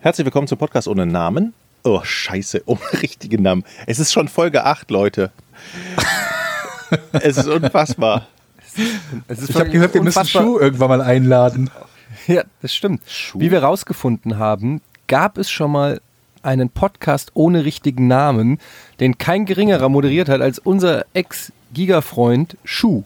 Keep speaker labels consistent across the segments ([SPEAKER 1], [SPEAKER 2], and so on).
[SPEAKER 1] Herzlich willkommen zum Podcast ohne Namen. Oh, scheiße, ohne richtigen Namen. Es ist schon Folge 8, Leute. es ist unfassbar.
[SPEAKER 2] Es ist
[SPEAKER 3] Ich habe gehört, wir müssen
[SPEAKER 2] unfassbar-
[SPEAKER 3] Schuh irgendwann mal einladen.
[SPEAKER 2] Ja, das stimmt.
[SPEAKER 1] Schuh?
[SPEAKER 2] Wie wir rausgefunden haben, gab es schon mal einen Podcast ohne richtigen Namen, den kein geringerer moderiert hat als unser Ex-Giga-Freund Schuh.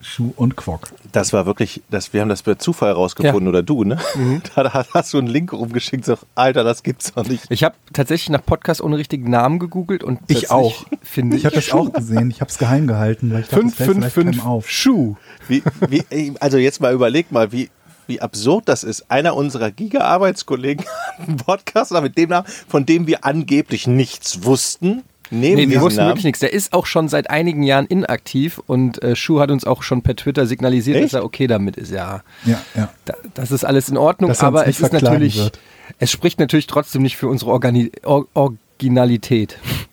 [SPEAKER 3] Schuh und Quock.
[SPEAKER 1] Das war wirklich, das, wir haben das per Zufall rausgefunden,
[SPEAKER 2] Ja. Mhm.
[SPEAKER 1] oder du, ne? Da hast du einen Link rumgeschickt, sag, Alter, das gibt's doch nicht.
[SPEAKER 2] Ich habe tatsächlich nach Podcast ohne richtigen Namen gegoogelt und
[SPEAKER 3] Ich
[SPEAKER 2] plötzlich
[SPEAKER 3] auch.
[SPEAKER 2] Finde ich
[SPEAKER 3] Ich habe das auch gesehen. Ich habe es geheim gehalten. Weil ich dachte, es fällt vielleicht keinem
[SPEAKER 2] 555
[SPEAKER 3] auf.
[SPEAKER 2] Schuh.
[SPEAKER 1] Wie, wie, ey, also jetzt mal überleg mal, wie, wie absurd das ist. Einer unserer Giga-Arbeitskollegen hat einen Podcast mit dem Namen, von dem wir angeblich nichts wussten. Nehmen
[SPEAKER 2] Nee, die
[SPEAKER 1] diesen
[SPEAKER 2] wussten
[SPEAKER 1] Namen.
[SPEAKER 2] wirklich nichts. Der ist auch schon seit einigen Jahren inaktiv und äh, Schuh hat uns auch schon per Twitter signalisiert,
[SPEAKER 1] Echt?
[SPEAKER 2] dass er okay damit ist, ja.
[SPEAKER 3] Ja, ja.
[SPEAKER 2] Da, das ist alles in Ordnung,
[SPEAKER 3] Dass er uns
[SPEAKER 2] aber
[SPEAKER 3] nicht
[SPEAKER 2] es ist
[SPEAKER 3] verklagen
[SPEAKER 2] natürlich,
[SPEAKER 3] wird.
[SPEAKER 2] es spricht natürlich trotzdem nicht für unsere Organi Or Originalität.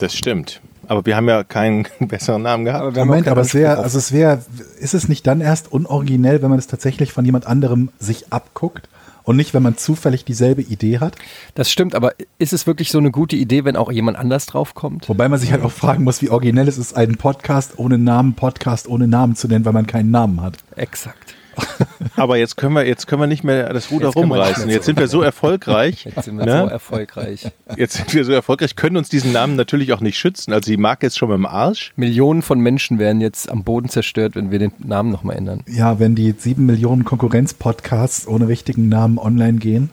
[SPEAKER 1] Das stimmt. Aber wir haben ja keinen besseren Namen gehabt.
[SPEAKER 2] wir haben
[SPEAKER 3] Moment,
[SPEAKER 2] auch keinen
[SPEAKER 3] aber es wäre,
[SPEAKER 2] Anspruch auf-
[SPEAKER 3] also es wäre, ist es nicht dann erst unoriginell, wenn man es tatsächlich von jemand anderem sich abguckt und nicht, wenn man zufällig dieselbe Idee hat?
[SPEAKER 2] Das stimmt, aber ist es wirklich so eine gute Idee, wenn auch jemand anders draufkommt?
[SPEAKER 3] Wobei man sich halt auch fragen muss, wie originell es ist, einen Podcast ohne Namen, Podcast ohne Namen zu nennen, weil man keinen Namen hat.
[SPEAKER 2] Exakt.
[SPEAKER 1] Aber jetzt können wir, jetzt können wir nicht mehr das Ruder
[SPEAKER 2] Jetzt können wir nicht
[SPEAKER 1] rumreißen.
[SPEAKER 2] mehr
[SPEAKER 1] Jetzt sind wir so erfolgreich.
[SPEAKER 2] Jetzt sind wir
[SPEAKER 1] ne?
[SPEAKER 2] so erfolgreich.
[SPEAKER 1] jetzt sind wir so erfolgreich, können uns diesen Namen natürlich auch nicht schützen. Also die Marke ist schon mit dem Arsch.
[SPEAKER 2] Millionen von Menschen werden jetzt am Boden zerstört, wenn wir den Namen nochmal ändern.
[SPEAKER 3] Ja, wenn die sieben Millionen Konkurrenz-Podcasts ohne richtigen Namen online gehen,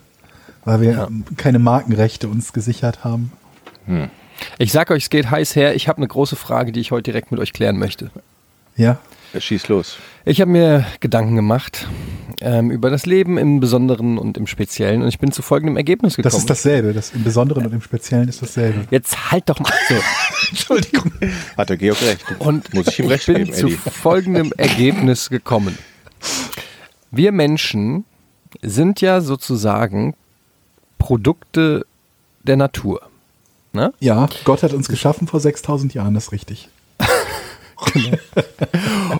[SPEAKER 3] weil wir ähm, keine Markenrechte uns gesichert haben.
[SPEAKER 2] Ich sag euch, es geht heiß her. Ich habe eine große Frage, die ich heute direkt mit euch klären möchte.
[SPEAKER 3] Ja.
[SPEAKER 1] Schieß los.
[SPEAKER 2] Ich habe mir Gedanken gemacht ähm, über das Leben im Besonderen und im Speziellen und ich bin zu folgendem Ergebnis gekommen.
[SPEAKER 3] Das ist dasselbe. Das im Besonderen und im Speziellen ist dasselbe.
[SPEAKER 2] Jetzt halt doch mal so.
[SPEAKER 3] Entschuldigung.
[SPEAKER 1] Hat der Georg recht.
[SPEAKER 2] Und
[SPEAKER 1] Muss ich ihm recht
[SPEAKER 2] bin
[SPEAKER 1] geben,
[SPEAKER 2] zu
[SPEAKER 1] Eddie.
[SPEAKER 2] folgendem Ergebnis gekommen. Wir Menschen sind ja sozusagen Produkte der Natur. Ne?
[SPEAKER 3] Ja, Gott hat uns geschaffen vor 6000 Jahren, das ist richtig.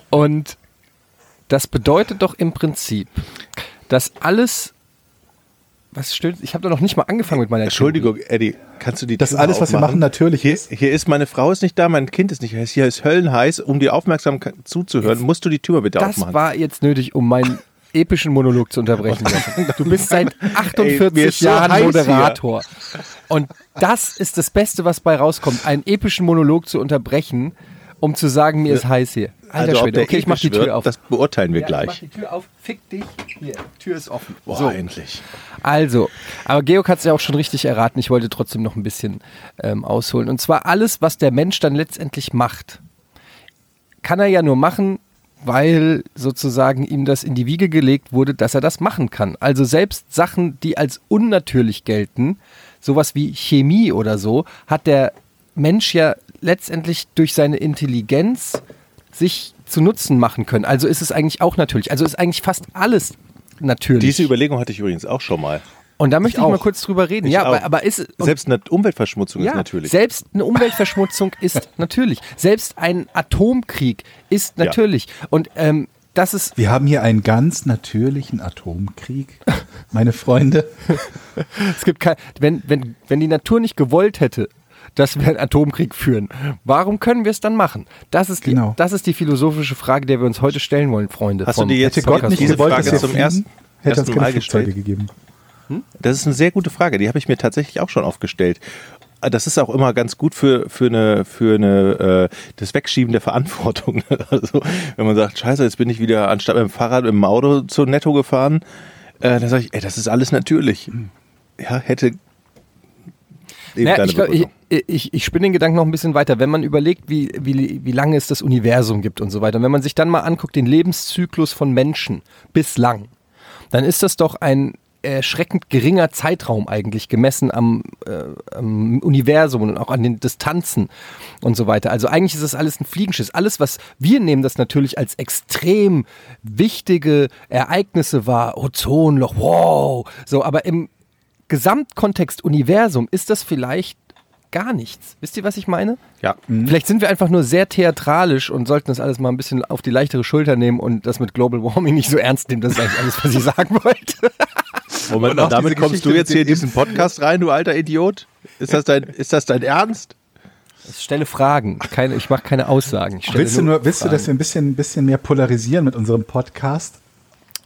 [SPEAKER 2] Und das bedeutet doch im Prinzip, dass alles, was stört, ich habe da noch nicht mal angefangen mit meiner
[SPEAKER 1] Entschuldigung, Eddie, kannst du die
[SPEAKER 3] Dass
[SPEAKER 1] Tür
[SPEAKER 3] alles, was wir
[SPEAKER 1] aufmachen?
[SPEAKER 3] machen, natürlich
[SPEAKER 1] Hier,
[SPEAKER 3] ist.
[SPEAKER 1] hier ist meine Frau ist nicht da, mein Kind ist nicht heiß. Hier ist höllenheiß. Um dir aufmerksam zuzuhören, musst du die Tür mal bitte
[SPEAKER 2] Das
[SPEAKER 1] aufmachen.
[SPEAKER 2] war jetzt nötig, um meinen epischen Monolog zu unterbrechen. Du bist seit
[SPEAKER 1] Ey, mir
[SPEAKER 2] 48
[SPEAKER 1] ist so heiß
[SPEAKER 2] Jahren
[SPEAKER 1] hier.
[SPEAKER 2] Moderator. Und das ist das Beste, was bei rauskommt, einen epischen Monolog zu unterbrechen, um zu sagen, mir ist heiß hier. Alter
[SPEAKER 1] also, ob
[SPEAKER 2] Schwede,
[SPEAKER 1] der
[SPEAKER 2] okay, ich mach die
[SPEAKER 1] episch
[SPEAKER 2] Tür
[SPEAKER 1] wird,
[SPEAKER 2] auf.
[SPEAKER 1] Das beurteilen wir
[SPEAKER 2] Ja, Ich mach
[SPEAKER 1] gleich.
[SPEAKER 2] die Tür auf, fick dich. Hier, Tür ist offen.
[SPEAKER 1] Boah,
[SPEAKER 2] so,
[SPEAKER 1] endlich.
[SPEAKER 2] also, aber Georg hat es ja auch schon richtig erraten. Ich wollte trotzdem noch ein bisschen ähm, ausholen. Und zwar alles, was der Mensch dann letztendlich macht, kann er ja nur machen, weil sozusagen ihm das in die Wiege gelegt wurde, dass er das machen kann. Also selbst Sachen, die als unnatürlich gelten, sowas wie Chemie oder so, hat der Mensch ja letztendlich durch seine Intelligenz sich zu Nutzen machen können. Also ist es eigentlich auch natürlich. Also ist eigentlich fast alles natürlich.
[SPEAKER 1] Diese Überlegung hatte ich übrigens auch schon mal.
[SPEAKER 2] Und da möchte ich,
[SPEAKER 3] auch.
[SPEAKER 2] mal kurz drüber reden.
[SPEAKER 1] Ich
[SPEAKER 2] ja,
[SPEAKER 1] auch.
[SPEAKER 2] aber, aber ist und-
[SPEAKER 1] Selbst eine Umweltverschmutzung
[SPEAKER 2] ja,
[SPEAKER 1] ist natürlich.
[SPEAKER 2] Selbst eine Umweltverschmutzung ist natürlich. Selbst ein Atomkrieg ist
[SPEAKER 1] Ja.
[SPEAKER 2] natürlich. Und ähm, das ist
[SPEAKER 3] Wir haben hier einen ganz natürlichen Atomkrieg, meine Freunde.
[SPEAKER 2] es gibt kein, wenn wenn wenn die Natur nicht gewollt hätte, dass wir einen Atomkrieg führen, warum können wir es dann machen? Das ist die
[SPEAKER 3] Genau.
[SPEAKER 2] das ist die philosophische Frage, der wir uns heute stellen wollen, Freunde.
[SPEAKER 1] Hast du
[SPEAKER 2] vom
[SPEAKER 1] die jetzt-
[SPEAKER 3] Hätte
[SPEAKER 2] Podcast-
[SPEAKER 3] Gott nicht
[SPEAKER 1] diese
[SPEAKER 3] gewollt,
[SPEAKER 1] Frage
[SPEAKER 3] dass wir
[SPEAKER 1] zum
[SPEAKER 3] zum
[SPEAKER 1] ersten-
[SPEAKER 3] ersten, hätte
[SPEAKER 1] ersten
[SPEAKER 3] uns keine
[SPEAKER 1] Mal
[SPEAKER 3] Flugzeuge
[SPEAKER 1] gestellt.
[SPEAKER 3] gegeben.
[SPEAKER 1] Das ist eine sehr gute Frage. Die habe ich mir tatsächlich auch schon aufgestellt. Ah, Das ist auch immer ganz gut für, für, eine, für eine, äh, das Wegschieben der Verantwortung. Also, wenn man sagt, scheiße, jetzt bin ich wieder anstatt mit dem Fahrrad mit dem Auto zu Netto gefahren, äh, dann sage ich, ey, das ist alles natürlich. Ja, hätte eben
[SPEAKER 2] Naja,
[SPEAKER 1] deine
[SPEAKER 2] ich, glaub, ich,
[SPEAKER 1] Begründung.
[SPEAKER 2] ich, ich spinne den Gedanken noch ein bisschen weiter. Wenn man überlegt, wie, wie, wie lange es das Universum gibt und so weiter, und wenn man sich dann mal anguckt, den Lebenszyklus von Menschen bislang, dann ist das doch ein erschreckend geringer Zeitraum eigentlich gemessen am, äh, am Universum und auch an den Distanzen und so weiter. Also eigentlich ist das alles ein Fliegenschiss. Alles, was wir nehmen, das natürlich als extrem wichtige Ereignisse wahr. Ozonloch, wow. So, aber im Gesamtkontext Universum ist das vielleicht gar nichts. Wisst ihr, was ich meine?
[SPEAKER 1] ja.
[SPEAKER 3] Mhm.
[SPEAKER 2] Vielleicht sind wir einfach nur sehr theatralisch und sollten das alles mal ein bisschen auf die leichtere Schulter nehmen und das mit Global Warming nicht so ernst nehmen. Das ist eigentlich alles, was ich sagen wollte.
[SPEAKER 1] Moment
[SPEAKER 3] Und auch
[SPEAKER 1] mal, damit
[SPEAKER 3] diese
[SPEAKER 1] kommst
[SPEAKER 3] Geschichte
[SPEAKER 1] du jetzt
[SPEAKER 3] mit
[SPEAKER 1] hier in
[SPEAKER 3] den
[SPEAKER 1] diesen Podcast rein, du alter Idiot? Ist das dein, ist das dein Ernst?
[SPEAKER 2] Ich stelle Fragen. Keine, ich mache keine Aussagen. Ich stelle
[SPEAKER 3] Willst du, nur, willst du, dass wir ein bisschen, ein bisschen mehr polarisieren mit unserem Podcast?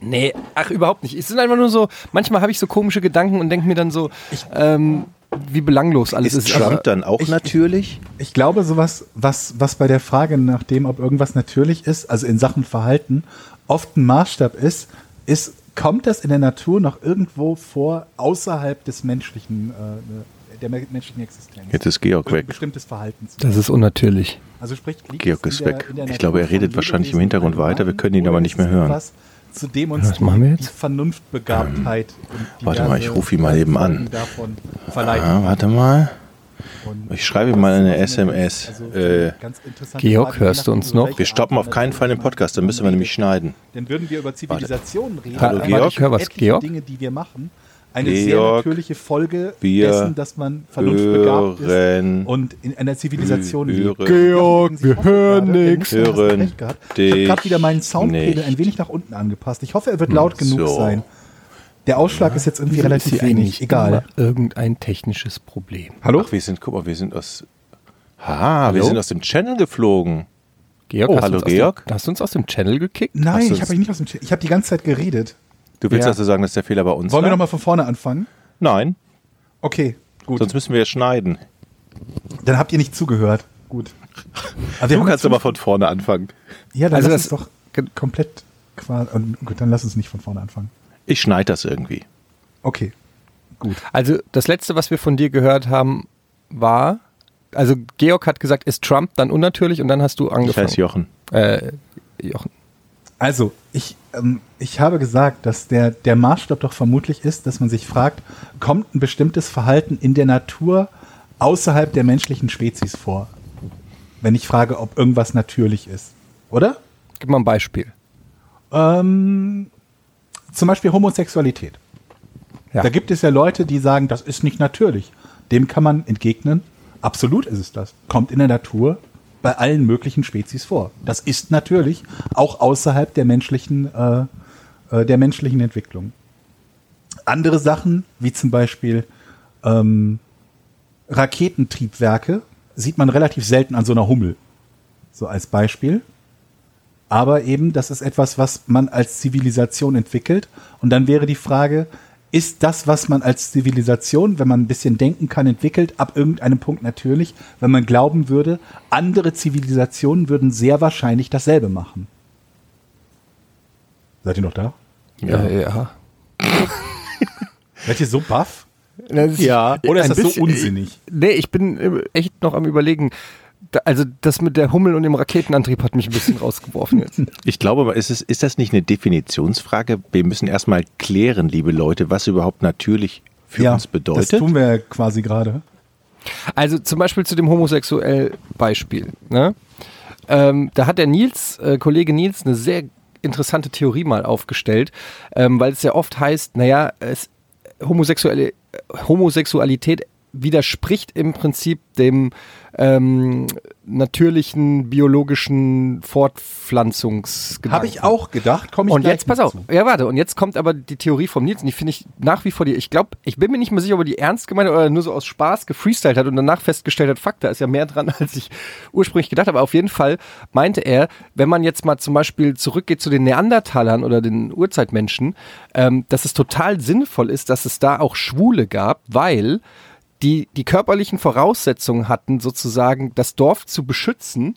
[SPEAKER 2] Nee, ach, überhaupt nicht. Es sind einfach nur so, manchmal habe ich so komische Gedanken und denke mir dann so, ähm, wie belanglos alles ist.
[SPEAKER 1] Ist Trump
[SPEAKER 2] Aber
[SPEAKER 1] dann auch
[SPEAKER 3] ich-
[SPEAKER 1] natürlich?
[SPEAKER 3] Ich glaube, sowas, was, was bei der Frage nach dem, ob irgendwas natürlich ist, also in Sachen Verhalten, oft ein Maßstab ist, ist, kommt das in der Natur noch irgendwo vor, außerhalb des menschlichen, äh, der me- menschlichen Existenz?
[SPEAKER 1] Jetzt ist Georg
[SPEAKER 3] Irgendein
[SPEAKER 1] weg.
[SPEAKER 3] Bestimmtes Verhaltens.
[SPEAKER 2] das ist unnatürlich.
[SPEAKER 3] Also sprich, liegt
[SPEAKER 1] Georg
[SPEAKER 3] es
[SPEAKER 1] ist
[SPEAKER 3] in der-
[SPEAKER 1] weg.
[SPEAKER 3] in der
[SPEAKER 1] Ich
[SPEAKER 3] Natur
[SPEAKER 1] glaube, er
[SPEAKER 3] von
[SPEAKER 1] redet wahrscheinlich im
[SPEAKER 3] Lebewesen
[SPEAKER 1] Hintergrund weiter. Wir
[SPEAKER 3] allgemein,
[SPEAKER 1] können ihn
[SPEAKER 3] oder
[SPEAKER 1] aber
[SPEAKER 3] ist
[SPEAKER 1] nicht mehr
[SPEAKER 3] es
[SPEAKER 1] hören.
[SPEAKER 3] etwas, Zu dem uns
[SPEAKER 2] Was machen wir jetzt?
[SPEAKER 3] die Vernunftbegabtheit. und
[SPEAKER 1] Ähm, warte mal, ich
[SPEAKER 3] diverse
[SPEAKER 1] rufe ihn mal eben an.
[SPEAKER 3] Folgen Davon verleiten.
[SPEAKER 1] Ah, warte mal.
[SPEAKER 3] Und
[SPEAKER 1] Ich schreibe ihm mal
[SPEAKER 3] das
[SPEAKER 1] eine
[SPEAKER 3] ist eine-
[SPEAKER 1] SMS.
[SPEAKER 3] also
[SPEAKER 1] Äh,
[SPEAKER 3] ganz interessante
[SPEAKER 2] Georg,
[SPEAKER 3] Frage,
[SPEAKER 2] hörst du
[SPEAKER 3] je nachdem,
[SPEAKER 2] uns
[SPEAKER 3] über
[SPEAKER 2] noch?
[SPEAKER 3] welche
[SPEAKER 1] wir stoppen
[SPEAKER 3] Art
[SPEAKER 1] auf keinen Fall den Podcast, dann müssen wir nämlich schneiden.
[SPEAKER 3] Dann würden wir über Zivilisationen reden.
[SPEAKER 1] Hallo,
[SPEAKER 3] aber
[SPEAKER 1] Georg?
[SPEAKER 3] durch
[SPEAKER 2] Ich hör was,
[SPEAKER 3] etliche
[SPEAKER 2] Georg?
[SPEAKER 3] Dinge, die wir machen. Eine sehr
[SPEAKER 1] Georg,
[SPEAKER 3] natürliche Folge
[SPEAKER 1] wir
[SPEAKER 3] dessen, dass man vernunftbegabt
[SPEAKER 1] hören
[SPEAKER 3] ist und in einer Zivilisation
[SPEAKER 1] hören-
[SPEAKER 3] lebt.
[SPEAKER 2] Georg, wir hören nix.
[SPEAKER 1] Hören
[SPEAKER 3] Ich habe gerade
[SPEAKER 1] dich
[SPEAKER 3] wieder meinen Soundpegel
[SPEAKER 1] nicht. Hm,
[SPEAKER 3] ein wenig nach unten angepasst. Ich hoffe, er wird laut genug
[SPEAKER 1] So.
[SPEAKER 3] sein. Der Ausschlag ist jetzt irgendwie
[SPEAKER 2] Ist
[SPEAKER 3] relativ
[SPEAKER 2] hier
[SPEAKER 3] wenig.
[SPEAKER 2] eigentlich
[SPEAKER 3] Egal.
[SPEAKER 2] immer Irgendein technisches Problem.
[SPEAKER 1] Hallo? Ach, wir sind, guck mal, wir sind aus. Ha, wir
[SPEAKER 2] Hallo?
[SPEAKER 1] sind aus dem Channel geflogen.
[SPEAKER 2] Georg,
[SPEAKER 1] Oh,
[SPEAKER 2] hast,
[SPEAKER 1] hallo,
[SPEAKER 2] du uns aus dem-
[SPEAKER 1] Georg?
[SPEAKER 2] hast du uns aus dem Channel gekickt?
[SPEAKER 1] Hast
[SPEAKER 3] Nein,
[SPEAKER 1] du
[SPEAKER 3] ich
[SPEAKER 1] das-
[SPEAKER 3] habe mich nicht aus dem Chat. Ich habe die ganze Zeit geredet.
[SPEAKER 1] Du willst
[SPEAKER 2] Ja.
[SPEAKER 1] also sagen, dass der Fehler bei uns
[SPEAKER 3] Wollen wir
[SPEAKER 1] war?
[SPEAKER 3] nochmal von vorne anfangen?
[SPEAKER 1] Nein,
[SPEAKER 3] Okay, gut.
[SPEAKER 1] sonst müssen wir schneiden.
[SPEAKER 3] Dann habt ihr nicht zugehört. Gut. Aber wir
[SPEAKER 1] Du
[SPEAKER 3] haben
[SPEAKER 1] kannst
[SPEAKER 3] jetzt-
[SPEAKER 1] aber von vorne anfangen.
[SPEAKER 3] Ja, dann
[SPEAKER 2] Also
[SPEAKER 3] lass
[SPEAKER 2] das-
[SPEAKER 3] uns doch komplett quasi. und Gut, dann lass uns nicht von vorne anfangen.
[SPEAKER 1] Ich schneide das irgendwie.
[SPEAKER 3] Okay.
[SPEAKER 2] Also das Letzte, was wir von dir gehört haben, war, also Georg hat gesagt, ist Trump dann unnatürlich und dann hast du
[SPEAKER 1] Ich
[SPEAKER 2] angefangen.
[SPEAKER 1] heiße Jochen.
[SPEAKER 2] Äh, Jochen.
[SPEAKER 3] Also, ich, ähm, ich habe gesagt, dass der, der Maßstab doch vermutlich ist, dass man sich fragt, kommt ein bestimmtes Verhalten in der Natur außerhalb der menschlichen Spezies vor? Wenn ich frage, ob irgendwas natürlich ist. Oder?
[SPEAKER 2] Gib mal ein Beispiel.
[SPEAKER 3] Ähm, zum Beispiel Homosexualität.
[SPEAKER 2] Ja.
[SPEAKER 3] Da gibt es ja Leute, die sagen, das ist nicht natürlich. Dem kann man entgegnen, absolut ist es das. Kommt in der Natur bei allen möglichen Spezies vor. Das ist natürlich auch außerhalb der menschlichen, äh, äh, der menschlichen Entwicklung. Andere Sachen, wie zum Beispiel ähm, Raketentriebwerke, sieht man relativ selten an so einer Hummel. So als Beispiel. Aber eben, das ist etwas, was man als Zivilisation entwickelt. Und dann wäre die Frage, ist das, was man als Zivilisation, wenn man ein bisschen denken kann, entwickelt, ab irgendeinem Punkt natürlich, wenn man glauben würde, andere Zivilisationen würden sehr wahrscheinlich dasselbe machen. Seid ihr noch da?
[SPEAKER 2] Ja. Äh, ja.
[SPEAKER 3] Seid ihr so baff?
[SPEAKER 2] ja.
[SPEAKER 3] Oder ist das so unsinnig?
[SPEAKER 2] Nee, ich bin äh, echt noch am überlegen. Da, also das mit der Hummel und dem Raketenantrieb hat mich ein bisschen rausgeworfen jetzt.
[SPEAKER 1] Ich glaube, aber ist, es, ist das nicht eine Definitionsfrage? Wir müssen erstmal klären, liebe Leute, was überhaupt natürlich für uns bedeutet.
[SPEAKER 3] Das tun wir ja quasi gerade.
[SPEAKER 2] Also zum Beispiel zu dem homosexuell Beispiel. Ne? Ähm, da hat der Nils, äh, Kollege Nils, eine sehr interessante Theorie mal aufgestellt, ähm, weil es ja oft heißt, naja, es, homosexuelle, Homosexualität widerspricht im Prinzip dem ähm, natürlichen biologischen Fortpflanzungsgedanken.
[SPEAKER 3] Habe ich auch gedacht, komme ich
[SPEAKER 2] Genau. Und
[SPEAKER 3] gleich
[SPEAKER 2] jetzt, pass auf,
[SPEAKER 3] zu.
[SPEAKER 2] ja warte, und jetzt kommt aber die Theorie vom Nils und die finde ich nach wie vor die, ich glaube, ich bin mir nicht mehr sicher, ob er die ernst gemeint hat oder nur so aus Spaß gefreestylt hat und danach festgestellt hat, fuck, da ist ja mehr dran, als ich ursprünglich gedacht habe. Auf jeden Fall meinte er, wenn man jetzt mal zum Beispiel zurückgeht zu den Neandertalern oder den Urzeitmenschen, ähm, dass es total sinnvoll ist, dass es da auch Schwule gab, weil die die körperlichen Voraussetzungen hatten, sozusagen das Dorf zu beschützen,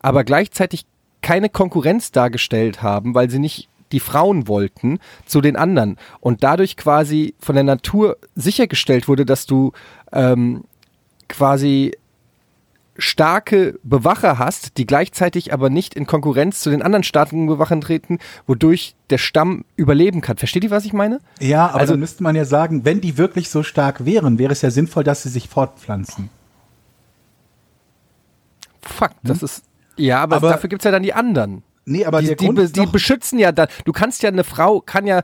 [SPEAKER 2] aber gleichzeitig keine Konkurrenz dargestellt haben, weil sie nicht die Frauen wollten zu den anderen und dadurch quasi von der Natur sichergestellt wurde, dass du ähm, quasi starke Bewacher hast, die gleichzeitig aber nicht in Konkurrenz zu den anderen starken Bewachern treten, wodurch der Stamm überleben kann. Versteht ihr, was ich meine?
[SPEAKER 3] Ja, aber
[SPEAKER 2] Also-
[SPEAKER 3] dann müsste man ja sagen, wenn die wirklich so stark wären, wäre es ja sinnvoll, dass sie sich fortpflanzen.
[SPEAKER 2] Fuck, das ist. Ja, aber,
[SPEAKER 3] Hm? Aber-
[SPEAKER 2] dafür gibt es ja dann die anderen.
[SPEAKER 3] Nee, aber
[SPEAKER 2] die,
[SPEAKER 3] der
[SPEAKER 2] die,
[SPEAKER 3] Grund
[SPEAKER 2] be-
[SPEAKER 3] ist
[SPEAKER 2] die
[SPEAKER 3] doch-
[SPEAKER 2] beschützen ja dann. Du kannst ja eine Frau, kann ja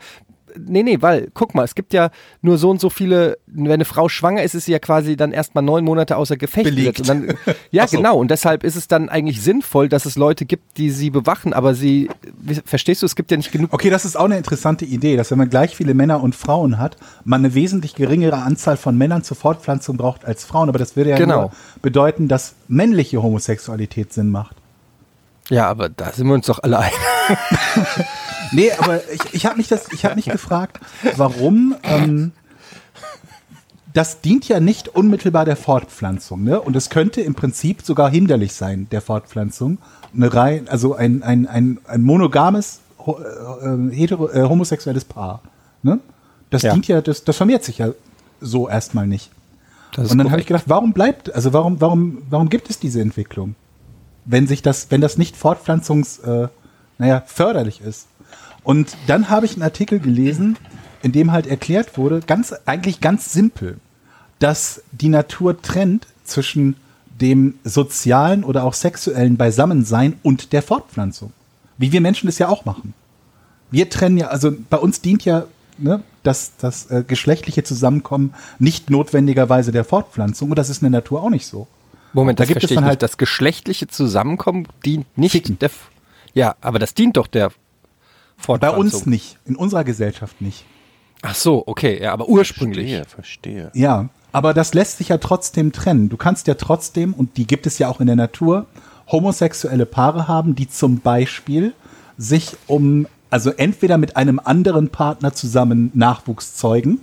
[SPEAKER 2] nee, nee, weil, guck mal, es gibt ja nur so und so viele, wenn eine Frau schwanger ist, ist sie ja quasi dann erstmal neun Monate außer Gefecht
[SPEAKER 3] Belegt.
[SPEAKER 2] gesetzt. Und dann, ja,
[SPEAKER 3] Ach so.
[SPEAKER 2] genau. Und deshalb ist es dann eigentlich sinnvoll, dass es Leute gibt, die sie bewachen, aber sie, wie- verstehst du, es gibt ja nicht genug.
[SPEAKER 3] Okay, das ist auch eine interessante Idee, dass wenn man gleich viele Männer und Frauen hat, man eine wesentlich geringere Anzahl von Männern zur Fortpflanzung braucht als Frauen. Aber das würde ja
[SPEAKER 2] Genau.
[SPEAKER 3] nur bedeuten, dass männliche Homosexualität Sinn macht.
[SPEAKER 2] Ja, aber da sind wir uns doch alle ein.
[SPEAKER 3] Nee, aber ich, ich habe mich, das- ich hab mich gefragt, warum. Ähm, das dient ja nicht unmittelbar der Fortpflanzung, ne? Und es könnte im Prinzip sogar hinderlich sein, der Fortpflanzung. Eine rein, also ein, ein, ein, ein monogames ho- äh, hetero, äh, homosexuelles Paar. Ne? Das
[SPEAKER 2] Ja.
[SPEAKER 3] dient ja, das, das vermehrt sich ja so erstmal nicht.
[SPEAKER 2] Das ist
[SPEAKER 3] Und dann habe ich
[SPEAKER 2] korrekt.
[SPEAKER 3] gedacht, warum bleibt, also warum, warum, warum gibt es diese Entwicklung? Wenn sich das, wenn das nicht fortpflanzungs, äh, naja, förderlich ist. Und dann habe ich einen Artikel gelesen, in dem halt erklärt wurde, ganz, eigentlich ganz simpel, dass die Natur trennt zwischen dem sozialen oder auch sexuellen Beisammensein und der Fortpflanzung. Wie wir Menschen das ja auch machen. Wir trennen ja, also bei uns dient ja ne, das, das äh, geschlechtliche Zusammenkommen nicht notwendigerweise der Fortpflanzung und das ist in der Natur auch nicht so.
[SPEAKER 2] Moment,
[SPEAKER 3] Da
[SPEAKER 2] das
[SPEAKER 3] gibt es
[SPEAKER 2] verstehe ich
[SPEAKER 3] dann
[SPEAKER 2] nicht.
[SPEAKER 3] halt-
[SPEAKER 2] Das geschlechtliche Zusammenkommen dient nicht
[SPEAKER 3] Ficken.
[SPEAKER 2] der. F ja, aber das dient doch der
[SPEAKER 3] Bei
[SPEAKER 2] Fortpflanzung.
[SPEAKER 3] uns nicht, in unserer Gesellschaft nicht.
[SPEAKER 2] Ach so, okay, ja, aber ursprünglich.
[SPEAKER 1] Verstehe, verstehe.
[SPEAKER 3] Ja, aber das lässt sich ja trotzdem trennen. Du kannst ja trotzdem, und die gibt es ja auch in der Natur, homosexuelle Paare haben, die zum Beispiel sich um, also entweder mit einem anderen Partner zusammen Nachwuchs zeugen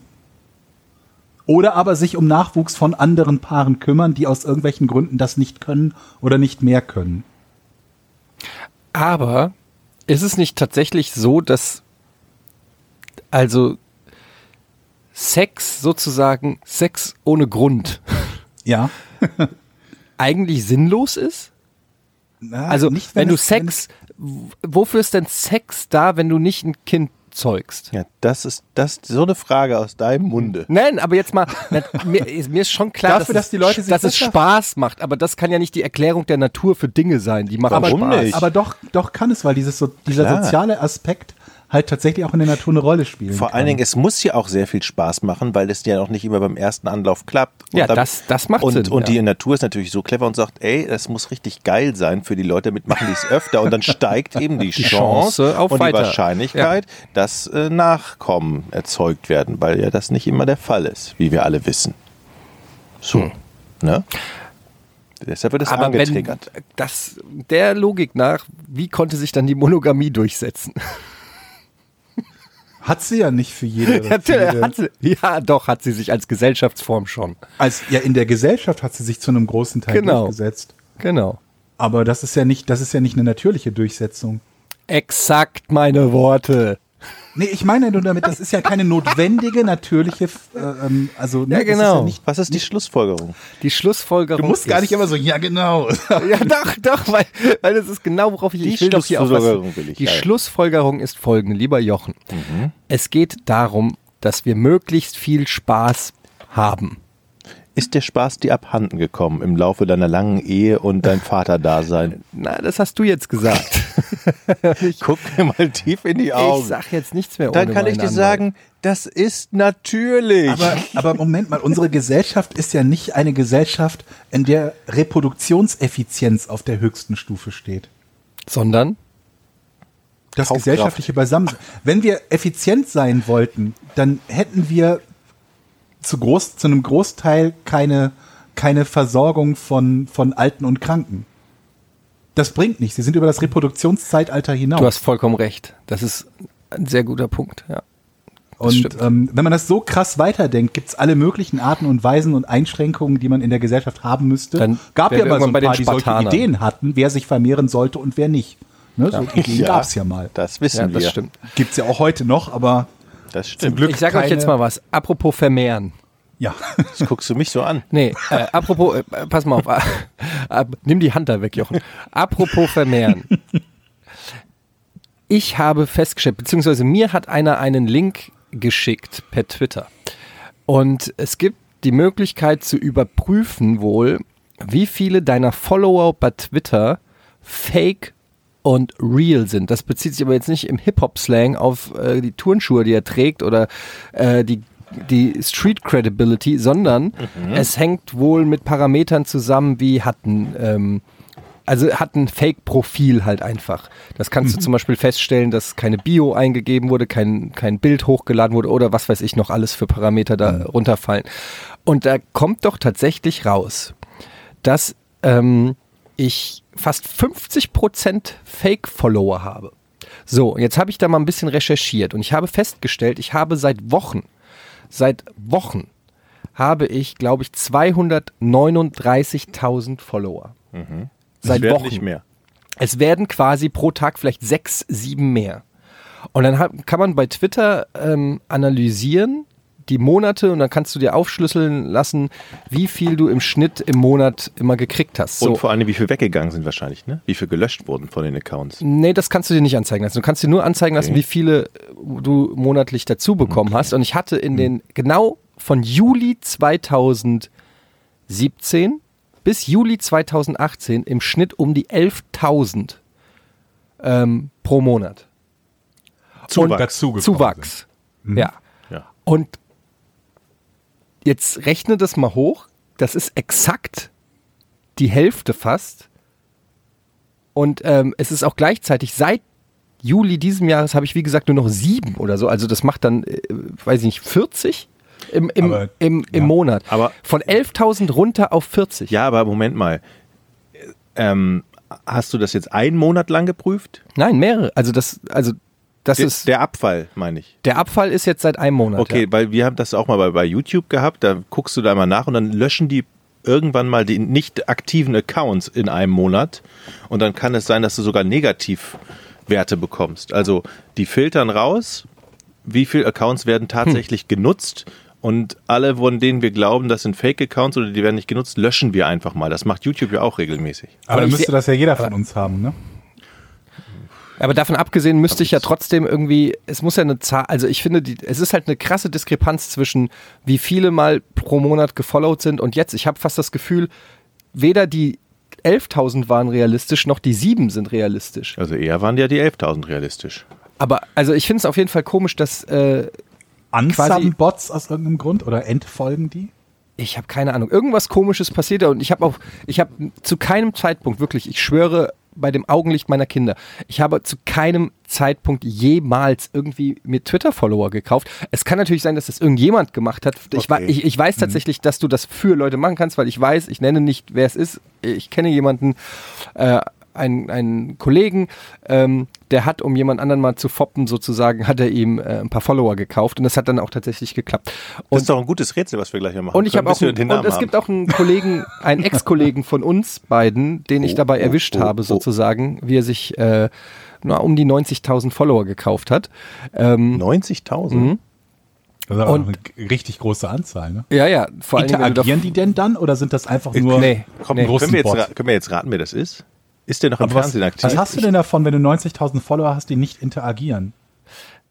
[SPEAKER 3] oder aber sich um Nachwuchs von anderen Paaren kümmern, die aus irgendwelchen Gründen das nicht können oder nicht mehr können.
[SPEAKER 2] Aber ist es nicht tatsächlich so, dass also Sex sozusagen Sex ohne Grund
[SPEAKER 3] Ja.
[SPEAKER 2] eigentlich sinnlos ist?
[SPEAKER 3] Na,
[SPEAKER 2] Also
[SPEAKER 3] nicht,
[SPEAKER 2] wenn, du
[SPEAKER 3] es-
[SPEAKER 2] Sex, w- wofür ist denn Sex da, wenn du nicht ein Kind zeugst?
[SPEAKER 1] Ja, das ist das so eine Frage aus deinem Munde.
[SPEAKER 2] Nein, aber jetzt mal, na, mir, ist- mir ist schon klar,
[SPEAKER 3] Dafür,
[SPEAKER 2] dass,
[SPEAKER 3] dass die Leute
[SPEAKER 2] es,
[SPEAKER 3] sich
[SPEAKER 2] dass es
[SPEAKER 3] besser-
[SPEAKER 2] Spaß macht, aber das kann ja nicht die Erklärung der Natur für Dinge sein, die machen
[SPEAKER 1] Aber
[SPEAKER 2] Spaß.
[SPEAKER 1] warum nicht?
[SPEAKER 3] Aber doch, doch kann es, weil dieses so, dieser
[SPEAKER 1] Klar.
[SPEAKER 3] soziale Aspekt halt tatsächlich auch in der Natur eine Rolle spielt.
[SPEAKER 1] Vor allen Dingen, es muss ja auch sehr viel Spaß machen, weil es ja auch nicht immer beim ersten Anlauf klappt.
[SPEAKER 2] Ja, das- das macht
[SPEAKER 1] und,
[SPEAKER 2] Sinn,
[SPEAKER 1] Und
[SPEAKER 2] ja.
[SPEAKER 1] die Natur ist natürlich so clever und sagt, ey, das muss richtig geil sein für die Leute, damit machen die es öfter. Und dann steigt eben die, Chance,
[SPEAKER 2] Chance auf
[SPEAKER 1] und
[SPEAKER 2] weiter.
[SPEAKER 1] die Wahrscheinlichkeit, dass äh, Nachkommen erzeugt werden, weil ja das nicht immer der Fall ist, wie wir alle wissen. So, ne? Deshalb wird es
[SPEAKER 2] Hm. aber wenn
[SPEAKER 1] angetriggert.
[SPEAKER 2] das der Logik nach, wie konnte sich dann die Monogamie durchsetzen?
[SPEAKER 3] Hat sie ja nicht für jede.
[SPEAKER 2] Ja,
[SPEAKER 3] für jede-
[SPEAKER 2] hat sie, ja, doch, hat sie sich als Gesellschaftsform schon.
[SPEAKER 3] als, ja, in der Gesellschaft hat sie sich zu einem großen Teil
[SPEAKER 2] Genau.
[SPEAKER 3] durchgesetzt.
[SPEAKER 2] Genau.
[SPEAKER 3] Aber das ist ja nicht, das ist ja nicht eine natürliche Durchsetzung.
[SPEAKER 2] Exakt meine Worte.
[SPEAKER 3] Nee, ich meine nur damit, das ist ja keine notwendige, natürliche, äh, ähm, also ne,
[SPEAKER 2] Ja,
[SPEAKER 3] das ist
[SPEAKER 2] genau.
[SPEAKER 3] nicht,
[SPEAKER 1] Was ist die Schlussfolgerung?
[SPEAKER 2] Die Schlussfolgerung.
[SPEAKER 3] du musst gar nicht
[SPEAKER 2] ist-
[SPEAKER 3] immer so, ja genau.
[SPEAKER 2] Ja, doch, doch, weil, weil das ist genau, worauf ich,
[SPEAKER 1] Die
[SPEAKER 2] ich will doch hier auch
[SPEAKER 1] Schlussfolgerung will ich,
[SPEAKER 2] Die
[SPEAKER 1] ja, Mhm. ja.
[SPEAKER 2] Schlussfolgerung ist folgende, lieber Jochen. Es geht darum, dass wir möglichst viel Spaß haben.
[SPEAKER 1] Ist der Spaß dir abhanden gekommen im Laufe deiner langen Ehe und dein Vaterdasein?
[SPEAKER 2] Na, das hast du jetzt gesagt.
[SPEAKER 1] Guck mir mal tief in die Augen.
[SPEAKER 2] Ich sag jetzt nichts mehr
[SPEAKER 1] Dann
[SPEAKER 2] ohne
[SPEAKER 1] kann ich dir
[SPEAKER 2] meine
[SPEAKER 1] sagen, das ist natürlich.
[SPEAKER 3] Aber, aber Moment mal, unsere Gesellschaft ist ja nicht eine Gesellschaft, in der Reproduktionseffizienz auf der höchsten Stufe steht.
[SPEAKER 2] Anwalt. Sondern?
[SPEAKER 3] Das
[SPEAKER 1] Kaufkraft.
[SPEAKER 3] gesellschaftliche Beisammensein. Wenn wir effizient sein wollten, dann hätten wir zu, groß, zu einem Großteil keine, keine Versorgung von, von Alten und Kranken. Das bringt nichts. Sie sind über das Reproduktionszeitalter hinaus.
[SPEAKER 2] Du hast vollkommen recht. Das ist ein sehr guter Punkt, ja.
[SPEAKER 3] und
[SPEAKER 2] stimmt.
[SPEAKER 3] ähm, wenn man das so krass weiterdenkt, gibt es alle möglichen Arten und Weisen und Einschränkungen, die man in der Gesellschaft haben müsste.
[SPEAKER 2] Dann
[SPEAKER 3] Gab
[SPEAKER 2] wären
[SPEAKER 3] ja
[SPEAKER 2] wir
[SPEAKER 3] mal so
[SPEAKER 2] irgendwann
[SPEAKER 3] ein
[SPEAKER 2] bei den
[SPEAKER 3] paar, die solche
[SPEAKER 2] Spartanern.
[SPEAKER 3] Ideen hatten, wer sich vermehren sollte und wer nicht. Ne? So Ideen
[SPEAKER 1] Ja,
[SPEAKER 3] gab es ja mal.
[SPEAKER 1] Das wissen
[SPEAKER 2] Ja,
[SPEAKER 1] wir.
[SPEAKER 2] das stimmt.
[SPEAKER 3] Gibt es ja auch heute noch, aber
[SPEAKER 1] Das
[SPEAKER 3] zum
[SPEAKER 1] stimmt.
[SPEAKER 3] Glück
[SPEAKER 2] Ich sage euch
[SPEAKER 3] keine-
[SPEAKER 2] jetzt mal was. Apropos vermehren.
[SPEAKER 3] Ja.
[SPEAKER 1] Jetzt guckst du mich so an.
[SPEAKER 2] Nee, äh, apropos, äh, pass mal auf. Äh, ab, nimm die Hand da weg, Jochen. Apropos vermehren. Ich habe festgestellt, beziehungsweise mir hat einer einen Link geschickt per Twitter. Und es gibt die Möglichkeit zu überprüfen wohl, wie viele deiner Follower bei Twitter Fake und real sind. Das bezieht sich aber jetzt nicht im Hip-Hop-Slang auf äh, die Turnschuhe, die er trägt oder äh, die, die Street Credibility, sondern es hängt wohl mit Parametern zusammen, wie hat ein, ähm, also hat ein Fake-Profil halt einfach. Das kannst du zum Beispiel feststellen, dass keine Bio eingegeben wurde, kein, kein Bild hochgeladen wurde oder was weiß ich noch alles für Parameter da runterfallen. Und da kommt doch tatsächlich raus, dass ähm, ich fast 50% Fake-Follower habe. So, und jetzt habe ich da mal ein bisschen recherchiert und ich habe festgestellt, ich habe seit Wochen, seit Wochen habe ich, glaube ich, 239.000 Follower. Seit
[SPEAKER 1] Es werden
[SPEAKER 2] Wochen.
[SPEAKER 1] Mhm. nicht mehr.
[SPEAKER 2] Es werden quasi pro Tag vielleicht sechs, sieben mehr. Und dann hat, kann man bei Twitter ähm, analysieren die Monate und dann kannst du dir aufschlüsseln lassen, wie viel du im Schnitt im Monat immer gekriegt hast. So.
[SPEAKER 1] Und vor allem, wie viel weggegangen sind wahrscheinlich, ne? Wie viel gelöscht wurden von den Accounts.
[SPEAKER 2] Nee, das kannst du dir nicht anzeigen lassen. Du kannst dir nur anzeigen lassen,
[SPEAKER 1] Okay.
[SPEAKER 2] wie viele äh, du monatlich dazu bekommen hast. Und ich hatte
[SPEAKER 1] Hm.
[SPEAKER 2] in den, genau von Juli 2017 bis Juli 2018 im Schnitt um die 11.000 ähm, pro Monat.
[SPEAKER 1] Zuwachs. Hm.
[SPEAKER 4] dazugekommen sind.
[SPEAKER 2] Zuwachs. Ja.
[SPEAKER 1] Ja.
[SPEAKER 2] Und jetzt rechne das mal hoch. Das ist exakt die Hälfte fast. Und ähm, es ist auch gleichzeitig seit Juli diesen Jahres habe ich, wie gesagt, nur noch sieben oder so. Also das macht dann, äh, weiß ich nicht, 40 im, im,
[SPEAKER 3] Aber,
[SPEAKER 2] im, im
[SPEAKER 3] ja.
[SPEAKER 2] Monat.
[SPEAKER 1] Aber-
[SPEAKER 2] Von 11.000 runter auf 40.
[SPEAKER 1] Ja, aber Moment mal. Ähm, hast du das jetzt einen Monat lang geprüft?
[SPEAKER 2] Nein, mehrere. Also das, also das
[SPEAKER 1] Der,
[SPEAKER 2] ist, der,
[SPEAKER 1] der Abfall, meine ich.
[SPEAKER 2] Abfall ist jetzt seit einem Monat.
[SPEAKER 1] Okay,
[SPEAKER 2] ja.
[SPEAKER 1] weil wir haben das auch mal bei, bei YouTube gehabt, da guckst du da mal nach und dann löschen die irgendwann mal die nicht aktiven Accounts in einem Monat und dann kann es sein, dass du sogar Negativwerte bekommst. Also die filtern raus, wie viele Accounts werden
[SPEAKER 2] Hm.
[SPEAKER 1] tatsächlich genutzt und alle, von denen wir glauben, das sind Fake-Accounts oder die werden nicht genutzt, löschen wir einfach mal. Das macht YouTube ja auch regelmäßig.
[SPEAKER 3] Aber dann
[SPEAKER 2] ich
[SPEAKER 3] müsste
[SPEAKER 2] seh-
[SPEAKER 3] das ja jeder von uns haben, ne?
[SPEAKER 2] Aber davon abgesehen müsste ich ja trotzdem irgendwie, es muss ja eine Zahl, also ich finde, die, es ist halt eine krasse Diskrepanz zwischen, wie viele mal pro Monat gefollowt sind und jetzt. Ich habe fast das Gefühl, weder die 11.000 waren realistisch, noch die 7 sind realistisch.
[SPEAKER 1] Also eher waren ja die 11.000 realistisch.
[SPEAKER 2] Aber also ich finde es auf jeden Fall komisch, dass äh,
[SPEAKER 3] Ansagen Bots aus irgendeinem Grund oder entfolgen die?
[SPEAKER 2] ich habe keine Ahnung, irgendwas komisches passiert da und ich habe auch, ich habe zu keinem Zeitpunkt wirklich, ich schwöre bei dem Augenlicht meiner Kinder, ich habe zu keinem Zeitpunkt jemals irgendwie mir Twitter-Follower gekauft. Es kann natürlich sein, dass das irgendjemand gemacht hat. Ich, wei- ich, ich weiß tatsächlich, dass du das für Leute machen kannst, weil ich weiß, ich nenne nicht, wer es ist. Ich kenne jemanden, äh, einen, einen Kollegen, ähm, der hat, um jemand anderen mal zu foppen, sozusagen, hat er ihm äh, ein paar Follower gekauft und das hat dann auch tatsächlich geklappt. Und
[SPEAKER 1] Das ist doch ein gutes Rätsel, was wir gleich noch machen.
[SPEAKER 2] und ich
[SPEAKER 1] können,
[SPEAKER 2] habe
[SPEAKER 1] bis
[SPEAKER 2] auch
[SPEAKER 1] wir
[SPEAKER 2] einen,
[SPEAKER 1] den
[SPEAKER 2] und
[SPEAKER 1] Namen
[SPEAKER 2] es gibt auch einen Kollegen, einen Ex-Kollegen von uns beiden, den
[SPEAKER 1] Oh,
[SPEAKER 2] ich dabei erwischt habe sozusagen, wie er sich äh, na, um die 90.000 Follower gekauft hat. Ähm,
[SPEAKER 1] haben. 90.000.
[SPEAKER 2] Mhm.
[SPEAKER 3] Das ist aber
[SPEAKER 2] Und-
[SPEAKER 3] eine g- richtig große Anzahl, ne?
[SPEAKER 2] Ja, ja, vor allen Dingen wenn du
[SPEAKER 3] Interagieren die denn dann oder sind das einfach nur
[SPEAKER 2] Nee.
[SPEAKER 1] Komm,
[SPEAKER 2] Nee.
[SPEAKER 1] können, wir jetzt,
[SPEAKER 3] Bot.
[SPEAKER 1] ra- können wir jetzt raten, wer das ist? Ist der noch im
[SPEAKER 3] Aber was,
[SPEAKER 1] Fernsehen aktiv?
[SPEAKER 3] was hast du denn davon, wenn du 90.000 Follower hast, die nicht interagieren?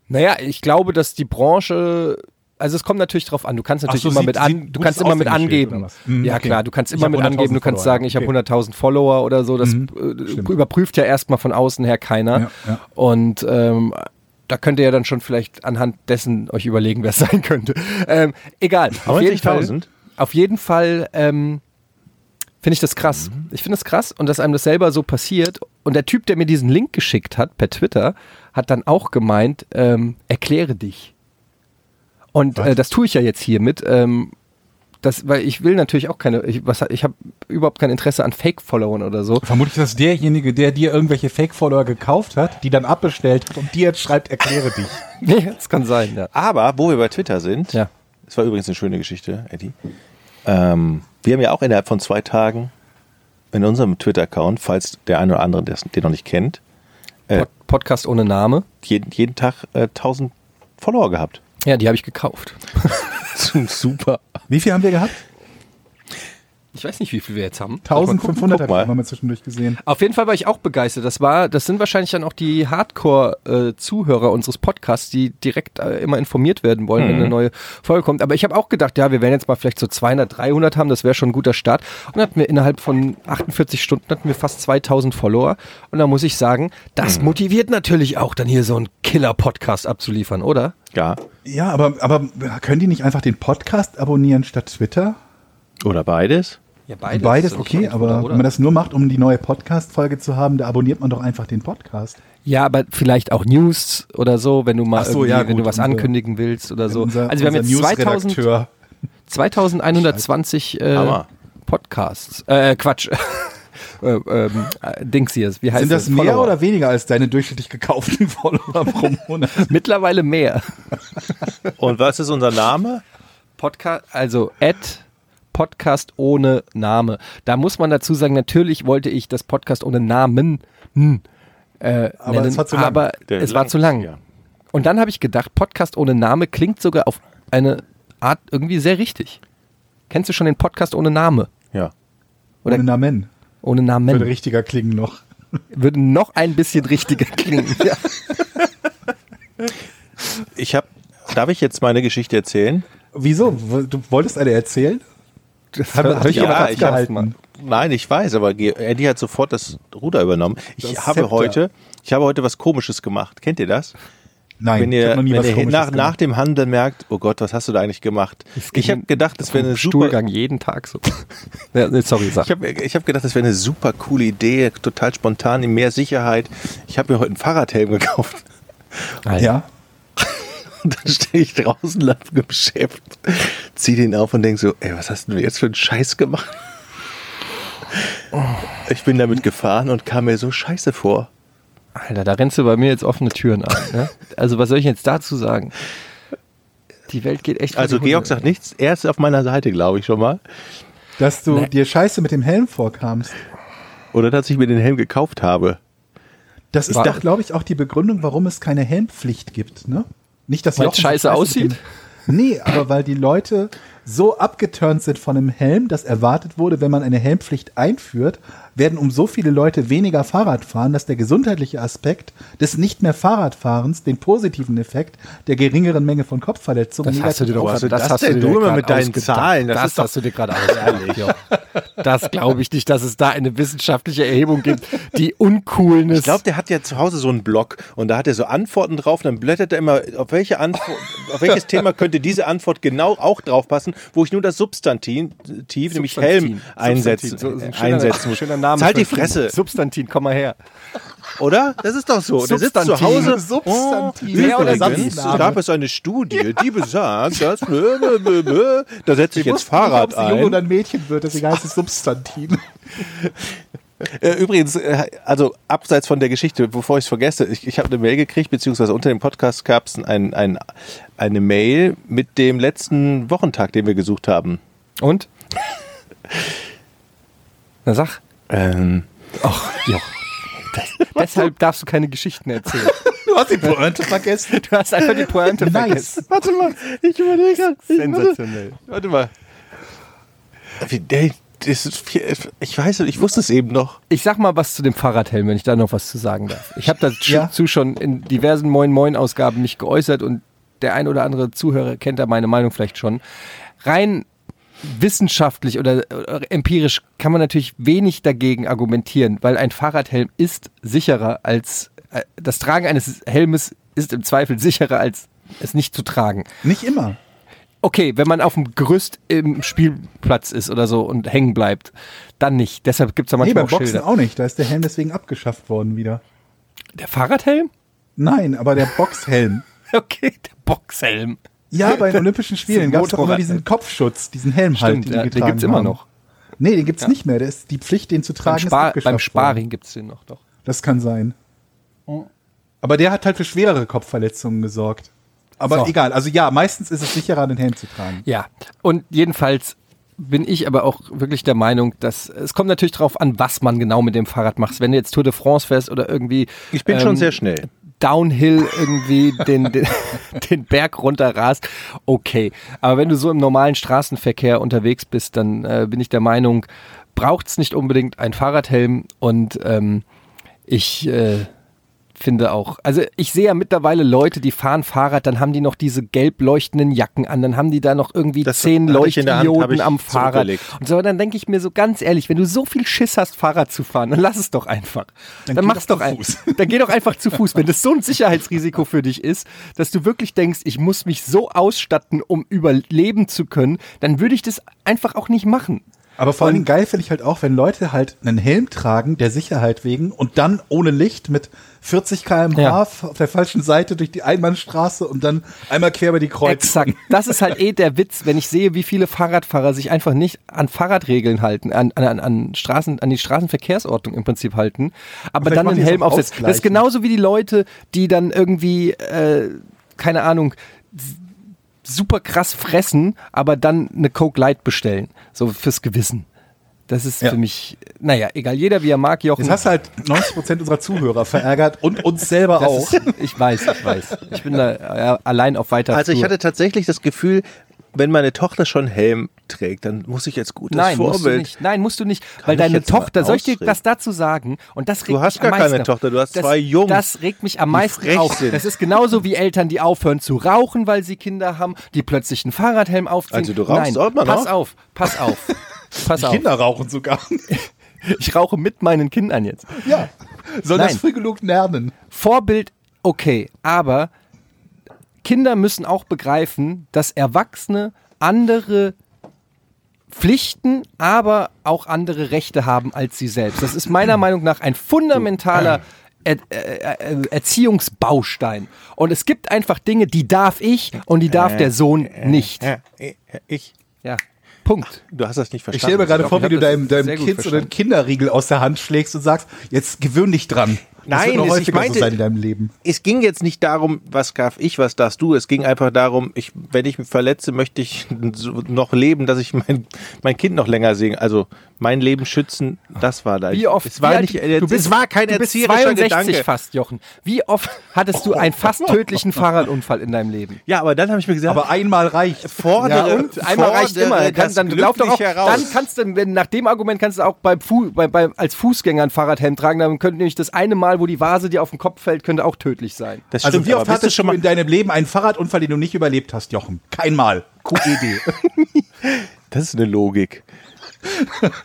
[SPEAKER 2] Naja, ich glaube, dass die Branche also es kommt natürlich drauf an. Du kannst natürlich
[SPEAKER 3] so,
[SPEAKER 2] immer
[SPEAKER 3] sie-
[SPEAKER 2] mit
[SPEAKER 3] sie-
[SPEAKER 2] an, du
[SPEAKER 3] gutes
[SPEAKER 2] kannst immer mit
[SPEAKER 3] Aushängeschild
[SPEAKER 2] angeben.
[SPEAKER 3] oder was? Mhm,
[SPEAKER 2] ja
[SPEAKER 3] okay.
[SPEAKER 2] klar, du kannst
[SPEAKER 3] Ich
[SPEAKER 2] immer
[SPEAKER 3] hab
[SPEAKER 2] mit
[SPEAKER 3] 100.000
[SPEAKER 2] angeben. Du kannst
[SPEAKER 3] Follower,
[SPEAKER 2] sagen, ich habe
[SPEAKER 3] okay. Mhm.
[SPEAKER 2] 100.000 Follower oder so. Das äh, überprüft ja erstmal von außen her keiner.
[SPEAKER 3] Ja, ja.
[SPEAKER 2] Und ähm, da könnt ihr ja dann schon vielleicht anhand dessen euch überlegen, wer es sein könnte. Ähm, egal. Auf jeden Fall.
[SPEAKER 1] 90.000?
[SPEAKER 2] Auf jeden Fall. Ähm, Finde ich das krass. Ich finde das krass und dass einem das selber so passiert. Und der Typ, der mir diesen Link geschickt hat per Twitter, hat dann auch gemeint, ähm, erkläre dich. Und äh, das tue ich ja jetzt hiermit. Ähm, das, weil ich will natürlich auch keine, ich, was, ich habe überhaupt kein Interesse an Fake-Followern oder so.
[SPEAKER 3] Vermutlich ist das derjenige, der dir irgendwelche Fake-Follower gekauft hat, die dann abbestellt hat und dir jetzt schreibt, erkläre dich.
[SPEAKER 2] Nee, das kann sein, ja.
[SPEAKER 1] Aber wo wir bei Twitter sind,
[SPEAKER 2] Ja.
[SPEAKER 1] es war übrigens eine schöne Geschichte, Eddie. Ähm, wir haben ja auch innerhalb von zwei Tagen in unserem Twitter-Account, falls der eine oder andere das, den noch nicht kennt, Äh.
[SPEAKER 2] Pod Podcast ohne Name.
[SPEAKER 1] jeden, jeden Tag äh, 1000 Follower gehabt.
[SPEAKER 2] Ja, die habe ich gekauft.
[SPEAKER 1] Super.
[SPEAKER 3] Wie viel haben wir gehabt?
[SPEAKER 2] Ich weiß nicht, wie viel wir jetzt haben.
[SPEAKER 3] 1500
[SPEAKER 1] Guck
[SPEAKER 3] habe
[SPEAKER 1] mal.
[SPEAKER 3] ich immer mal zwischendurch gesehen.
[SPEAKER 2] Auf jeden Fall war ich auch begeistert. Das war, das sind wahrscheinlich dann auch die Hardcore-Zuhörer unseres Podcasts, die direkt äh, immer informiert werden wollen, wenn eine
[SPEAKER 3] Mhm.
[SPEAKER 2] neue Folge kommt. Aber ich habe auch gedacht, ja, wir werden jetzt mal vielleicht so 200, 300 haben. Das wäre schon ein guter Start. Und dann hatten wir innerhalb von 48 Stunden hatten wir fast 2000 Follower. Und da muss ich sagen, das
[SPEAKER 3] Mhm.
[SPEAKER 2] motiviert natürlich auch, dann hier so einen Killer-Podcast abzuliefern, oder?
[SPEAKER 1] Ja.
[SPEAKER 3] Ja, aber, aber können die nicht einfach den Podcast abonnieren statt Twitter?
[SPEAKER 1] Oder beides?
[SPEAKER 2] Ja,
[SPEAKER 3] Beides, okay, aber wenn man das nur macht, um die neue Podcast-Folge zu haben, da abonniert man doch einfach den Podcast.
[SPEAKER 2] Ja, aber vielleicht auch News oder so, wenn du mal
[SPEAKER 3] Ach so,
[SPEAKER 2] irgendwie,
[SPEAKER 3] ja,
[SPEAKER 2] wenn
[SPEAKER 3] gut,
[SPEAKER 2] du was
[SPEAKER 3] unser-
[SPEAKER 2] ankündigen willst oder so.
[SPEAKER 3] Unser-
[SPEAKER 2] also wir haben
[SPEAKER 3] unser
[SPEAKER 2] jetzt 2000,
[SPEAKER 3] Newsredakteur.
[SPEAKER 2] 2120 äh,
[SPEAKER 1] Hammer.
[SPEAKER 2] Podcasts. Äh, Quatsch. äh, ähm, äh, Dings hier. Wie heißt
[SPEAKER 3] Sind das
[SPEAKER 2] das
[SPEAKER 3] mehr
[SPEAKER 2] Follower.
[SPEAKER 3] oder weniger als deine durchschnittlich gekauften Follower pro Monat?
[SPEAKER 2] Mittlerweile mehr.
[SPEAKER 1] Und was ist unser Name?
[SPEAKER 2] Podcast, also at Podcast ohne Name. Da muss man dazu sagen, natürlich wollte ich das Podcast ohne Namen hm, äh,
[SPEAKER 3] Aber
[SPEAKER 2] nennen,
[SPEAKER 3] es war zu lang.
[SPEAKER 2] aber
[SPEAKER 1] Der
[SPEAKER 2] es war zu lang.
[SPEAKER 1] Ja.
[SPEAKER 2] Und dann habe ich gedacht, Podcast ohne Name klingt sogar auf eine Art irgendwie sehr richtig. Kennst du schon den Podcast ohne Name?
[SPEAKER 1] ja.
[SPEAKER 2] Oder-
[SPEAKER 3] Ohne Namen.
[SPEAKER 2] Ohne Namen.
[SPEAKER 3] Würde richtiger klingen noch.
[SPEAKER 2] Würde noch ein bisschen richtiger klingen. Ja.
[SPEAKER 1] Ich habe, darf ich jetzt meine Geschichte erzählen?
[SPEAKER 3] Wieso? Du wolltest eine erzählen?
[SPEAKER 2] Das
[SPEAKER 3] Hat-
[SPEAKER 2] hört
[SPEAKER 3] hat
[SPEAKER 2] sich
[SPEAKER 3] die
[SPEAKER 2] auch
[SPEAKER 3] Art
[SPEAKER 2] abgehalten.
[SPEAKER 3] gehalten.
[SPEAKER 1] Nein, ich weiß, aber Ge- Andy hat sofort das Ruder übernommen. Ich
[SPEAKER 3] Das
[SPEAKER 1] habe
[SPEAKER 3] Zepter.
[SPEAKER 1] heute, ich habe heute was Komisches gemacht. Kennt ihr das?
[SPEAKER 3] Nein,
[SPEAKER 1] wenn
[SPEAKER 3] ich
[SPEAKER 1] ihr,
[SPEAKER 3] hab noch nie
[SPEAKER 1] wenn
[SPEAKER 3] was
[SPEAKER 1] ihr
[SPEAKER 3] Komisches
[SPEAKER 1] nach, nach
[SPEAKER 3] gemacht.
[SPEAKER 1] dem Handeln merkt, oh Gott, was hast du da eigentlich gemacht?
[SPEAKER 2] ging
[SPEAKER 1] Ich habe gedacht, das wäre eine super
[SPEAKER 2] Stuhlgang jeden Tag so. ja, nee, sorry, sag.
[SPEAKER 1] Ich habe ich hab gedacht, das wäre eine super coole Idee, total spontan, in mehr Sicherheit. Ich habe mir heute einen Fahrradhelm gekauft.
[SPEAKER 2] Alter.
[SPEAKER 3] Ja,
[SPEAKER 1] Und dann stehe ich draußen lang im Geschäft, ziehe den auf und denke so, ey, was hast denn du jetzt für einen Scheiß gemacht? Ich bin damit gefahren und kam mir so scheiße vor.
[SPEAKER 2] Alter, da rennst du bei mir jetzt offene Türen an. Ne? Also was soll ich jetzt dazu sagen? Die Welt geht echt. vor
[SPEAKER 1] Also
[SPEAKER 2] die Hunde.
[SPEAKER 1] Georg sagt nichts, er ist auf meiner Seite, glaube ich schon mal.
[SPEAKER 3] dass du
[SPEAKER 2] Nee.
[SPEAKER 3] dir scheiße mit dem Helm vorkamst.
[SPEAKER 1] Oder dass ich mir den Helm gekauft habe.
[SPEAKER 3] Das ist
[SPEAKER 2] War-
[SPEAKER 3] doch, glaube ich, auch die Begründung, warum es keine Helmpflicht gibt, ne? Nicht, dass
[SPEAKER 2] Weil's
[SPEAKER 3] Jochen so
[SPEAKER 2] scheiße
[SPEAKER 3] mit
[SPEAKER 2] aussieht?
[SPEAKER 3] Dem, nee, aber weil die Leute so abgeturnt sind von einem Helm, dass erwartet wurde, wenn man eine Helmpflicht einführt, werden um so viele Leute weniger Fahrrad fahren, dass der gesundheitliche Aspekt des nicht mehr Fahrradfahrens den positiven Effekt der geringeren Menge von Kopfverletzungen
[SPEAKER 2] Das hast du dir doch
[SPEAKER 1] Wo
[SPEAKER 2] also
[SPEAKER 1] hast du
[SPEAKER 2] das
[SPEAKER 1] das
[SPEAKER 2] hast du
[SPEAKER 1] denn?
[SPEAKER 2] dir
[SPEAKER 1] Du
[SPEAKER 2] doch
[SPEAKER 1] immer
[SPEAKER 2] grad
[SPEAKER 1] mit deinen
[SPEAKER 2] ausgedacht.
[SPEAKER 1] Zahlen, das
[SPEAKER 2] Das,
[SPEAKER 1] ist doch-
[SPEAKER 2] hast du dir gerade ausgedacht. ja. Das glaube ich nicht, dass es da eine wissenschaftliche Erhebung gibt, die uncoolness.
[SPEAKER 1] Ich glaube, der hat ja zu Hause so einen Blog und da hat er so Antworten drauf. Dann blättert er immer, auf, welche Antwort, auf welches Thema könnte diese Antwort genau auch draufpassen, wo ich nur das Substantiv, nämlich Helm,
[SPEAKER 2] Substantin.
[SPEAKER 1] einsetzen, äh,
[SPEAKER 2] Substantin. So- so ein schöner-
[SPEAKER 1] einsetzen muss.
[SPEAKER 2] Schöner Name.
[SPEAKER 1] Jetzt Halt die
[SPEAKER 2] für ein Kind.
[SPEAKER 1] Fresse,
[SPEAKER 2] Substantin, komm mal her.
[SPEAKER 1] oder? Das ist doch so. Der sitzt zu
[SPEAKER 2] Substantin.
[SPEAKER 1] Hause.
[SPEAKER 3] Substantin.
[SPEAKER 2] Mehr oder
[SPEAKER 1] Übrigens
[SPEAKER 3] Satzname.
[SPEAKER 1] gab es eine Studie, die besagt, dass blö, blö, blö, blö, da setze ich jetzt Fahrrad
[SPEAKER 3] ein. Junge oder
[SPEAKER 1] ein.
[SPEAKER 3] ein Mädchen wird, deswegen heißt es Substantin.
[SPEAKER 1] Äh, Übrigens, äh, also abseits von der Geschichte, bevor ich es vergesse, ich, ich habe eine Mail gekriegt, beziehungsweise unter dem Podcast gab es ein, ein, eine Mail mit dem letzten Wochentag, den wir gesucht haben.
[SPEAKER 2] Und? Na sag.
[SPEAKER 1] Ähm,
[SPEAKER 2] Ach, Joch. Das, deshalb darfst du keine Geschichten erzählen.
[SPEAKER 3] Du hast die Pointe vergessen.
[SPEAKER 2] Du hast einfach die Pointe vergessen.
[SPEAKER 3] Nice.
[SPEAKER 1] warte mal, ich überlege.
[SPEAKER 2] Sensationell.
[SPEAKER 1] Warte mal. Wie- ey, das ist viel- Ich weiß, ich wusste es eben noch.
[SPEAKER 2] Ich sag mal was zu dem Fahrradhelm, wenn ich da noch was zu sagen darf. Ich habe dazu
[SPEAKER 3] Ja.
[SPEAKER 2] schon in diversen Moin Moin Ausgaben mich geäußert und der ein oder andere Zuhörer kennt da meine Meinung vielleicht schon. Rein wissenschaftlich oder, oder empirisch kann man natürlich wenig dagegen argumentieren, weil ein Fahrradhelm ist sicherer als äh, das Tragen eines Helmes ist im Zweifel sicherer als es nicht zu tragen.
[SPEAKER 3] Nicht immer.
[SPEAKER 2] Okay, wenn man auf dem Gerüst im Spielplatz ist oder so und hängen bleibt, dann nicht. Deshalb gibt's da
[SPEAKER 3] Nee,
[SPEAKER 2] manchmal
[SPEAKER 3] beim
[SPEAKER 2] auch
[SPEAKER 3] Boxen
[SPEAKER 2] Schilder.
[SPEAKER 3] auch nicht. Da ist der Helm deswegen abgeschafft worden wieder.
[SPEAKER 2] Der Fahrradhelm?
[SPEAKER 3] Nein, aber der Boxhelm.
[SPEAKER 2] Okay, der Boxhelm.
[SPEAKER 3] Ja, bei den Olympischen Spielen
[SPEAKER 2] Äh, Zum
[SPEAKER 3] gab es doch immer
[SPEAKER 2] Motorrad.
[SPEAKER 3] diesen Kopfschutz, diesen Helm halt,
[SPEAKER 2] Stimmt, ja, den gibt's immer
[SPEAKER 3] haben.
[SPEAKER 2] noch.
[SPEAKER 3] Nee, den gibt's nicht mehr. Der ist die Pflicht, den zu
[SPEAKER 2] Beim,
[SPEAKER 3] tragen,
[SPEAKER 2] Spar
[SPEAKER 3] ist
[SPEAKER 2] beim
[SPEAKER 3] abgeschafft worden.
[SPEAKER 2] Sparring gibt's den noch. Doch.
[SPEAKER 3] Das kann sein. Aber der hat halt für schwerere Kopfverletzungen gesorgt. Aber
[SPEAKER 2] So.
[SPEAKER 3] egal, also ja, meistens ist es sicherer, den Helm zu tragen.
[SPEAKER 2] Ja, und jedenfalls bin ich aber auch wirklich der Meinung, dass es kommt natürlich drauf an, was man genau mit dem Fahrrad macht. Wenn du jetzt Tour de France fährst oder irgendwie
[SPEAKER 1] Ähm, Ich bin schon sehr schnell.
[SPEAKER 2] Downhill irgendwie den, den, den Berg runterrast, okay. Aber wenn du so im normalen Straßenverkehr unterwegs bist, dann äh, bin ich der Meinung, braucht es nicht unbedingt einen Fahrradhelm und ähm, ich äh, finde auch, also ich sehe ja mittlerweile Leute, die fahren Fahrrad, dann haben die noch diese gelb leuchtenden Jacken an, dann haben die da noch irgendwie
[SPEAKER 1] Das
[SPEAKER 2] zehn
[SPEAKER 1] hatte ich in der Hand, habe
[SPEAKER 2] Leuchtdioden
[SPEAKER 1] ich
[SPEAKER 2] am Fahrrad.
[SPEAKER 1] zurückgelegt.
[SPEAKER 2] Und so, dann denke ich mir so ganz ehrlich, wenn du so viel Schiss hast, Fahrrad zu fahren, dann lass es doch einfach. Dann,
[SPEAKER 3] geh
[SPEAKER 2] mach's
[SPEAKER 3] doch
[SPEAKER 2] doch,
[SPEAKER 3] zu
[SPEAKER 2] ein-
[SPEAKER 3] Fuß.
[SPEAKER 2] Dann geh doch einfach zu Fuß. Wenn das so ein Sicherheitsrisiko für dich ist, dass du wirklich denkst, ich muss mich so ausstatten, um überleben zu können, dann würde ich das einfach auch nicht machen.
[SPEAKER 3] Aber vor allen Dingen geil finde ich halt auch, wenn Leute halt einen Helm tragen, der Sicherheit wegen, und dann ohne Licht mit 40 km/h
[SPEAKER 2] Ja.
[SPEAKER 3] auf der falschen Seite durch die Einbahnstraße und dann einmal quer über die Kreuzung.
[SPEAKER 2] Exakt. Das ist halt eh der Witz, wenn ich sehe, wie viele Fahrradfahrer sich einfach nicht an Fahrradregeln halten, an, an, an Straßen, an die Straßenverkehrsordnung im Prinzip halten, aber
[SPEAKER 3] Vielleicht
[SPEAKER 2] dann
[SPEAKER 3] machen
[SPEAKER 2] den
[SPEAKER 3] die
[SPEAKER 2] Helm
[SPEAKER 3] so einen
[SPEAKER 2] aufsetzen. Das
[SPEAKER 3] Ausgleich.
[SPEAKER 2] ist genauso wie die Leute, die dann irgendwie, äh, keine Ahnung, s- super krass fressen, aber dann eine Coke Light bestellen. So fürs Gewissen. Das ist
[SPEAKER 3] Ja.
[SPEAKER 2] für mich, naja, egal, jeder wie er mag, Jochen.
[SPEAKER 3] Jetzt hast du halt 90% unserer Zuhörer verärgert und uns selber
[SPEAKER 2] das
[SPEAKER 3] auch.
[SPEAKER 2] ist, ich weiß, ich weiß. Ich bin da äh, allein auf weiter
[SPEAKER 1] Also ich
[SPEAKER 2] Flur.
[SPEAKER 1] hatte tatsächlich das Gefühl, wenn meine Tochter schon Helm trägt, dann muss ich als gutes
[SPEAKER 2] Nein, musst du
[SPEAKER 1] Vorbild.
[SPEAKER 2] nicht. Nein, musst du nicht, weil
[SPEAKER 1] ich
[SPEAKER 2] deine
[SPEAKER 1] jetzt mal
[SPEAKER 2] Tochter, soll ich dir
[SPEAKER 1] ausreden?
[SPEAKER 2] das dazu sagen? Und das regt
[SPEAKER 1] Du hast
[SPEAKER 2] mich
[SPEAKER 1] gar
[SPEAKER 2] am meisten
[SPEAKER 1] keine
[SPEAKER 2] auf.
[SPEAKER 1] Tochter, du hast
[SPEAKER 2] das,
[SPEAKER 1] zwei Jungs,
[SPEAKER 2] Das regt mich am meisten
[SPEAKER 1] frech
[SPEAKER 2] auf.
[SPEAKER 1] sind.
[SPEAKER 2] Das ist genauso wie Eltern, die aufhören zu rauchen, weil sie Kinder haben, die plötzlich einen Fahrradhelm aufziehen.
[SPEAKER 1] Also du rauchst
[SPEAKER 2] Nein,
[SPEAKER 1] auch immer noch?
[SPEAKER 2] pass auf, pass auf. Pass auf.
[SPEAKER 3] Kinder rauchen sogar.
[SPEAKER 2] Ich rauche mit meinen Kindern jetzt.
[SPEAKER 3] ja. Soll das
[SPEAKER 2] Nein.
[SPEAKER 3] früh genug lernen.
[SPEAKER 2] Vorbild okay, aber Kinder müssen auch begreifen, dass Erwachsene andere Pflichten, aber auch andere Rechte haben als sie selbst. Das ist meiner Meinung nach ein fundamentaler er, er, er, Erziehungsbaustein. Und es gibt einfach Dinge, die darf ich und die darf der Sohn nicht.
[SPEAKER 1] Äh, Ja, Ich,
[SPEAKER 2] Ja. Punkt.
[SPEAKER 1] du hast das nicht verstanden.
[SPEAKER 3] Ich stelle mir gerade vor,
[SPEAKER 2] ich
[SPEAKER 3] wie
[SPEAKER 2] hab
[SPEAKER 3] du
[SPEAKER 2] das
[SPEAKER 3] deinem, deinem
[SPEAKER 2] sehr gut
[SPEAKER 3] Kind so einen
[SPEAKER 2] verstanden.
[SPEAKER 3] Kinderriegel aus der Hand schlägst und sagst, jetzt gewöhn dich dran. das
[SPEAKER 1] Nein,
[SPEAKER 3] wird noch
[SPEAKER 1] es- ich
[SPEAKER 3] häufiger
[SPEAKER 1] meinte-
[SPEAKER 3] so sein in deinem Leben.
[SPEAKER 1] es ging jetzt nicht darum, was darf ich, was darfst du. Es ging einfach darum, ich, wenn ich mich verletze, möchte ich so noch leben, dass ich mein, mein Kind noch länger sehen. Also mein Leben schützen, das war da.
[SPEAKER 2] Wie oft?
[SPEAKER 1] Es war,
[SPEAKER 2] wie alt-
[SPEAKER 1] nicht, äh, es war kein
[SPEAKER 2] du bist
[SPEAKER 1] erzieherischer
[SPEAKER 2] 62
[SPEAKER 1] Gedanke.
[SPEAKER 2] fast, Jochen. Wie oft hattest du einen fast tödlichen Fahrradunfall in deinem Leben?
[SPEAKER 1] Ja, aber dann habe ich mir gesagt,
[SPEAKER 3] Aber einmal reicht.
[SPEAKER 1] fordere,
[SPEAKER 2] Ja, und einmal reicht
[SPEAKER 1] fordere
[SPEAKER 2] immer. Dann, kann,
[SPEAKER 1] das
[SPEAKER 2] dann lauf doch auch,
[SPEAKER 1] glücklich heraus.
[SPEAKER 2] dann kannst du, wenn, nach dem Argument kannst du auch beim Fu bei, bei, als Fußgänger ein Fahrradhelm tragen. Dann könnte nämlich das eine Mal, wo die Vase dir auf den Kopf fällt, könnte auch tödlich sein.
[SPEAKER 1] das
[SPEAKER 3] Also
[SPEAKER 1] stimmt,
[SPEAKER 3] wie
[SPEAKER 1] aber
[SPEAKER 3] oft
[SPEAKER 1] bist du
[SPEAKER 3] hattest du
[SPEAKER 1] schon mal
[SPEAKER 3] in deinem Leben einen Fahrradunfall, den du nicht überlebt hast, Jochen? Keinmal. Gute Idee.
[SPEAKER 1] Das ist eine Logik.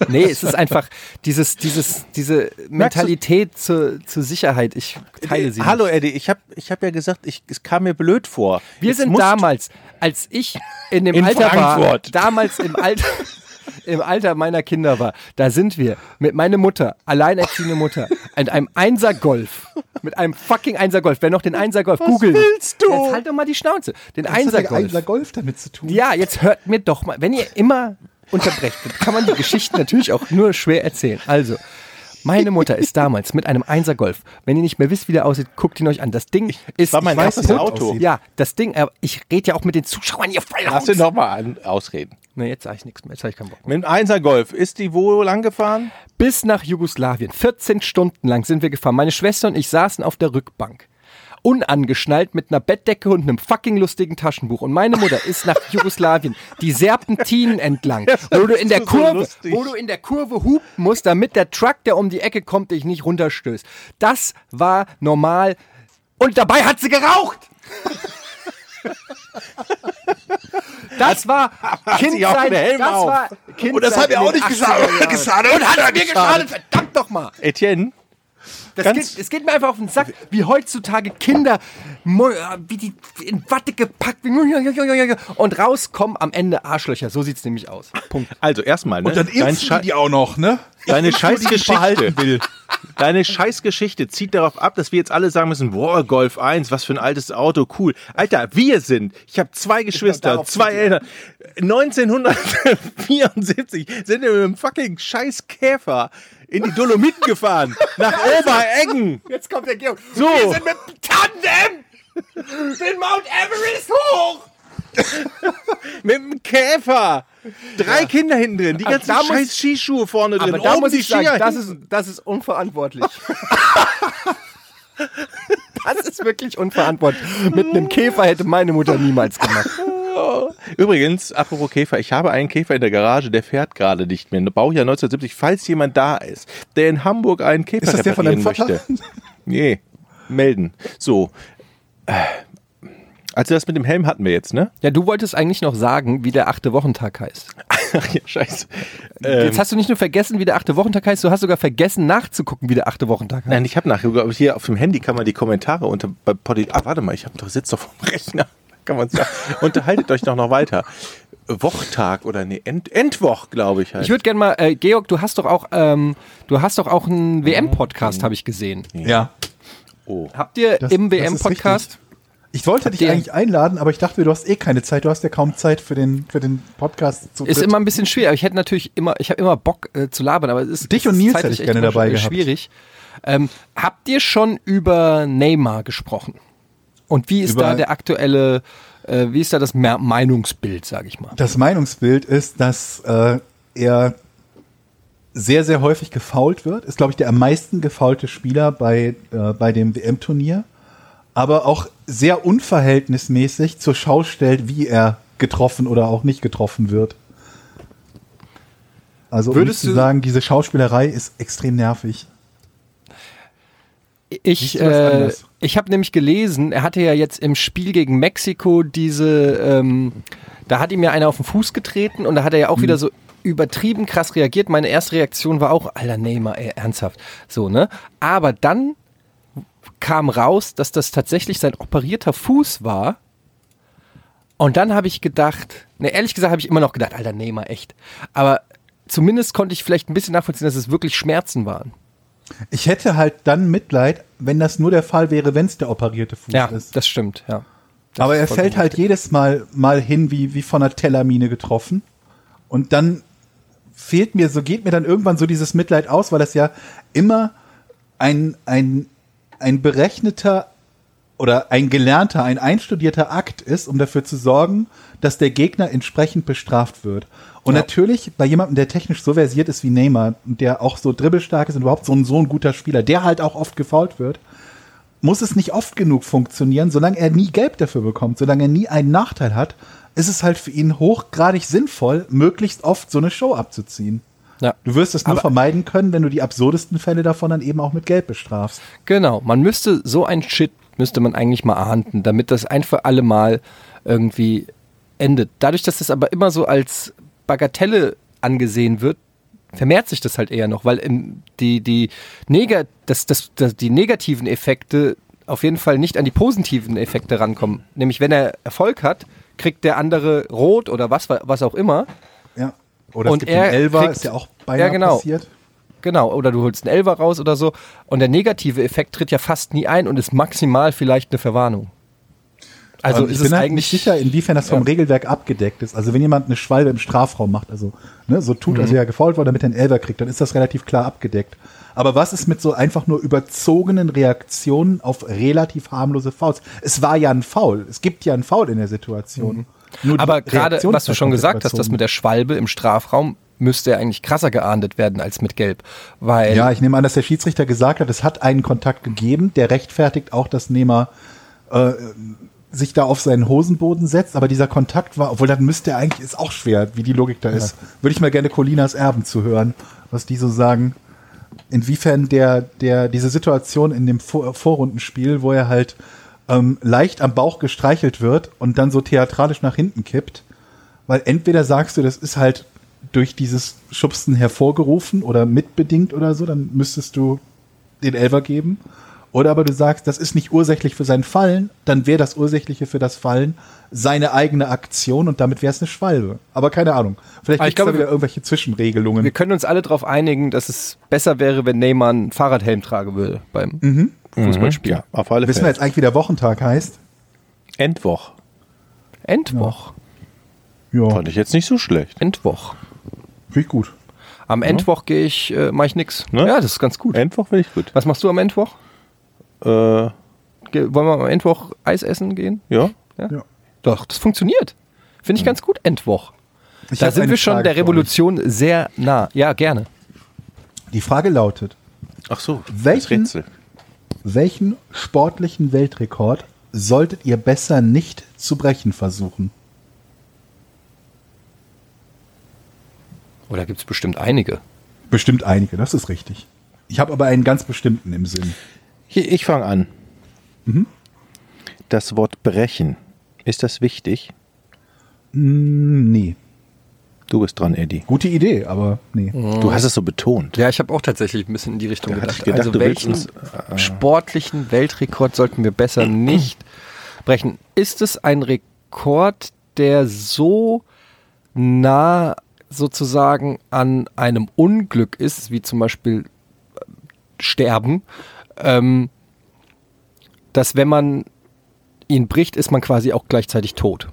[SPEAKER 2] Nee, es ist einfach dieses, dieses, diese Mentalität zur, zur Sicherheit. Ich teile sie.
[SPEAKER 1] Hallo Eddie, ich habe ich hab ja gesagt, ich, es kam mir blöd vor.
[SPEAKER 2] nicht. Wir
[SPEAKER 1] Jetzt
[SPEAKER 2] sind
[SPEAKER 1] musst
[SPEAKER 2] damals, als ich in dem
[SPEAKER 1] In
[SPEAKER 2] Alter war,
[SPEAKER 1] Frankfurt.
[SPEAKER 2] damals im Alter. Im Alter meiner Kinder war, da sind wir mit meiner Mutter, alleinerziehende Mutter, in einem Einser Golf, mit einem fucking Einser Golf. Wer noch den Einser Golf googelt,
[SPEAKER 1] willst du?
[SPEAKER 2] Jetzt halt doch mal die Schnauze. Den
[SPEAKER 3] Was
[SPEAKER 2] Einser
[SPEAKER 3] hat der
[SPEAKER 2] Golf.
[SPEAKER 3] Einser Golf damit zu tun?
[SPEAKER 2] Ja, jetzt hört mir doch mal, wenn ihr immer unterbrecht, wird, kann man die Geschichten natürlich auch nur schwer erzählen. Also, meine Mutter ist damals mit einem Einser Golf. Wenn ihr nicht mehr wisst, wie der aussieht, guckt ihn euch an. Das Ding ist
[SPEAKER 1] war mein
[SPEAKER 2] ich weiß
[SPEAKER 1] erstes
[SPEAKER 2] nicht,
[SPEAKER 1] Auto.
[SPEAKER 2] Ja, das Ding, aber ich rede ja auch mit den Zuschauern hier voll
[SPEAKER 1] Lass den nochmal ausreden.
[SPEAKER 2] Ne, jetzt sage ich nichts mehr, jetzt habe ich keinen Bock.
[SPEAKER 1] Mit dem 1er Golf, ist die wohl angefahren?
[SPEAKER 2] bis nach Jugoslawien. 14 Stunden lang sind wir gefahren. Meine Schwester und ich saßen auf der Rückbank. Unangeschnallt mit einer Bettdecke und einem fucking lustigen Taschenbuch. Und meine Mutter ist nach Jugoslawien die Serpentinen entlang, wo du in der
[SPEAKER 1] so
[SPEAKER 2] Kurve,
[SPEAKER 1] lustig.
[SPEAKER 2] wo du in der Kurve hupen musst, damit der Truck, der um die Ecke kommt, dich nicht runterstößt. Das war normal. Und dabei hat sie geraucht! Das war
[SPEAKER 1] sie auch
[SPEAKER 2] Kindsein.
[SPEAKER 1] einen Helm
[SPEAKER 2] Das
[SPEAKER 1] auf? Oh,
[SPEAKER 2] war Kindsein. in den 80er Jahren.
[SPEAKER 3] Und hat er
[SPEAKER 2] Mir geschadet, verdammt doch mal.
[SPEAKER 1] Etienne?
[SPEAKER 2] Das
[SPEAKER 1] Ganz-
[SPEAKER 2] geht, es geht mir einfach auf den Sack, wie heutzutage Kinder, mo- äh, wie die in Watte gepackt und rauskommen am Ende Arschlöcher. So sieht's nämlich aus. Punkt.
[SPEAKER 1] Also erstmal, ne?
[SPEAKER 3] Und dann
[SPEAKER 1] Dein
[SPEAKER 3] impfen
[SPEAKER 1] Schei-
[SPEAKER 3] die die auch noch, ne?
[SPEAKER 1] Deine Scheißgeschichte.
[SPEAKER 3] behalten will.
[SPEAKER 1] Deine Scheißgeschichte zieht darauf ab, dass wir jetzt alle sagen müssen, boah, Golf 1, was für ein altes Auto, cool. Alter, wir sind, ich habe zwei Geschwister,
[SPEAKER 3] darauf
[SPEAKER 1] zwei Eltern. 1974 sind wir mit einem fucking scheiß Käfer in die Dolomiten gefahren, nach Obereggen.
[SPEAKER 2] Jetzt kommt der Georg.
[SPEAKER 1] So. Wir sind
[SPEAKER 2] mit Tandem den Mount Everest hoch.
[SPEAKER 1] Mit dem Käfer. Drei Kinder hinten drin, die ganzen
[SPEAKER 2] da muss-
[SPEAKER 1] scheiß Skischuhe vorne drin.
[SPEAKER 2] Aber da
[SPEAKER 1] oben
[SPEAKER 2] muss
[SPEAKER 1] die
[SPEAKER 2] ich sagen,
[SPEAKER 1] Skier
[SPEAKER 2] das
[SPEAKER 1] hinten.
[SPEAKER 2] ist, das ist unverantwortlich. Das ist wirklich unverantwortlich. Mit einem Käfer hätte meine Mutter niemals gemacht.
[SPEAKER 1] Übrigens, apropos Käfer, ich habe einen Käfer in der Garage, der fährt gerade nicht mehr. Baujahr 1970, falls jemand da ist, der in Hamburg einen Käfer
[SPEAKER 3] Ist das der von
[SPEAKER 1] reparieren
[SPEAKER 3] deinem
[SPEAKER 1] möchte.
[SPEAKER 3] Vater?
[SPEAKER 1] Nee, melden. So. Äh, Also das mit dem Helm hatten wir jetzt, ne?
[SPEAKER 2] Ja, du wolltest eigentlich noch sagen, wie der achte Wochentag heißt.
[SPEAKER 1] Ach ja, scheiße. Äh,
[SPEAKER 3] Ähm,
[SPEAKER 2] Jetzt hast du nicht nur vergessen, wie der achte Wochentag heißt, du hast sogar vergessen nachzugucken, wie der achte Wochentag heißt.
[SPEAKER 1] Nein, ich habe nachher, aber hier auf dem Handy kann man die Kommentare unter bei Podi. Ah, warte mal, ich habe doch sitzt doch vom Rechner. Kann man sagen. Unterhaltet euch doch noch weiter. Wochtag oder nee, End, Endwoch, glaube ich halt.
[SPEAKER 2] Ich würde gerne mal, äh, Georg, du hast doch auch, ähm, du hast doch auch einen WM-Podcast, habe ich gesehen.
[SPEAKER 3] Ja.
[SPEAKER 1] oh.
[SPEAKER 2] Habt ihr
[SPEAKER 3] Das-
[SPEAKER 2] im
[SPEAKER 3] das ist
[SPEAKER 2] WM-Podcast?
[SPEAKER 3] Ich wollte dich
[SPEAKER 2] ihr-
[SPEAKER 3] eigentlich einladen, aber ich dachte, du hast eh keine Zeit. Du hast ja kaum Zeit für den, für den Podcast zu
[SPEAKER 2] Ist
[SPEAKER 3] dritt.
[SPEAKER 2] immer ein bisschen schwierig. Aber ich hätte natürlich immer, ich habe immer Bock äh, zu labern, aber es ist
[SPEAKER 3] Dich
[SPEAKER 2] es
[SPEAKER 3] und
[SPEAKER 2] ist
[SPEAKER 3] Nils hätte
[SPEAKER 2] zeitlich
[SPEAKER 3] ich gerne
[SPEAKER 2] echt
[SPEAKER 3] dabei
[SPEAKER 2] manchmal
[SPEAKER 3] gehabt.
[SPEAKER 2] Schwierig. Ähm, habt ihr schon über Neymar gesprochen? Und wie ist
[SPEAKER 3] Über-
[SPEAKER 2] da der aktuelle, äh, wie ist da das Mer- Meinungsbild, sage ich mal?
[SPEAKER 3] Das Meinungsbild ist, dass äh, er sehr, sehr häufig gefault wird. Ist, glaube ich, der am meisten gefaulte Spieler bei, äh, bei dem WM-Turnier. Aber auch sehr unverhältnismäßig zur Schau stellt, wie er getroffen oder auch nicht getroffen wird. Also um
[SPEAKER 2] Würdest
[SPEAKER 3] zu
[SPEAKER 2] du-
[SPEAKER 3] sagen, diese Schauspielerei ist extrem nervig.
[SPEAKER 2] Ich,
[SPEAKER 3] du das
[SPEAKER 2] äh,
[SPEAKER 3] anders?
[SPEAKER 2] ich habe nämlich gelesen, er hatte ja jetzt im Spiel gegen Mexiko diese, ähm, da hat ihm ja einer auf den Fuß getreten und da hat er ja
[SPEAKER 3] Mhm.
[SPEAKER 2] auch wieder so übertrieben krass reagiert. Meine erste Reaktion war auch, alter Neymar, ey, ernsthaft. So, ne? Aber dann kam raus, dass das tatsächlich sein operierter Fuß war. Und dann habe ich gedacht, ne, ehrlich gesagt habe ich immer noch gedacht, alter Neymar, echt. Aber zumindest konnte ich vielleicht ein bisschen nachvollziehen, dass es wirklich Schmerzen waren.
[SPEAKER 3] Ich hätte halt dann Mitleid, wenn das nur der Fall wäre, wenn es der operierte Fuß
[SPEAKER 2] Ja,
[SPEAKER 3] ist.
[SPEAKER 2] das stimmt, ja. Das
[SPEAKER 3] Aber
[SPEAKER 2] ist
[SPEAKER 3] er
[SPEAKER 2] vollkommen
[SPEAKER 3] fällt halt jedes Mal mal hin, wie, wie von einer Tellermine getroffen. Und dann fehlt mir, so geht mir dann irgendwann so dieses Mitleid aus, weil das ja immer ein, ein, ein berechneter oder ein gelernter, ein einstudierter Akt ist, um dafür zu sorgen, dass der Gegner entsprechend bestraft wird. Und
[SPEAKER 2] Ja.
[SPEAKER 3] natürlich bei jemandem, der technisch so versiert ist wie Neymar, und der auch so dribbelstark ist und überhaupt so ein, so ein guter Spieler, der halt auch oft gefault wird, muss es nicht oft genug funktionieren, solange er nie Gelb dafür bekommt, solange er nie einen Nachteil hat, ist es halt für ihn hochgradig sinnvoll, möglichst oft so eine Show abzuziehen.
[SPEAKER 2] Ja.
[SPEAKER 3] Du wirst es nur vermeiden können, wenn du die absurdesten Fälle davon dann eben auch mit Gelb bestrafst.
[SPEAKER 2] Genau, man müsste so ein Shit müsste man eigentlich mal ahnden, damit das ein für alle Mal irgendwie endet. Dadurch, dass das aber immer so als Bagatelle angesehen wird, vermehrt sich das halt eher noch, weil im, die, die, Nega, das, das, das, die negativen Effekte auf jeden Fall nicht an die positiven Effekte rankommen. Nämlich, wenn er Erfolg hat, kriegt der andere rot oder was, was auch immer.
[SPEAKER 3] Ja. Oder
[SPEAKER 2] Und
[SPEAKER 3] es gibt
[SPEAKER 2] er
[SPEAKER 3] den Elfer,
[SPEAKER 2] kriegt-
[SPEAKER 3] ist ja auch beinahe
[SPEAKER 2] Ja, genau.
[SPEAKER 3] passiert.
[SPEAKER 2] Genau, oder du holst einen Elfer raus oder so. Und der negative Effekt tritt ja fast nie ein und ist maximal vielleicht eine Verwarnung. Also
[SPEAKER 3] Ähm, ich
[SPEAKER 2] ist
[SPEAKER 3] bin
[SPEAKER 2] es
[SPEAKER 3] halt
[SPEAKER 2] eigentlich
[SPEAKER 3] nicht sicher, inwiefern das vom Regelwerk abgedeckt ist. Also wenn jemand eine Schwalbe im Strafraum macht, also ne, so tut,
[SPEAKER 2] Mhm.
[SPEAKER 3] als wäre er gefault worden, damit er einen Elfer kriegt, dann ist das relativ klar abgedeckt. Aber was ist mit so einfach nur überzogenen Reaktionen auf relativ harmlose Fouls? Es war ja ein Foul. Es gibt ja ein Foul in der Situation. Nur die
[SPEAKER 2] Mhm. Aber gerade,
[SPEAKER 3] Reaktion
[SPEAKER 2] was
[SPEAKER 3] ist
[SPEAKER 2] du
[SPEAKER 3] halt
[SPEAKER 2] schon
[SPEAKER 3] komplett
[SPEAKER 2] gesagt hast, das
[SPEAKER 3] überzogen.
[SPEAKER 2] mit der Schwalbe im Strafraum müsste ja eigentlich krasser geahndet werden als mit Gelb. Weil
[SPEAKER 3] Ja, ich nehme an, dass der Schiedsrichter gesagt hat, es hat einen Kontakt gegeben, der rechtfertigt auch, dass Nehmer äh, sich da auf seinen Hosenboden setzt, aber dieser Kontakt war, obwohl dann müsste er eigentlich, ist auch schwer, wie die Logik da ist. Würde ich mal gerne Colinas Erben zu hören, was die so sagen. Inwiefern der, der, diese Situation in dem Vor Vorrundenspiel, wo er halt ähm, leicht am Bauch gestreichelt wird und dann so theatralisch nach hinten kippt, weil entweder sagst du, das ist halt durch dieses Schubsen hervorgerufen oder mitbedingt oder so, dann müsstest du den Elfer geben. Oder aber du sagst, das ist nicht ursächlich für sein Fallen, dann wäre das Ursächliche für das Fallen seine eigene Aktion und damit wäre es eine Schwalbe. Aber keine Ahnung. Vielleicht
[SPEAKER 2] Aber Ah, ich
[SPEAKER 3] gibt es da
[SPEAKER 2] glaube,
[SPEAKER 3] wieder irgendwelche Zwischenregelungen.
[SPEAKER 2] wir können uns alle darauf einigen, dass es besser wäre, wenn Neymar einen Fahrradhelm tragen würde beim
[SPEAKER 3] Mhm.
[SPEAKER 2] Fußballspiel.
[SPEAKER 1] Ja, auf alle
[SPEAKER 3] Wissen wir
[SPEAKER 1] Fälle.
[SPEAKER 3] jetzt eigentlich, wie der Wochentag heißt?
[SPEAKER 1] Endwoch.
[SPEAKER 2] Endwoch.
[SPEAKER 3] Ja,
[SPEAKER 1] Fand
[SPEAKER 3] finde
[SPEAKER 1] ich jetzt nicht so schlecht.
[SPEAKER 2] Endwoch.
[SPEAKER 3] ich gut.
[SPEAKER 2] Am Endwoch gehe ich, äh, mache ich nix.
[SPEAKER 1] Ne?
[SPEAKER 2] Ja, das ist ganz gut.
[SPEAKER 1] Endwoch finde ich gut.
[SPEAKER 2] Was machst du am Endwoch?
[SPEAKER 1] Äh,
[SPEAKER 2] Ge wollen wir am Endwoch Eis essen gehen?
[SPEAKER 1] ja.
[SPEAKER 3] Ja.
[SPEAKER 2] Doch, das funktioniert. Finde ich ganz gut, Endwoch.
[SPEAKER 3] Hm. Ich
[SPEAKER 2] Da
[SPEAKER 3] hab
[SPEAKER 2] sind
[SPEAKER 3] eine
[SPEAKER 2] wir schon
[SPEAKER 3] Frage
[SPEAKER 2] der
[SPEAKER 3] für euch.
[SPEAKER 2] Revolution sehr nah. Ja, gerne.
[SPEAKER 3] Die Frage lautet,
[SPEAKER 1] Ach so, das
[SPEAKER 3] Welchen-
[SPEAKER 1] Rätsel.
[SPEAKER 3] Welchen sportlichen Weltrekord solltet ihr besser nicht zu brechen versuchen?
[SPEAKER 2] Oder gibt es bestimmt einige?
[SPEAKER 3] Bestimmt einige, das ist richtig. Ich habe aber einen ganz bestimmten im Sinn.
[SPEAKER 1] Hier, ich fange an.
[SPEAKER 2] Mhm.
[SPEAKER 1] Das Wort brechen. Ist das wichtig?
[SPEAKER 3] Hm, Nee.
[SPEAKER 1] Du bist dran, Eddie.
[SPEAKER 3] Gute Idee, aber nee.
[SPEAKER 1] Du hast es so betont.
[SPEAKER 2] Ja, ich habe auch tatsächlich ein bisschen in die Richtung
[SPEAKER 1] Da hatte
[SPEAKER 2] gedacht.
[SPEAKER 1] ich gedacht,
[SPEAKER 2] Also
[SPEAKER 1] du willst
[SPEAKER 2] welchen
[SPEAKER 1] uns- äh,
[SPEAKER 2] sportlichen Weltrekord sollten wir besser nicht brechen? Ist es ein Rekord, der so nah sozusagen an einem Unglück ist, wie zum Beispiel äh, Sterben, ähm, dass wenn man ihn bricht, ist man quasi auch gleichzeitig tot?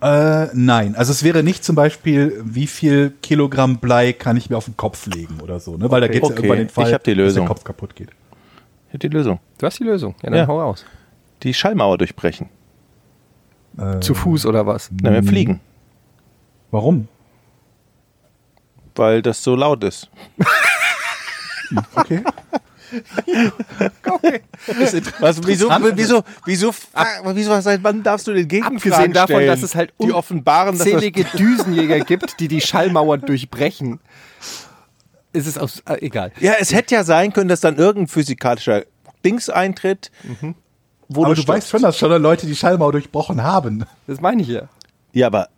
[SPEAKER 3] Äh, nein, also es wäre nicht zum Beispiel, wie viel Kilogramm Blei kann ich mir auf den Kopf legen oder so, ne? Weil da
[SPEAKER 1] Okay.
[SPEAKER 3] geht es
[SPEAKER 1] Okay,
[SPEAKER 3] ja über den Fall,
[SPEAKER 1] ich hab die
[SPEAKER 3] dass der
[SPEAKER 1] Lösung.
[SPEAKER 3] Kopf kaputt geht.
[SPEAKER 1] Ich hab Die Lösung.
[SPEAKER 2] Du hast die Lösung. Ja, dann
[SPEAKER 1] Ja.
[SPEAKER 2] hau raus.
[SPEAKER 1] Die Schallmauer durchbrechen.
[SPEAKER 3] Äh,
[SPEAKER 2] Zu Fuß oder was?
[SPEAKER 1] Na, wir fliegen.
[SPEAKER 3] Warum?
[SPEAKER 1] Weil das so laut ist.
[SPEAKER 3] Okay.
[SPEAKER 1] Was, wieso, wieso, wieso, wieso, seit wann darfst du den Gegenfragen
[SPEAKER 2] Abgesehen davon,
[SPEAKER 1] stellen?
[SPEAKER 2] dass es halt
[SPEAKER 1] die offenbaren, dass das,
[SPEAKER 2] unzählige Düsenjäger gibt, die die Schallmauer durchbrechen. Ist es aus, äh, egal.
[SPEAKER 1] ja, es hätte ja sein können, dass dann irgendein physikalischer Dings eintritt,
[SPEAKER 2] Mhm.
[SPEAKER 1] wo
[SPEAKER 3] Aber
[SPEAKER 1] du,
[SPEAKER 3] du weißt schon, dass schon Leute die Schallmauer durchbrochen haben.
[SPEAKER 2] Das meine ich ja.
[SPEAKER 1] Ja, aber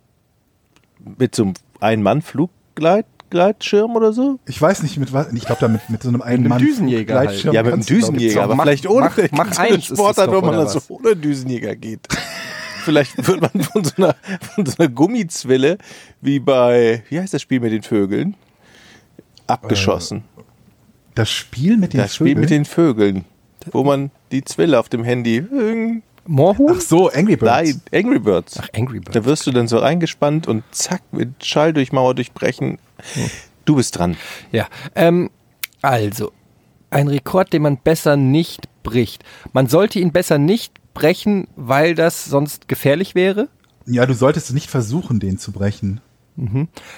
[SPEAKER 1] mit so einem Ein-Mann-Fluggleitschirm oder so?
[SPEAKER 3] Ich weiß nicht mit was. Ich glaube damit mit so einem einen
[SPEAKER 2] einem
[SPEAKER 3] Mann
[SPEAKER 2] Düsenjäger
[SPEAKER 1] halt.
[SPEAKER 3] Gleitschirm
[SPEAKER 1] Ja, mit einem
[SPEAKER 3] kannst du, glaub ich,
[SPEAKER 1] Düsenjäger,
[SPEAKER 2] auch
[SPEAKER 1] aber
[SPEAKER 2] mach-
[SPEAKER 1] vielleicht ohne
[SPEAKER 2] mach- mach
[SPEAKER 1] gibt's
[SPEAKER 2] eins
[SPEAKER 1] eine
[SPEAKER 2] ist es
[SPEAKER 1] Sportart,
[SPEAKER 2] doch,
[SPEAKER 1] wo man
[SPEAKER 2] oder
[SPEAKER 1] dann so
[SPEAKER 2] was?
[SPEAKER 1] ohne Düsenjäger geht. vielleicht wird man von so, einer, von so einer Gummizwille wie bei, wie heißt das Spiel mit den Vögeln? Abgeschossen.
[SPEAKER 2] Äh,
[SPEAKER 3] Das Spiel mit den
[SPEAKER 1] das Spiel mit den Vögeln, wo man die Zwille auf dem Handy. Hm,
[SPEAKER 2] Moorhuhn?
[SPEAKER 3] Ach so, Angry Birds.
[SPEAKER 1] Nein, Angry Birds.
[SPEAKER 2] Angry
[SPEAKER 1] Da wirst du dann so reingespannt und zack, mit Schall durch Mauer durchbrechen.
[SPEAKER 2] Hm.
[SPEAKER 1] Du bist dran.
[SPEAKER 2] Ja. Ähm, also, ein Rekord, den man besser nicht bricht. Man sollte ihn besser nicht brechen, weil das sonst gefährlich wäre.
[SPEAKER 3] Ja, du solltest nicht versuchen, den zu brechen.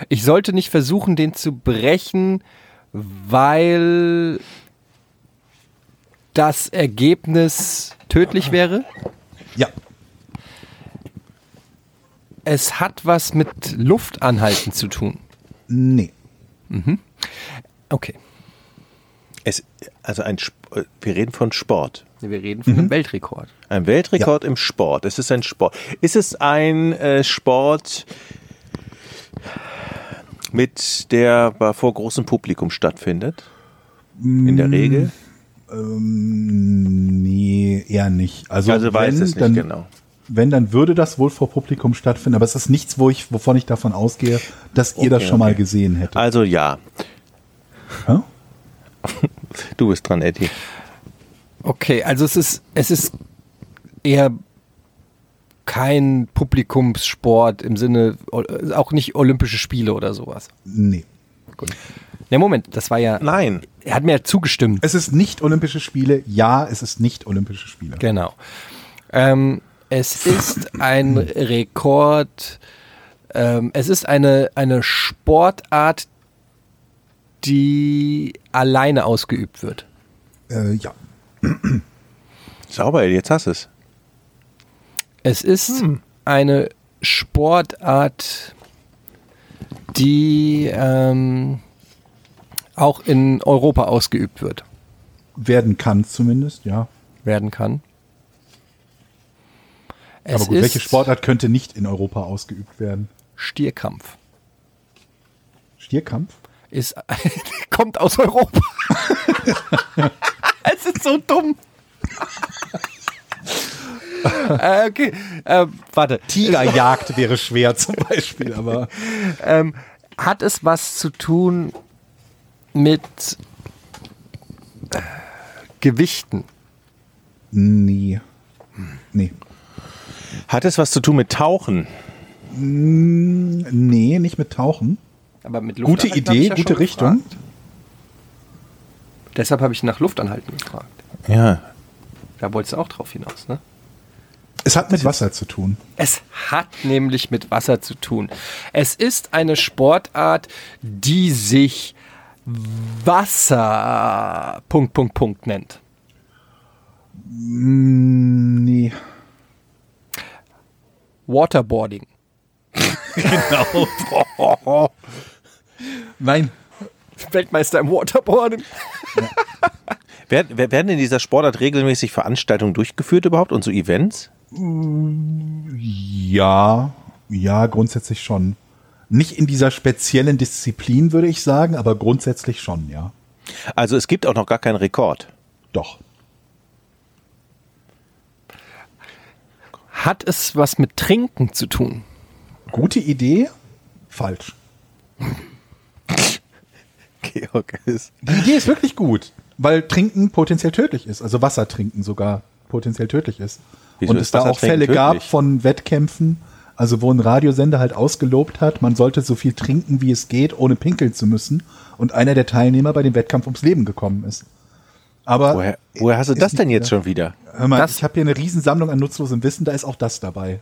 [SPEAKER 2] Ich sollte nicht versuchen, den zu brechen, weil das Ergebnis tödlich wäre.
[SPEAKER 3] Ja.
[SPEAKER 2] Es hat was mit Luft anhalten zu tun.
[SPEAKER 3] Nee.
[SPEAKER 2] Okay.
[SPEAKER 1] Es, also ein, Sp- äh, wir reden von Sport.
[SPEAKER 2] Wir reden von einem Weltrekord.
[SPEAKER 1] Ein Weltrekord im Sport. Es ist ein Sport. Ist es ein äh, Sport, mit der bei- vor großem Publikum stattfindet? In der Regel?
[SPEAKER 3] Ähm, nee, eher nicht. Also,
[SPEAKER 1] Also weiß es nicht
[SPEAKER 3] dann,
[SPEAKER 1] genau.
[SPEAKER 3] Wenn, dann würde das wohl vor Publikum stattfinden, aber es ist nichts, wo ich, wovon ich davon ausgehe, dass ihr das
[SPEAKER 1] Okay,
[SPEAKER 3] schon mal
[SPEAKER 1] okay.
[SPEAKER 3] gesehen hättet.
[SPEAKER 1] Also ja.
[SPEAKER 3] Hä?
[SPEAKER 1] Du bist dran, Eddie.
[SPEAKER 2] Okay, also es ist, es ist eher kein Publikumssport im Sinne, äh, auch nicht Olympische Spiele oder sowas.
[SPEAKER 3] Nee.
[SPEAKER 2] Ne, Moment, das war ja,
[SPEAKER 1] Nein.
[SPEAKER 2] er hat mir ja zugestimmt.
[SPEAKER 3] Es ist nicht Olympische Spiele. Ja, es ist nicht Olympische Spiele.
[SPEAKER 2] Genau. Ähm, es ist ein Rekord, ähm, es ist eine, eine Sportart, die alleine ausgeübt wird.
[SPEAKER 3] Äh, ja.
[SPEAKER 1] Sauber, Eddie, jetzt hast du es.
[SPEAKER 2] Es ist
[SPEAKER 3] Hm.
[SPEAKER 2] eine Sportart, die ähm, auch in Europa ausgeübt wird,
[SPEAKER 3] Werden kann zumindest, ja.
[SPEAKER 2] werden kann. Es
[SPEAKER 3] Aber gut,
[SPEAKER 2] ist
[SPEAKER 3] welche Sportart könnte nicht in Europa ausgeübt werden?
[SPEAKER 2] Stierkampf.
[SPEAKER 3] Stierkampf?
[SPEAKER 2] Ist, kommt aus Europa. es ist so dumm. äh, okay, ähm, warte.
[SPEAKER 3] Tigerjagd wäre schwer zum Beispiel, aber
[SPEAKER 2] Ähm, hat es was zu tun mit äh, Gewichten?
[SPEAKER 3] nee. Nee.
[SPEAKER 1] Hat es was zu tun mit Tauchen?
[SPEAKER 3] Nee, nicht mit Tauchen.
[SPEAKER 2] Aber mit
[SPEAKER 3] Gute Idee, gute Richtung.
[SPEAKER 2] Deshalb habe ich nach Luftanhalten gefragt.
[SPEAKER 1] Ja.
[SPEAKER 2] Da wolltest du auch drauf hinaus, ne?
[SPEAKER 3] Es hat mit Wasser zu tun.
[SPEAKER 2] Es hat nämlich mit Wasser zu tun. Es ist eine Sportart, die sich Wasser Punkt Punkt Punkt nennt.
[SPEAKER 3] Mm, Nee.
[SPEAKER 2] Waterboarding.
[SPEAKER 3] Nein.
[SPEAKER 2] Weltmeister im Waterboarding.
[SPEAKER 1] Wer- wer- Werden in dieser Sportart regelmäßig Veranstaltungen durchgeführt überhaupt und so Events?
[SPEAKER 3] Ja, ja, grundsätzlich schon. Nicht in dieser speziellen Disziplin, würde ich sagen, aber grundsätzlich schon, ja.
[SPEAKER 1] Also es gibt auch noch gar keinen Rekord.
[SPEAKER 3] Doch.
[SPEAKER 2] Hat es was mit Trinken zu tun?
[SPEAKER 3] Gute Idee? Falsch.
[SPEAKER 1] Georg ist.
[SPEAKER 3] Die Idee ist wirklich gut, weil Trinken potenziell tödlich ist, also Wasser trinken sogar potenziell tödlich ist.
[SPEAKER 1] Wieso
[SPEAKER 3] Und
[SPEAKER 1] ist
[SPEAKER 3] es da
[SPEAKER 1] Wasser
[SPEAKER 3] auch Fälle
[SPEAKER 1] trinken
[SPEAKER 3] gab
[SPEAKER 1] tödlich?
[SPEAKER 3] von Wettkämpfen, also wo ein Radiosender halt ausgelobt hat, man sollte so viel trinken, wie es geht, ohne pinkeln zu müssen. Und einer der Teilnehmer bei dem Wettkampf ums Leben gekommen ist. Aber
[SPEAKER 1] Woher, woher hast du
[SPEAKER 3] Äh, Ist
[SPEAKER 1] das denn
[SPEAKER 3] nicht
[SPEAKER 1] jetzt schon wieder?
[SPEAKER 3] Hör mal,
[SPEAKER 2] Das-
[SPEAKER 3] ich habe hier eine Riesensammlung an nutzlosem Wissen, da ist auch das dabei.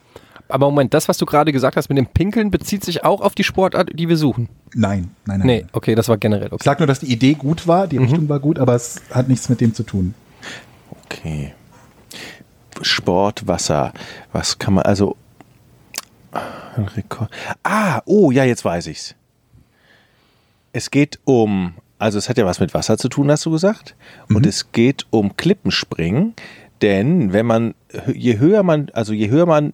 [SPEAKER 2] Aber Moment, das, was du gerade gesagt hast mit dem Pinkeln, bezieht sich auch auf die Sportart, die wir suchen.
[SPEAKER 3] Nein, nein, nein.
[SPEAKER 2] Nee, Mhm.
[SPEAKER 3] nein.
[SPEAKER 2] okay, das war generell.
[SPEAKER 3] Ich
[SPEAKER 2] Okay.
[SPEAKER 3] sag nur, dass die Idee gut war, die Richtung war gut, aber es hat nichts mit dem zu tun.
[SPEAKER 1] Okay. Sportwasser. Was kann man also ein Rekord? Ah, oh ja, jetzt weiß ich's. Es geht um, also es hat ja was mit Wasser zu tun, hast du gesagt. Und
[SPEAKER 3] Mhm.
[SPEAKER 1] es geht um Klippenspringen, denn wenn man je höher man, also je höher man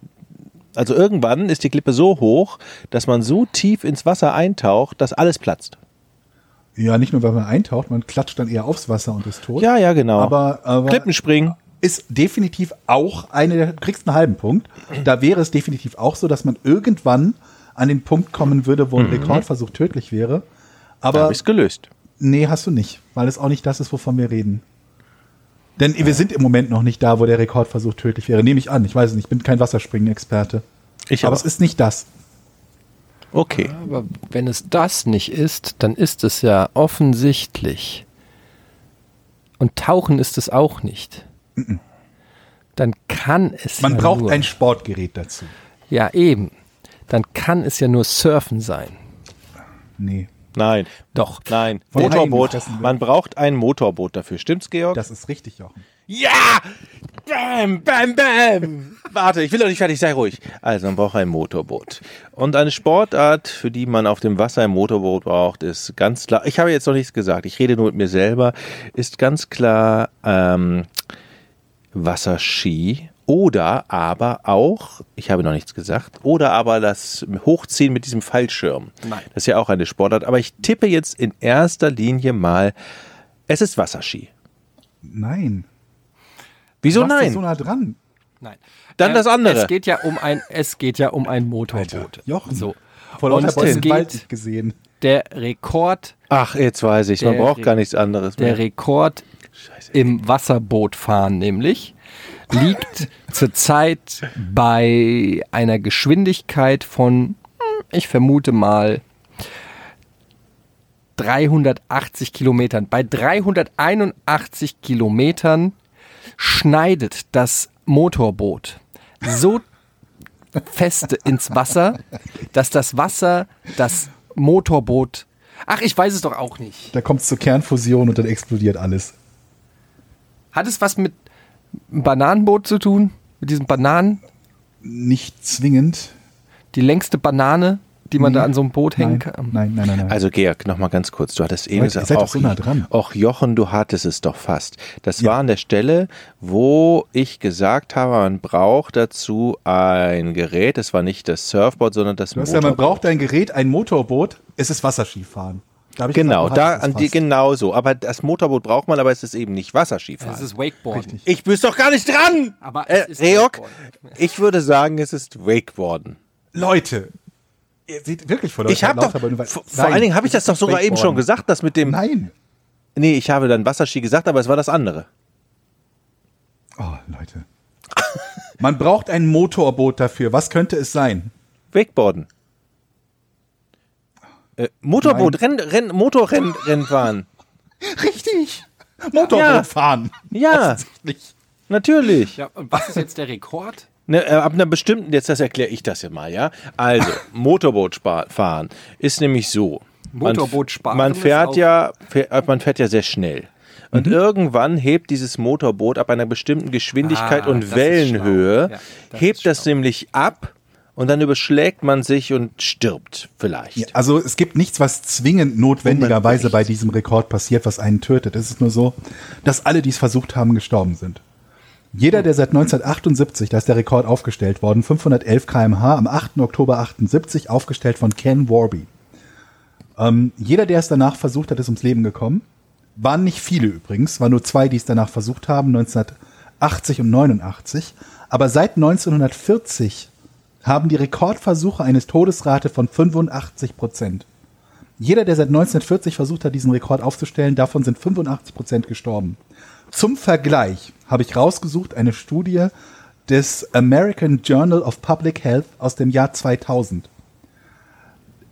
[SPEAKER 1] also irgendwann ist die Klippe so hoch, dass man so tief ins Wasser eintaucht, dass alles platzt.
[SPEAKER 3] Ja, nicht nur, weil man eintaucht, man klatscht dann eher aufs Wasser und ist tot.
[SPEAKER 1] Ja, ja, genau.
[SPEAKER 3] Aber, aber
[SPEAKER 1] Klippenspringen.
[SPEAKER 3] ist definitiv auch eine, der- du kriegst einen halben Punkt. Da wäre es definitiv auch so, dass man irgendwann an den Punkt kommen würde, wo ein Rekordversuch tödlich wäre.
[SPEAKER 1] Da
[SPEAKER 3] Aber
[SPEAKER 1] habe Mhm. ich's gelöst.
[SPEAKER 3] nee, hast du nicht, weil es auch nicht das ist, wovon wir reden. Denn wir sind im Moment noch nicht da, wo der Rekordversuch tödlich wäre. Nehme ich an. Ich weiß es nicht. Ich bin kein Wasserspringen-Experte.
[SPEAKER 1] Ich
[SPEAKER 3] aber
[SPEAKER 1] auch.
[SPEAKER 3] es ist nicht das.
[SPEAKER 1] Okay.
[SPEAKER 2] Aber wenn es das nicht ist, dann ist es ja offensichtlich. Und Tauchen ist es auch nicht. Dann kann es
[SPEAKER 3] Man
[SPEAKER 2] ja
[SPEAKER 3] braucht
[SPEAKER 2] nur,
[SPEAKER 3] ein Sportgerät dazu.
[SPEAKER 2] Ja, eben. Dann kann es ja nur Surfen sein.
[SPEAKER 3] Nee.
[SPEAKER 1] Nein.
[SPEAKER 2] Doch.
[SPEAKER 1] Nein.
[SPEAKER 3] Von
[SPEAKER 1] Motorboot.
[SPEAKER 3] Haien gefressen wird.
[SPEAKER 1] Man braucht ein Motorboot dafür. Stimmt's, Georg?
[SPEAKER 3] Das ist richtig, Jochen.
[SPEAKER 1] ja! Bam, bam, bam! Warte, ich will doch nicht fertig, sei ruhig. Also, man braucht ein Motorboot. Und eine Sportart, für die man auf dem Wasser ein Motorboot braucht, ist ganz klar, ich habe jetzt noch nichts gesagt, ich rede nur mit mir selber, ist ganz klar ähm, Wasserski oder aber auch, ich habe noch nichts gesagt, oder aber das Hochziehen mit diesem Fallschirm.
[SPEAKER 2] Nein.
[SPEAKER 1] Das ist ja auch eine Sportart, aber ich tippe jetzt in erster Linie mal, es ist Wasserski.
[SPEAKER 3] Nein.
[SPEAKER 1] Wieso
[SPEAKER 3] Du warst doch
[SPEAKER 1] nein?
[SPEAKER 3] So nah dran.
[SPEAKER 2] Nein.
[SPEAKER 1] Dann das andere.
[SPEAKER 2] Es geht ja um ein, es geht ja um ein Motorboot.
[SPEAKER 3] Jochen.
[SPEAKER 2] So.
[SPEAKER 3] Vor
[SPEAKER 2] Und
[SPEAKER 3] lauter
[SPEAKER 2] es
[SPEAKER 3] Bäumen den
[SPEAKER 2] geht-
[SPEAKER 3] Wald nicht gesehen.
[SPEAKER 2] Der Rekord,
[SPEAKER 1] Ach, jetzt weiß ich. Man
[SPEAKER 2] Der
[SPEAKER 1] braucht
[SPEAKER 2] Re-
[SPEAKER 1] gar nichts anderes
[SPEAKER 2] der
[SPEAKER 1] mehr.
[SPEAKER 2] Rekord im Wasserbootfahren nämlich liegt zurzeit bei einer Geschwindigkeit von, hm, ich vermute mal, 380 Kilometern. Bei 381 Kilometern schneidet das Motorboot so fest ins Wasser, dass das Wasser das Motorboot. Ach, ich weiß es doch auch nicht.
[SPEAKER 3] Da kommt es zur Kernfusion und dann explodiert alles.
[SPEAKER 2] Hat es was mit einem Bananenboot zu tun? Mit diesen Bananen?
[SPEAKER 3] Nicht zwingend.
[SPEAKER 2] Die längste Banane, die man da an so einem Boot hängen
[SPEAKER 3] Mhm. Nein,
[SPEAKER 2] kann?
[SPEAKER 3] nein, nein, nein. nein.
[SPEAKER 1] Also Georg, nochmal ganz kurz. Du hattest eben
[SPEAKER 3] Leute, ihr
[SPEAKER 1] gesagt,
[SPEAKER 3] seid doch
[SPEAKER 1] och,
[SPEAKER 3] so nah dran.
[SPEAKER 1] Och Jochen, du hattest es doch fast. Das war an der Stelle, wo ich gesagt habe, man braucht dazu ein Gerät. Das war nicht das Surfboard, sondern das
[SPEAKER 3] du hast ja, man
[SPEAKER 1] Motorboot.
[SPEAKER 3] braucht ein Gerät, ein Motorboot. Es ist Wasserskifahren. Da hab ich
[SPEAKER 1] Genau,
[SPEAKER 3] gesagt, du
[SPEAKER 1] da
[SPEAKER 3] hattest es
[SPEAKER 1] an die,
[SPEAKER 3] fast.
[SPEAKER 1] genau so. Aber das Motorboot braucht man, aber es ist eben nicht Wasserskifahren.
[SPEAKER 2] Das ist Wakeboard.
[SPEAKER 3] Richtig.
[SPEAKER 1] ich bist doch gar nicht dran! Äh,
[SPEAKER 2] Aber es ist
[SPEAKER 1] Georg,
[SPEAKER 2] Wakeboarden.
[SPEAKER 1] ich würde sagen, es ist Wakeboarden.
[SPEAKER 3] Leute, ihr seht wirklich vor
[SPEAKER 1] Ich habe doch, vor vor allen Dingen habe ich das doch sogar eben schon gesagt, das mit dem,
[SPEAKER 3] Nein.
[SPEAKER 1] nee, ich habe dann Wasserski gesagt, aber es war das andere.
[SPEAKER 3] Oh, Leute. Man braucht ein Motorboot dafür. Was könnte es sein?
[SPEAKER 1] Wakeboarden. Äh, Motorboot, Renn, Renn, Motorrennfahren.
[SPEAKER 3] Richtig. Motorboot
[SPEAKER 1] Ja.
[SPEAKER 3] fahren.
[SPEAKER 1] Ja,
[SPEAKER 3] Offensichtlich.
[SPEAKER 1] natürlich.
[SPEAKER 2] Ja, und was ist jetzt der Rekord?
[SPEAKER 1] Ne, äh, ab einer bestimmten, jetzt das erkläre ich das ja mal, ja. Also, Motorboot spa- fahren ist nämlich so. Man f-
[SPEAKER 2] Motorboot sparen
[SPEAKER 1] Man
[SPEAKER 2] ist
[SPEAKER 1] fährt
[SPEAKER 2] auch- Mhm.
[SPEAKER 1] ja, fähr- äh, man fährt ja sehr schnell. Und irgendwann hebt dieses Motorboot ab einer bestimmten Geschwindigkeit
[SPEAKER 2] Ah, das
[SPEAKER 1] und
[SPEAKER 2] ist
[SPEAKER 1] Wellenhöhe,
[SPEAKER 2] schlau. Ja, das
[SPEAKER 1] hebt
[SPEAKER 2] ist
[SPEAKER 1] das nämlich ab und dann überschlägt man sich und stirbt vielleicht.
[SPEAKER 3] Ja, also es gibt nichts, was zwingend notwendigerweise bei diesem Rekord passiert, was einen tötet. Es ist nur so, dass alle, die es versucht haben, gestorben sind. Jeder, der seit 1978, da ist der Rekord aufgestellt worden, 511 kmh am 8. Oktober 78, aufgestellt von Ken Warby. Ähm, jeder, der es danach versucht hat, ist ums Leben gekommen. Waren nicht viele übrigens, waren nur zwei, die es danach versucht haben, 1980 und 89. Aber seit 1940 haben die Rekordversuche eine Todesrate von 85 Prozent. Jeder, der seit 1940 versucht hat, diesen Rekord aufzustellen, davon sind 85 Prozent gestorben. Zum Vergleich habe ich rausgesucht eine Studie des American Journal of Public Health aus dem Jahr 2000.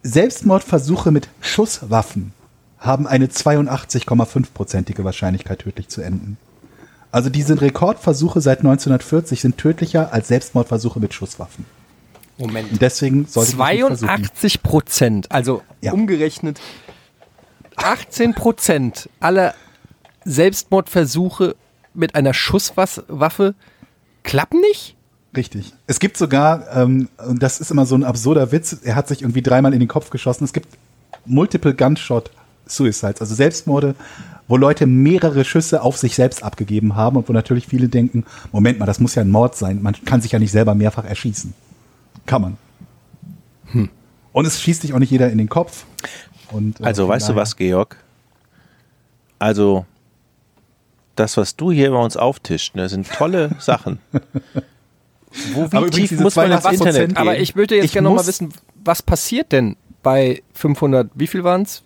[SPEAKER 3] Selbstmordversuche mit Schusswaffen haben eine 82,5-prozentige Wahrscheinlichkeit, tödlich zu enden. Also diese Rekordversuche seit 1940 sind tödlicher als Selbstmordversuche mit Schusswaffen.
[SPEAKER 2] Moment.
[SPEAKER 3] Und deswegen sollte ich das nicht versuchen.
[SPEAKER 2] 82 Prozent, also
[SPEAKER 3] Ja.
[SPEAKER 2] umgerechnet 18 Prozent aller Selbstmordversuche mit einer Schusswaffe klappen nicht?
[SPEAKER 3] Richtig. Es gibt sogar, ähm, und das ist immer so ein absurder Witz, er hat sich irgendwie dreimal in den Kopf geschossen. Es gibt Multiple Gunshot Suicides, also Selbstmorde, wo Leute mehrere Schüsse auf sich selbst abgegeben haben und wo natürlich viele denken, Moment mal, das muss ja ein Mord sein. Man kann sich ja nicht selber mehrfach erschießen. Kann man.
[SPEAKER 1] Hm.
[SPEAKER 3] Und es schießt sich auch nicht jeder in den Kopf. Und, äh,
[SPEAKER 1] Also
[SPEAKER 3] von
[SPEAKER 1] weißt du
[SPEAKER 3] daher-
[SPEAKER 1] was, Georg? Also das, was du hier bei uns auftischt, ne, sind tolle Sachen. Wo, wie
[SPEAKER 3] Aber übrigens
[SPEAKER 1] tief
[SPEAKER 3] diese
[SPEAKER 1] muss man ins
[SPEAKER 3] 82%
[SPEAKER 1] Internet gehen?
[SPEAKER 2] Aber ich würde jetzt
[SPEAKER 3] Ich
[SPEAKER 2] gerne nochmal
[SPEAKER 3] muss-
[SPEAKER 2] wissen, was passiert denn bei 500, wie viel waren es?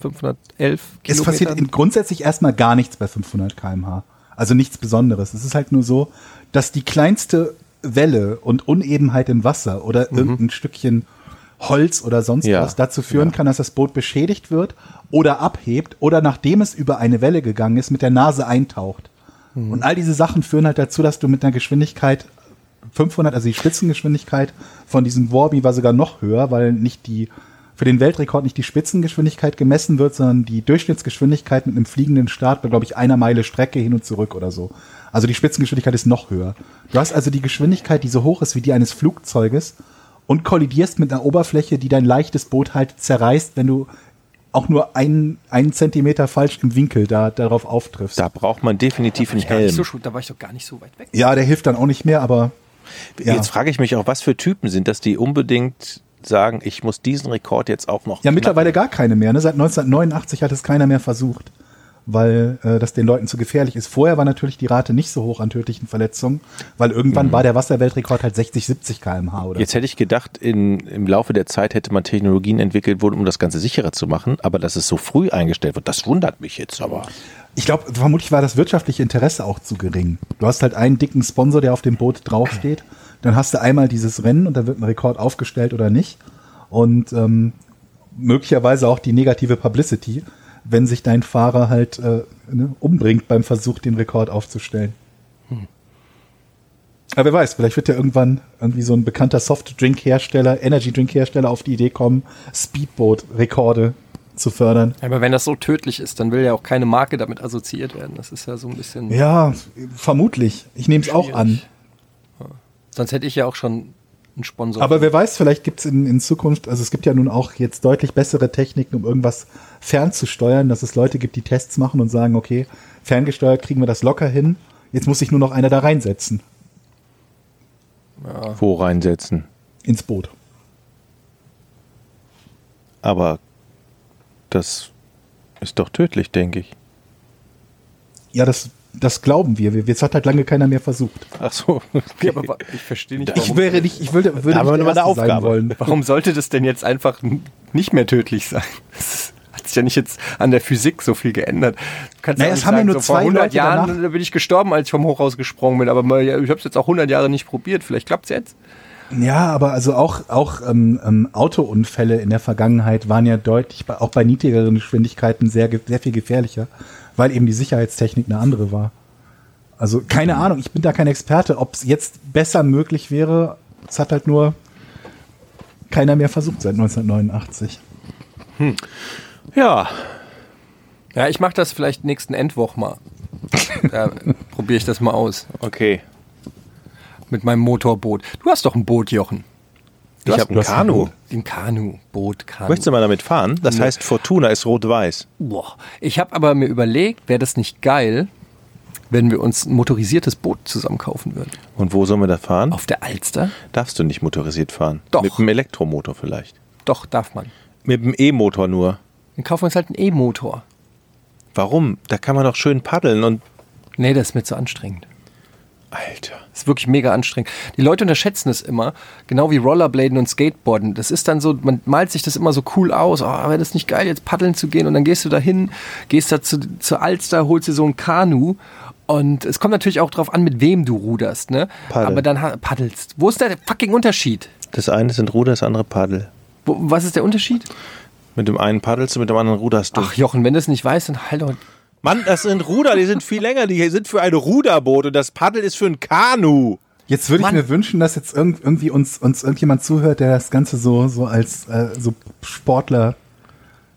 [SPEAKER 2] 511
[SPEAKER 3] Es
[SPEAKER 2] Kilometern?
[SPEAKER 3] passiert in- grundsätzlich erstmal gar nichts bei 500 km/h. Also nichts Besonderes. Es ist halt nur so, dass die kleinste Welle und Unebenheit im Wasser oder irgendein Stückchen Holz oder sonst
[SPEAKER 1] Mhm. Ja.
[SPEAKER 3] was dazu führen kann, dass das Boot beschädigt wird oder abhebt oder nachdem es über eine Welle gegangen ist, mit der Nase eintaucht.
[SPEAKER 1] Mhm.
[SPEAKER 3] Und all diese Sachen führen halt dazu, dass du mit einer Geschwindigkeit 500, also die Spitzengeschwindigkeit von diesem Warby war sogar noch höher, weil nicht die für den Weltrekord nicht die Spitzengeschwindigkeit gemessen wird, sondern die Durchschnittsgeschwindigkeit mit einem fliegenden Start bei, glaube ich, einer Meile Strecke hin und zurück oder so. Also die Spitzengeschwindigkeit ist noch höher. Du hast also die Geschwindigkeit, die so hoch ist wie die eines Flugzeuges und kollidierst mit einer Oberfläche, die dein leichtes Boot halt zerreißt, wenn du auch nur einen, einen Zentimeter falsch im Winkel da, darauf auftriffst.
[SPEAKER 1] da braucht man definitiv einen
[SPEAKER 2] Gar
[SPEAKER 1] Helm.
[SPEAKER 2] nicht so schuld, da war ich doch gar nicht so weit weg.
[SPEAKER 3] Ja, der hilft dann auch nicht mehr, aber ja.
[SPEAKER 1] Jetzt frage ich mich auch, was für Typen sind das, die unbedingt sagen, ich muss diesen Rekord jetzt auch noch.
[SPEAKER 3] Ja,
[SPEAKER 1] knacken.
[SPEAKER 3] mittlerweile gar keine mehr. Ne? Seit 1989 hat es keiner mehr versucht, weil äh, das den Leuten zu gefährlich ist. Vorher war natürlich die Rate nicht so hoch an tödlichen Verletzungen, weil
[SPEAKER 1] Mhm.
[SPEAKER 3] irgendwann war der Wasserweltrekord halt 60, 70 km/h oder
[SPEAKER 1] Jetzt hätte ich gedacht, in, im Laufe der Zeit hätte man Technologien entwickelt, wurden, um das Ganze sicherer zu machen. Aber dass es so früh eingestellt wird, das wundert mich jetzt aber.
[SPEAKER 3] Ich glaube, vermutlich war das wirtschaftliche Interesse auch zu gering. Du hast halt einen dicken Sponsor, der auf dem Boot draufsteht. Dann hast du einmal dieses Rennen und dann wird ein Rekord aufgestellt oder nicht. Und ähm, möglicherweise auch die negative Publicity, wenn sich dein Fahrer halt äh, ne, umbringt beim Versuch, den Rekord aufzustellen. Aber wer weiß, vielleicht wird ja irgendwann irgendwie so ein bekannter Softdrink-Hersteller, Energy-Drink-Hersteller auf die Idee kommen, Speedboat-Rekorde zu fördern.
[SPEAKER 2] Aber wenn das so tödlich ist, dann will ja auch keine Marke damit assoziiert werden. Das ist ja so ein bisschen.
[SPEAKER 3] Ja, vermutlich. Ich nehme es auch
[SPEAKER 2] Schwierig.
[SPEAKER 3] an.
[SPEAKER 2] Sonst hätte ich ja auch schon einen Sponsor.
[SPEAKER 3] Aber wer weiß, vielleicht gibt's in, in Zukunft, also es gibt ja nun auch jetzt deutlich bessere Techniken, um irgendwas fernzusteuern, dass es Leute gibt, die Tests machen und sagen, okay, ferngesteuert kriegen wir das locker hin, jetzt muss sich nur noch einer da reinsetzen
[SPEAKER 1] Wo reinsetzen?
[SPEAKER 3] ins Boot.
[SPEAKER 1] Aber das ist doch tödlich, denke ich.
[SPEAKER 3] Ja, das, das glauben wir. wir. Jetzt hat halt lange keiner mehr versucht.
[SPEAKER 1] Ach so.
[SPEAKER 2] Ja, aber wa- ich verstehe nicht,
[SPEAKER 3] Ich
[SPEAKER 2] warum,
[SPEAKER 3] wäre nicht, ich würde, würde
[SPEAKER 1] Aber
[SPEAKER 3] nicht
[SPEAKER 1] nur mal eine
[SPEAKER 3] Erste sein
[SPEAKER 1] Aufgabe.
[SPEAKER 3] wollen.
[SPEAKER 2] warum sollte das denn jetzt einfach n- nicht mehr tödlich sein? Das hat sich ja nicht jetzt an der Physik so viel geändert. Du kannst
[SPEAKER 3] Naja,
[SPEAKER 2] ja
[SPEAKER 3] es
[SPEAKER 2] nicht
[SPEAKER 3] haben ja nur
[SPEAKER 2] vor
[SPEAKER 3] zwei
[SPEAKER 2] 100
[SPEAKER 3] Leute
[SPEAKER 2] Jahren
[SPEAKER 3] danach-
[SPEAKER 2] da bin ich gestorben, als ich vom Hochhaus gesprungen bin. Aber mal, ja, ich habe es jetzt auch 100 Jahre nicht probiert. Vielleicht klappt es jetzt.
[SPEAKER 3] Ja, aber also auch, auch ähm, ähm, Autounfälle in der Vergangenheit waren ja deutlich, bei- auch bei niedrigeren Geschwindigkeiten sehr, ge- sehr viel gefährlicher, weil eben die Sicherheitstechnik eine andere war. Also
[SPEAKER 1] Mhm.
[SPEAKER 3] keine Ahnung, ich bin da kein Experte, ob es jetzt besser möglich wäre. Es hat halt nur keiner mehr versucht seit 1989.
[SPEAKER 1] Ja,
[SPEAKER 2] Ja, ich mache das vielleicht nächsten Endwoch mal. Da probiere ich das mal aus
[SPEAKER 1] Okay.
[SPEAKER 2] mit meinem Motorboot. Du hast doch ein Boot, Jochen.
[SPEAKER 1] Du
[SPEAKER 2] Ich
[SPEAKER 1] hast
[SPEAKER 2] hab
[SPEAKER 1] ein
[SPEAKER 2] ein
[SPEAKER 1] Kanu.
[SPEAKER 2] Ein Kanu, Boot, Kanu.
[SPEAKER 1] Möchtest du mal damit fahren? Das heißt, Fortuna ist rot-weiß.
[SPEAKER 2] Boah. Ich habe aber mir überlegt, wäre das nicht geil, wenn wir uns ein motorisiertes Boot zusammen kaufen würden.
[SPEAKER 1] Und wo sollen wir da fahren?
[SPEAKER 2] Auf der Alster?
[SPEAKER 1] Darfst du nicht motorisiert fahren.
[SPEAKER 2] Doch.
[SPEAKER 1] Mit einem Elektromotor vielleicht.
[SPEAKER 2] Doch, darf man.
[SPEAKER 1] Mit einem E-Motor nur.
[SPEAKER 2] Dann kaufen wir uns halt einen E-Motor.
[SPEAKER 1] Warum? Da kann man doch schön paddeln und.
[SPEAKER 2] Nee, das ist mir zu anstrengend.
[SPEAKER 1] Alter.
[SPEAKER 2] Das ist wirklich mega anstrengend. Die Leute unterschätzen es immer, genau wie Rollerbladen und Skateboarden. Das ist dann so, man malt sich das immer so cool aus. Oh, wäre das nicht geil, jetzt paddeln zu gehen? Und dann gehst du da hin, gehst da zu, zur Alster, holst dir so ein Kanu. Und es kommt natürlich auch drauf an, mit wem du ruderst, ne?
[SPEAKER 1] Paddeln.
[SPEAKER 2] Aber dann ha- paddelst. Wo ist der fucking Unterschied?
[SPEAKER 1] Das eine sind Ruder, das andere Paddel.
[SPEAKER 2] Wo, was ist der Unterschied?
[SPEAKER 1] Mit dem einen paddelst du, mit dem anderen ruderst du.
[SPEAKER 2] Ach Jochen, wenn du es nicht weißt, dann halt doch.
[SPEAKER 1] Mann, das sind Ruder, die sind viel länger. Die sind für ein Ruderboot und das Paddel ist für ein Kanu.
[SPEAKER 3] Jetzt würde ich
[SPEAKER 2] Mann.
[SPEAKER 3] mir wünschen, dass jetzt irgend, irgendwie uns, uns irgendjemand zuhört, der das Ganze so, so als äh, so Sportler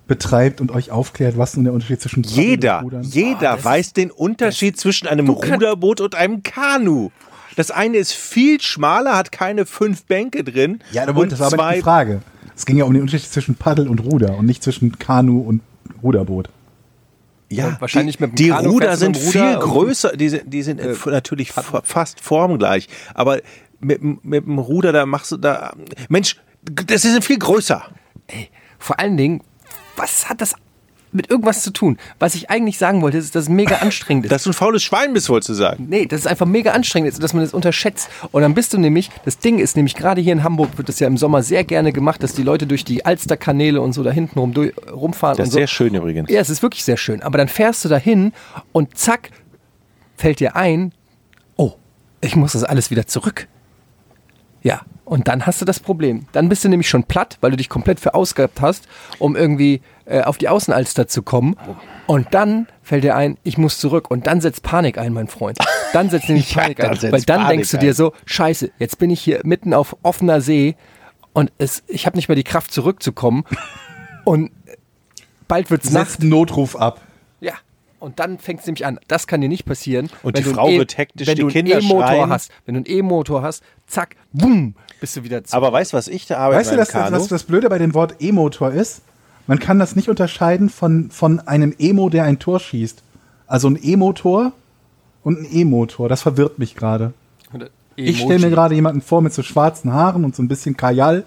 [SPEAKER 3] betreibt und euch aufklärt, was nun der Unterschied zwischen Paddeln und
[SPEAKER 1] Jeder,
[SPEAKER 3] Rudern ist.
[SPEAKER 1] jeder weiß den Unterschied zwischen einem Ruderboot und einem Kanu. Das eine ist viel schmaler, hat keine fünf Bänke drin.
[SPEAKER 3] Ja, da
[SPEAKER 1] und
[SPEAKER 3] wurde das war aber nicht
[SPEAKER 1] zwei
[SPEAKER 3] die Frage. Es ging ja um den Unterschied zwischen Paddel und Ruder und nicht zwischen Kanu und Ruderboot.
[SPEAKER 1] Ja,
[SPEAKER 2] Und wahrscheinlich
[SPEAKER 1] die,
[SPEAKER 2] mit dem
[SPEAKER 1] die
[SPEAKER 2] Kanu
[SPEAKER 1] Ruder
[SPEAKER 2] fährst du
[SPEAKER 1] sind
[SPEAKER 2] mit dem Ruder
[SPEAKER 1] viel
[SPEAKER 2] und-
[SPEAKER 1] größer, die sind, die sind f- natürlich fa- fast formgleich, aber mit, dem- mit dem Ruder, da machst du da, Mensch, das ist viel größer.
[SPEAKER 2] Ey, vor allen Dingen, was hat das mit irgendwas zu tun? Was ich eigentlich sagen wollte, ist, dass es mega anstrengend ist.
[SPEAKER 1] Dass du ein faules Schwein bist, wolltest du sagen.
[SPEAKER 2] Nee, das ist einfach mega anstrengend, ist, dass man das unterschätzt. Und dann bist du nämlich, das Ding ist nämlich, gerade hier in Hamburg wird das ja im Sommer sehr gerne gemacht, dass die Leute durch die Alsterkanäle und so da hinten rum durch, rumfahren. und so.
[SPEAKER 1] schön übrigens.
[SPEAKER 2] Ja, es ist wirklich sehr schön. Aber dann fährst du dahin und zack, fällt dir ein, oh, ich muss das alles wieder zurück. Ja, und dann hast du das Problem. Dann bist du nämlich schon platt, weil du dich komplett verausgabt hast, um irgendwie äh, auf die Außenalster zu kommen. Und dann fällt dir ein, ich muss zurück. Und dann setzt Panik ein, mein Freund. Dann setzt nämlich
[SPEAKER 1] Ja,
[SPEAKER 2] Panik
[SPEAKER 1] dann
[SPEAKER 2] ein.
[SPEAKER 1] setzt
[SPEAKER 2] Weil dann
[SPEAKER 1] Panik
[SPEAKER 2] denkst du
[SPEAKER 1] ein.
[SPEAKER 2] dir so, scheiße, jetzt bin ich hier mitten auf offener See und es, ich habe nicht mehr die Kraft zurückzukommen. Und bald wird's Nacht.
[SPEAKER 3] Setzt einen Notruf ab.
[SPEAKER 2] Ja. Und dann fängt es nämlich an. Das kann dir nicht passieren.
[SPEAKER 1] Und
[SPEAKER 2] Wenn
[SPEAKER 1] die
[SPEAKER 2] du
[SPEAKER 1] Frau
[SPEAKER 2] einen
[SPEAKER 1] wird hektisch,
[SPEAKER 2] wenn
[SPEAKER 1] die
[SPEAKER 2] du einen
[SPEAKER 1] Kinder
[SPEAKER 2] E-Motor
[SPEAKER 1] schreien.
[SPEAKER 2] hast, wenn du einen E-Motor hast, zack, bumm, bist du wieder zu.
[SPEAKER 1] Aber weißt du, was ich da arbeite
[SPEAKER 3] Weißt du,
[SPEAKER 1] mit
[SPEAKER 3] dass
[SPEAKER 1] einem
[SPEAKER 3] das,
[SPEAKER 1] Kanu?
[SPEAKER 3] was das Blöde bei dem Wort E-Motor ist? Man kann das nicht unterscheiden von, von einem Emo, der ein Tor schießt. Also ein E-Motor und ein E-Motor. Das verwirrt mich gerade. Ich stelle mir gerade jemanden vor mit so schwarzen Haaren und so ein bisschen Kajal,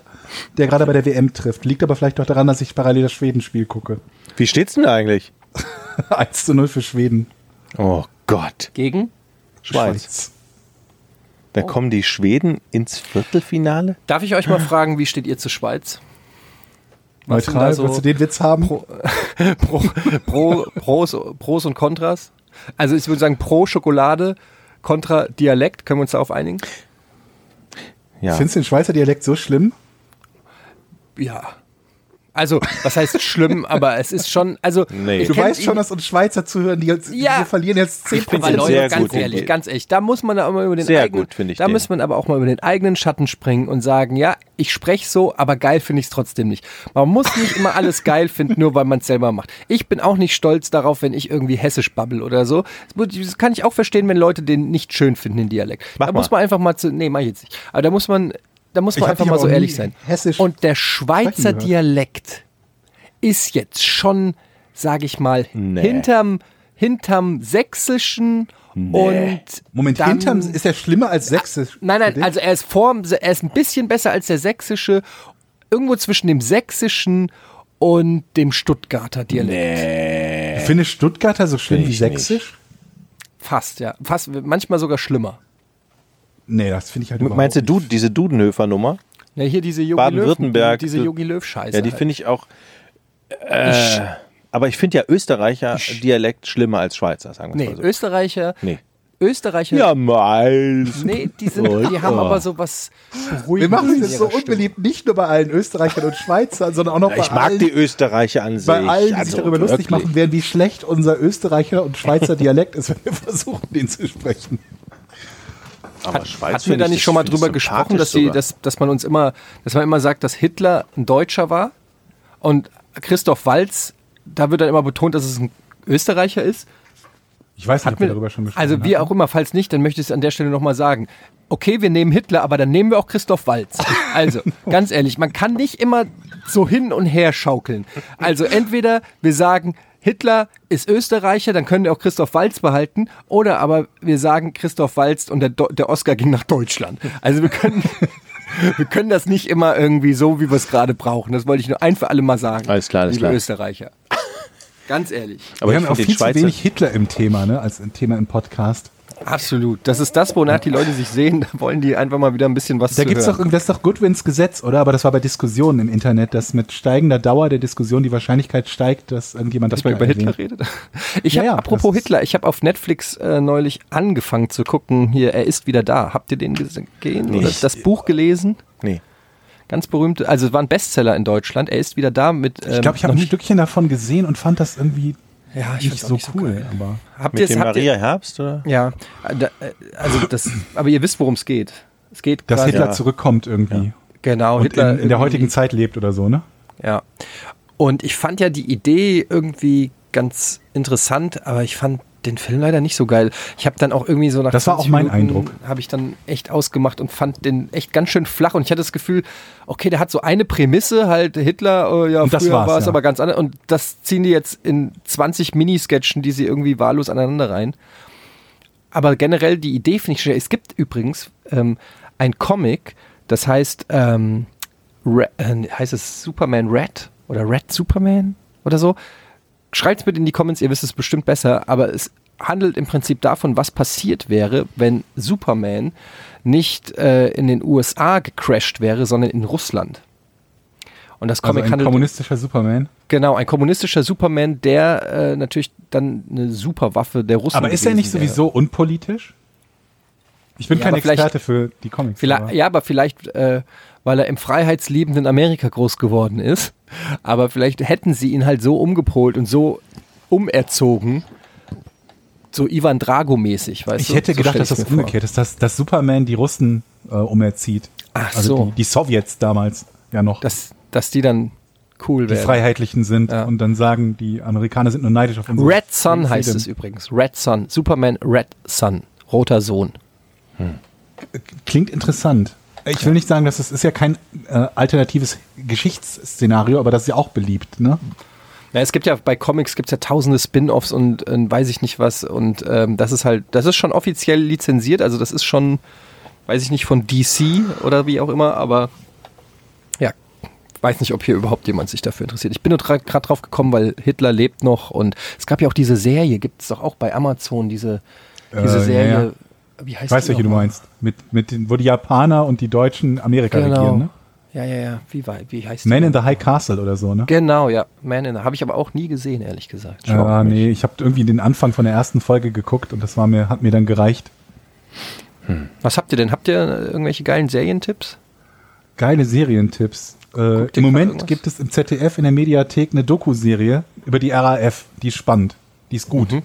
[SPEAKER 3] der gerade bei der WM trifft. Liegt aber vielleicht doch daran, dass ich parallel das Schwedenspiel gucke.
[SPEAKER 1] Wie steht's denn eigentlich?
[SPEAKER 3] 1 zu 0 für Schweden.
[SPEAKER 1] Oh Gott.
[SPEAKER 2] gegen. Oh.
[SPEAKER 1] Da kommen die Schweden ins Viertelfinale?
[SPEAKER 2] Darf ich euch mal fragen, wie steht ihr zur Schweiz? Was sind da
[SPEAKER 3] Neutral,
[SPEAKER 2] so-
[SPEAKER 3] willst du den Witz haben?
[SPEAKER 2] Pro, Pro, Pros, Pros und Kontras? Also ich würde sagen, pro Schokolade, kontra Dialekt. Können wir uns darauf einigen?
[SPEAKER 1] Ja.
[SPEAKER 3] Findest du den Schweizer Dialekt so schlimm?
[SPEAKER 2] Ja. Also, was heißt schlimm, aber es ist schon, also
[SPEAKER 1] Nee.
[SPEAKER 2] ich
[SPEAKER 3] Du
[SPEAKER 2] kenn
[SPEAKER 3] weißt
[SPEAKER 2] ihn-
[SPEAKER 3] schon, dass uns Schweizer zuhören, die, jetzt,
[SPEAKER 2] Ja.
[SPEAKER 3] die verlieren jetzt 10
[SPEAKER 1] find's
[SPEAKER 2] Aber
[SPEAKER 1] jetzt
[SPEAKER 2] Leute,
[SPEAKER 1] sehr
[SPEAKER 2] ganz
[SPEAKER 1] gut, den
[SPEAKER 2] ehrlich,
[SPEAKER 1] Deal.
[SPEAKER 2] ganz ehrlich, da muss man aber über den
[SPEAKER 1] Sehr
[SPEAKER 2] eigenen,
[SPEAKER 1] gut, finde ich
[SPEAKER 2] da
[SPEAKER 1] den.
[SPEAKER 2] muss man aber auch mal über den eigenen Schatten springen und sagen, ja, ich spreche so, aber geil finde ich es trotzdem nicht. Man muss nicht immer alles geil finden, nur weil man es selber macht. Ich bin auch nicht stolz darauf, wenn ich irgendwie hessisch babbel oder so. Das muss- Das kann ich auch verstehen, wenn Leute den nicht schön finden, den Dialekt.
[SPEAKER 1] Mach
[SPEAKER 2] da
[SPEAKER 1] mal.
[SPEAKER 2] muss man einfach mal zu, nee, mach ich jetzt nicht. Aber da muss man, da muss
[SPEAKER 3] Ich
[SPEAKER 2] man
[SPEAKER 3] hab
[SPEAKER 2] einfach
[SPEAKER 3] dich
[SPEAKER 2] mal
[SPEAKER 3] aber
[SPEAKER 2] so
[SPEAKER 3] auch nie
[SPEAKER 2] ehrlich sein.
[SPEAKER 3] hessisch
[SPEAKER 2] und der Schweizer
[SPEAKER 3] sprechen gehört.
[SPEAKER 2] Dialekt ist jetzt schon, sage ich mal,
[SPEAKER 1] Nee.
[SPEAKER 2] hinterm, hinterm Sächsischen und
[SPEAKER 3] Moment,
[SPEAKER 2] dann,
[SPEAKER 3] hinterm ist er schlimmer als Sächsisch.
[SPEAKER 2] Nein,
[SPEAKER 3] für
[SPEAKER 2] nein,
[SPEAKER 3] dich?
[SPEAKER 2] also er ist vorm, er ist ein bisschen besser als der Sächsische, irgendwo zwischen dem Sächsischen und dem Stuttgarter Dialekt.
[SPEAKER 3] Du findest Stuttgarter so schlimm
[SPEAKER 1] Äh. Find
[SPEAKER 3] wie
[SPEAKER 1] ich nicht.
[SPEAKER 3] Sächsisch?
[SPEAKER 2] Fast, ja. Fast, manchmal sogar schlimmer.
[SPEAKER 3] Nee, das finde ich halt
[SPEAKER 1] Meinst du,
[SPEAKER 3] überhaupt
[SPEAKER 1] du diese Dudenhöfer-Nummer?
[SPEAKER 2] Ja, hier diese Jogi Löw,
[SPEAKER 1] Baden-Württemberg. äh,
[SPEAKER 2] diese Jogi Löw Scheiße.
[SPEAKER 1] Ja, die
[SPEAKER 2] halt.
[SPEAKER 1] finde ich auch. Äh, aber ich finde ja Österreicher Dialekt schlimmer als Schweizer, sagen wir
[SPEAKER 2] Nee,
[SPEAKER 1] mal so.
[SPEAKER 2] Österreicher.
[SPEAKER 1] Nee.
[SPEAKER 2] Österreicher.
[SPEAKER 1] Ja, meins.
[SPEAKER 2] Nee, die sind, die haben aber so was
[SPEAKER 3] Wir machen uns
[SPEAKER 2] in
[SPEAKER 3] jetzt so
[SPEAKER 2] ihrer Stimme.
[SPEAKER 3] unbeliebt, nicht nur bei allen Österreichern und Schweizern, sondern auch noch bei
[SPEAKER 1] Ich mag
[SPEAKER 3] allen,
[SPEAKER 1] die Österreicher an sich.
[SPEAKER 3] bei allen, die sich
[SPEAKER 1] Also,
[SPEAKER 3] darüber lustig
[SPEAKER 1] wirklich.
[SPEAKER 3] machen werden, wie schlecht unser Österreicher und Schweizer Dialekt ist, wenn wir versuchen, den zu sprechen.
[SPEAKER 1] Aber Schweiz
[SPEAKER 2] Hatten wir da nicht schon mal drüber gesprochen, dass, die, dass, dass man uns immer, dass man immer sagt, dass Hitler ein Deutscher war und Christoph Walz, da wird dann immer betont, dass es ein Österreicher ist.
[SPEAKER 3] Ich weiß nicht, ob
[SPEAKER 2] Hat mir-
[SPEAKER 3] wir darüber schon gesprochen
[SPEAKER 2] also wie
[SPEAKER 3] hatten.
[SPEAKER 2] auch immer, falls nicht, dann möchte ich es an der Stelle nochmal sagen. Okay, wir nehmen Hitler, aber dann nehmen wir auch Christoph Walz. Also, ganz ehrlich, man kann nicht immer so hin und her schaukeln. Also entweder wir sagen, Hitler ist Österreicher, dann können wir auch Christoph Walz behalten, oder aber wir sagen Christoph Walz und der, Do der Oscar ging nach Deutschland. Also wir können, wir können das nicht immer irgendwie so, wie wir es gerade brauchen. Das wollte ich nur ein für alle Mal sagen.
[SPEAKER 1] Alles klar, alles
[SPEAKER 2] liebe
[SPEAKER 1] klar.
[SPEAKER 2] Österreicher. Ganz ehrlich.
[SPEAKER 1] Aber
[SPEAKER 3] wir
[SPEAKER 1] ich
[SPEAKER 3] haben
[SPEAKER 1] finde
[SPEAKER 3] auch viel
[SPEAKER 1] den
[SPEAKER 3] zu
[SPEAKER 1] Schweizer.
[SPEAKER 3] wenig Hitler im Thema, ne? Als ein Thema im Podcast.
[SPEAKER 2] Absolut. Das ist das, wonach die Leute sich sehen. Da wollen die einfach mal wieder ein bisschen was
[SPEAKER 3] Da
[SPEAKER 2] zu
[SPEAKER 3] gibt's doch
[SPEAKER 2] hören.
[SPEAKER 3] irgendwas doch Goodwins Gesetz, oder? Aber das war bei Diskussionen im Internet, dass mit steigender Dauer der Diskussion die Wahrscheinlichkeit steigt, dass irgendjemand
[SPEAKER 2] dass man über Hitler
[SPEAKER 3] erwähnt.
[SPEAKER 2] redet. Ich
[SPEAKER 3] Ja,
[SPEAKER 2] habe,
[SPEAKER 3] ja,
[SPEAKER 2] apropos
[SPEAKER 3] das ist-
[SPEAKER 2] Hitler, ich habe auf Netflix äh, neulich angefangen zu gucken. Hier, er ist wieder da. Habt ihr den gesehen oder
[SPEAKER 1] Ich-
[SPEAKER 2] das Buch gelesen?
[SPEAKER 1] Nee.
[SPEAKER 2] Ganz berühmte, also es war ein Bestseller in Deutschland. Er ist wieder da mit.
[SPEAKER 3] Ich glaube, ich habe
[SPEAKER 2] Ähm, noch
[SPEAKER 3] ein Stückchen davon gesehen und fand das irgendwie
[SPEAKER 2] Ja, ich
[SPEAKER 3] nicht
[SPEAKER 2] find's auch
[SPEAKER 3] so
[SPEAKER 2] nicht so
[SPEAKER 3] cool. aber
[SPEAKER 2] Habt
[SPEAKER 1] Mit
[SPEAKER 2] ihr's-
[SPEAKER 1] dem
[SPEAKER 2] habt
[SPEAKER 1] Maria Herbst, oder?
[SPEAKER 2] Ja, äh, da, äh, also das. Aber ihr wisst, worum es geht. Es geht
[SPEAKER 3] dass
[SPEAKER 2] quasi-
[SPEAKER 3] Hitler
[SPEAKER 1] Ja.
[SPEAKER 3] zurückkommt irgendwie.
[SPEAKER 2] genau
[SPEAKER 3] Und in, in der
[SPEAKER 2] irgendwie-
[SPEAKER 3] heutigen Zeit lebt oder so, ne?
[SPEAKER 2] Ja. Und ich fand ja die Idee irgendwie ganz interessant, aber ich fand den Film leider nicht so geil. Ich habe dann auch irgendwie so nach
[SPEAKER 3] Das war
[SPEAKER 2] 20
[SPEAKER 3] auch mein
[SPEAKER 2] Minuten
[SPEAKER 3] Eindruck.
[SPEAKER 2] habe ich dann echt ausgemacht und fand den echt ganz schön flach und ich hatte das Gefühl, okay, der hat so eine Prämisse, halt Hitler, äh, ja,
[SPEAKER 3] Und das
[SPEAKER 2] früher
[SPEAKER 3] war's,
[SPEAKER 2] war es
[SPEAKER 3] ja.
[SPEAKER 2] aber ganz anders und das ziehen die jetzt in 20 Minisketchen, die sie irgendwie wahllos aneinander rein. Aber generell die Idee finde ich schön. Es gibt übrigens ähm, ein Comic, das heißt, ähm, Re äh, heißt es Superman Red oder Red Superman oder so. Schreibt's bitte in die Comments, ihr wisst es bestimmt besser, aber es handelt im Prinzip davon, was passiert wäre, wenn Superman nicht äh, in den USA gecrashed wäre, sondern in Russland. Und das
[SPEAKER 3] Also
[SPEAKER 2] Comic
[SPEAKER 3] ein
[SPEAKER 2] handelt
[SPEAKER 3] kommunistischer Superman.
[SPEAKER 2] genau ein kommunistischer Superman, der äh, natürlich dann eine Superwaffe der Russen
[SPEAKER 3] Aber ist er
[SPEAKER 2] gewesen
[SPEAKER 3] nicht
[SPEAKER 2] wäre.
[SPEAKER 3] sowieso unpolitisch? Ich bin
[SPEAKER 2] Ja,
[SPEAKER 3] kein
[SPEAKER 2] aber vielleicht-
[SPEAKER 3] Experte für die Comics.
[SPEAKER 2] Vielleicht, ja, aber vielleicht, äh, weil er im freiheitsliebenden Amerika groß geworden ist. Aber vielleicht hätten sie ihn halt so umgepolt und so umerzogen, so Ivan Drago-mäßig, weißt
[SPEAKER 3] Ich
[SPEAKER 2] du?
[SPEAKER 3] hätte
[SPEAKER 2] so
[SPEAKER 3] gedacht,
[SPEAKER 2] stell
[SPEAKER 3] dass
[SPEAKER 2] ich's
[SPEAKER 3] das
[SPEAKER 2] mir vor.
[SPEAKER 3] umgekehrt ist, dass, dass Superman die Russen äh, umerzieht.
[SPEAKER 2] Ach
[SPEAKER 3] also
[SPEAKER 2] so.
[SPEAKER 3] Die, die Sowjets damals ja noch.
[SPEAKER 2] Dass, dass die dann cool
[SPEAKER 3] die
[SPEAKER 2] werden.
[SPEAKER 3] Freiheitlichen sind
[SPEAKER 2] Ja.
[SPEAKER 3] und dann sagen, die Amerikaner sind nur neidisch auf uns.
[SPEAKER 2] Red Sun heißt es übrigens. Red Sun. Superman Red Sun. Roter Sohn.
[SPEAKER 3] Klingt interessant. Ich will nicht sagen, dass es ist ja kein äh, alternatives Geschichtsszenario, aber das ist ja auch beliebt. Ne?
[SPEAKER 2] Na, es gibt ja bei Comics gibt's ja tausende Spin-offs und, und weiß ich nicht was und ähm, das ist halt, das ist schon offiziell lizenziert, also das ist schon, weiß ich nicht, von DC oder wie auch immer, aber ja, weiß nicht, ob hier überhaupt jemand sich dafür interessiert. Ich bin nur gerade drauf gekommen, weil Hitler lebt noch und es gab ja auch diese Serie, gibt es doch auch bei Amazon, diese, diese
[SPEAKER 3] Äh,
[SPEAKER 2] Serie,
[SPEAKER 3] ja, ja.
[SPEAKER 2] wie heißt
[SPEAKER 3] Ich weiß,
[SPEAKER 2] die
[SPEAKER 3] welche du
[SPEAKER 2] noch mal?
[SPEAKER 3] meinst. Mit, mit den, wo die Japaner und die Deutschen Amerika
[SPEAKER 2] Genau.
[SPEAKER 3] regieren. Ne?
[SPEAKER 2] Ja, ja, ja, wie, war- wie heißt
[SPEAKER 3] Man
[SPEAKER 2] die?
[SPEAKER 3] in the High Castle oder so. Ne?
[SPEAKER 2] Genau, ja, Man in the, habe ich aber auch nie gesehen, ehrlich gesagt.
[SPEAKER 3] Ja, Ah, nee, ich habe irgendwie den Anfang von der ersten Folge geguckt und das war mir, hat mir dann gereicht.
[SPEAKER 2] Was habt ihr denn? Habt ihr äh, irgendwelche geilen Serientipps?
[SPEAKER 3] Geile Serientipps. Äh,
[SPEAKER 2] dir
[SPEAKER 3] Im Moment
[SPEAKER 2] irgendwas?
[SPEAKER 3] gibt es im ZDF in der Mediathek eine Doku-Serie über die RAF. Die ist spannend. Die ist gut.
[SPEAKER 2] Mhm.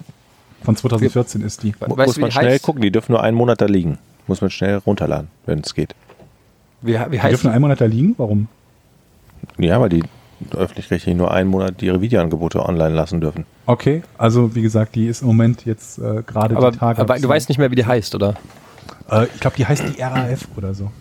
[SPEAKER 3] Von 2014 ist die.
[SPEAKER 1] Mu- muss
[SPEAKER 2] weißt du, wie
[SPEAKER 1] man
[SPEAKER 2] die
[SPEAKER 1] schnell
[SPEAKER 2] heißt?
[SPEAKER 1] gucken, die dürfen nur einen Monat da liegen. Muss man schnell runterladen, wenn es geht.
[SPEAKER 2] Wie, wie
[SPEAKER 3] Die
[SPEAKER 2] heißt
[SPEAKER 3] dürfen einen Monat da liegen? Warum?
[SPEAKER 1] Ja, weil die öffentlich-rechtlich nur einen Monat ihre Videoangebote online lassen dürfen.
[SPEAKER 3] Okay, also wie gesagt, die ist im Moment jetzt äh, gerade
[SPEAKER 2] Aber,
[SPEAKER 3] die Tage.
[SPEAKER 2] aber du weißt nicht mehr, wie die heißt, oder?
[SPEAKER 3] Äh, ich glaube, die heißt die RAF oder so.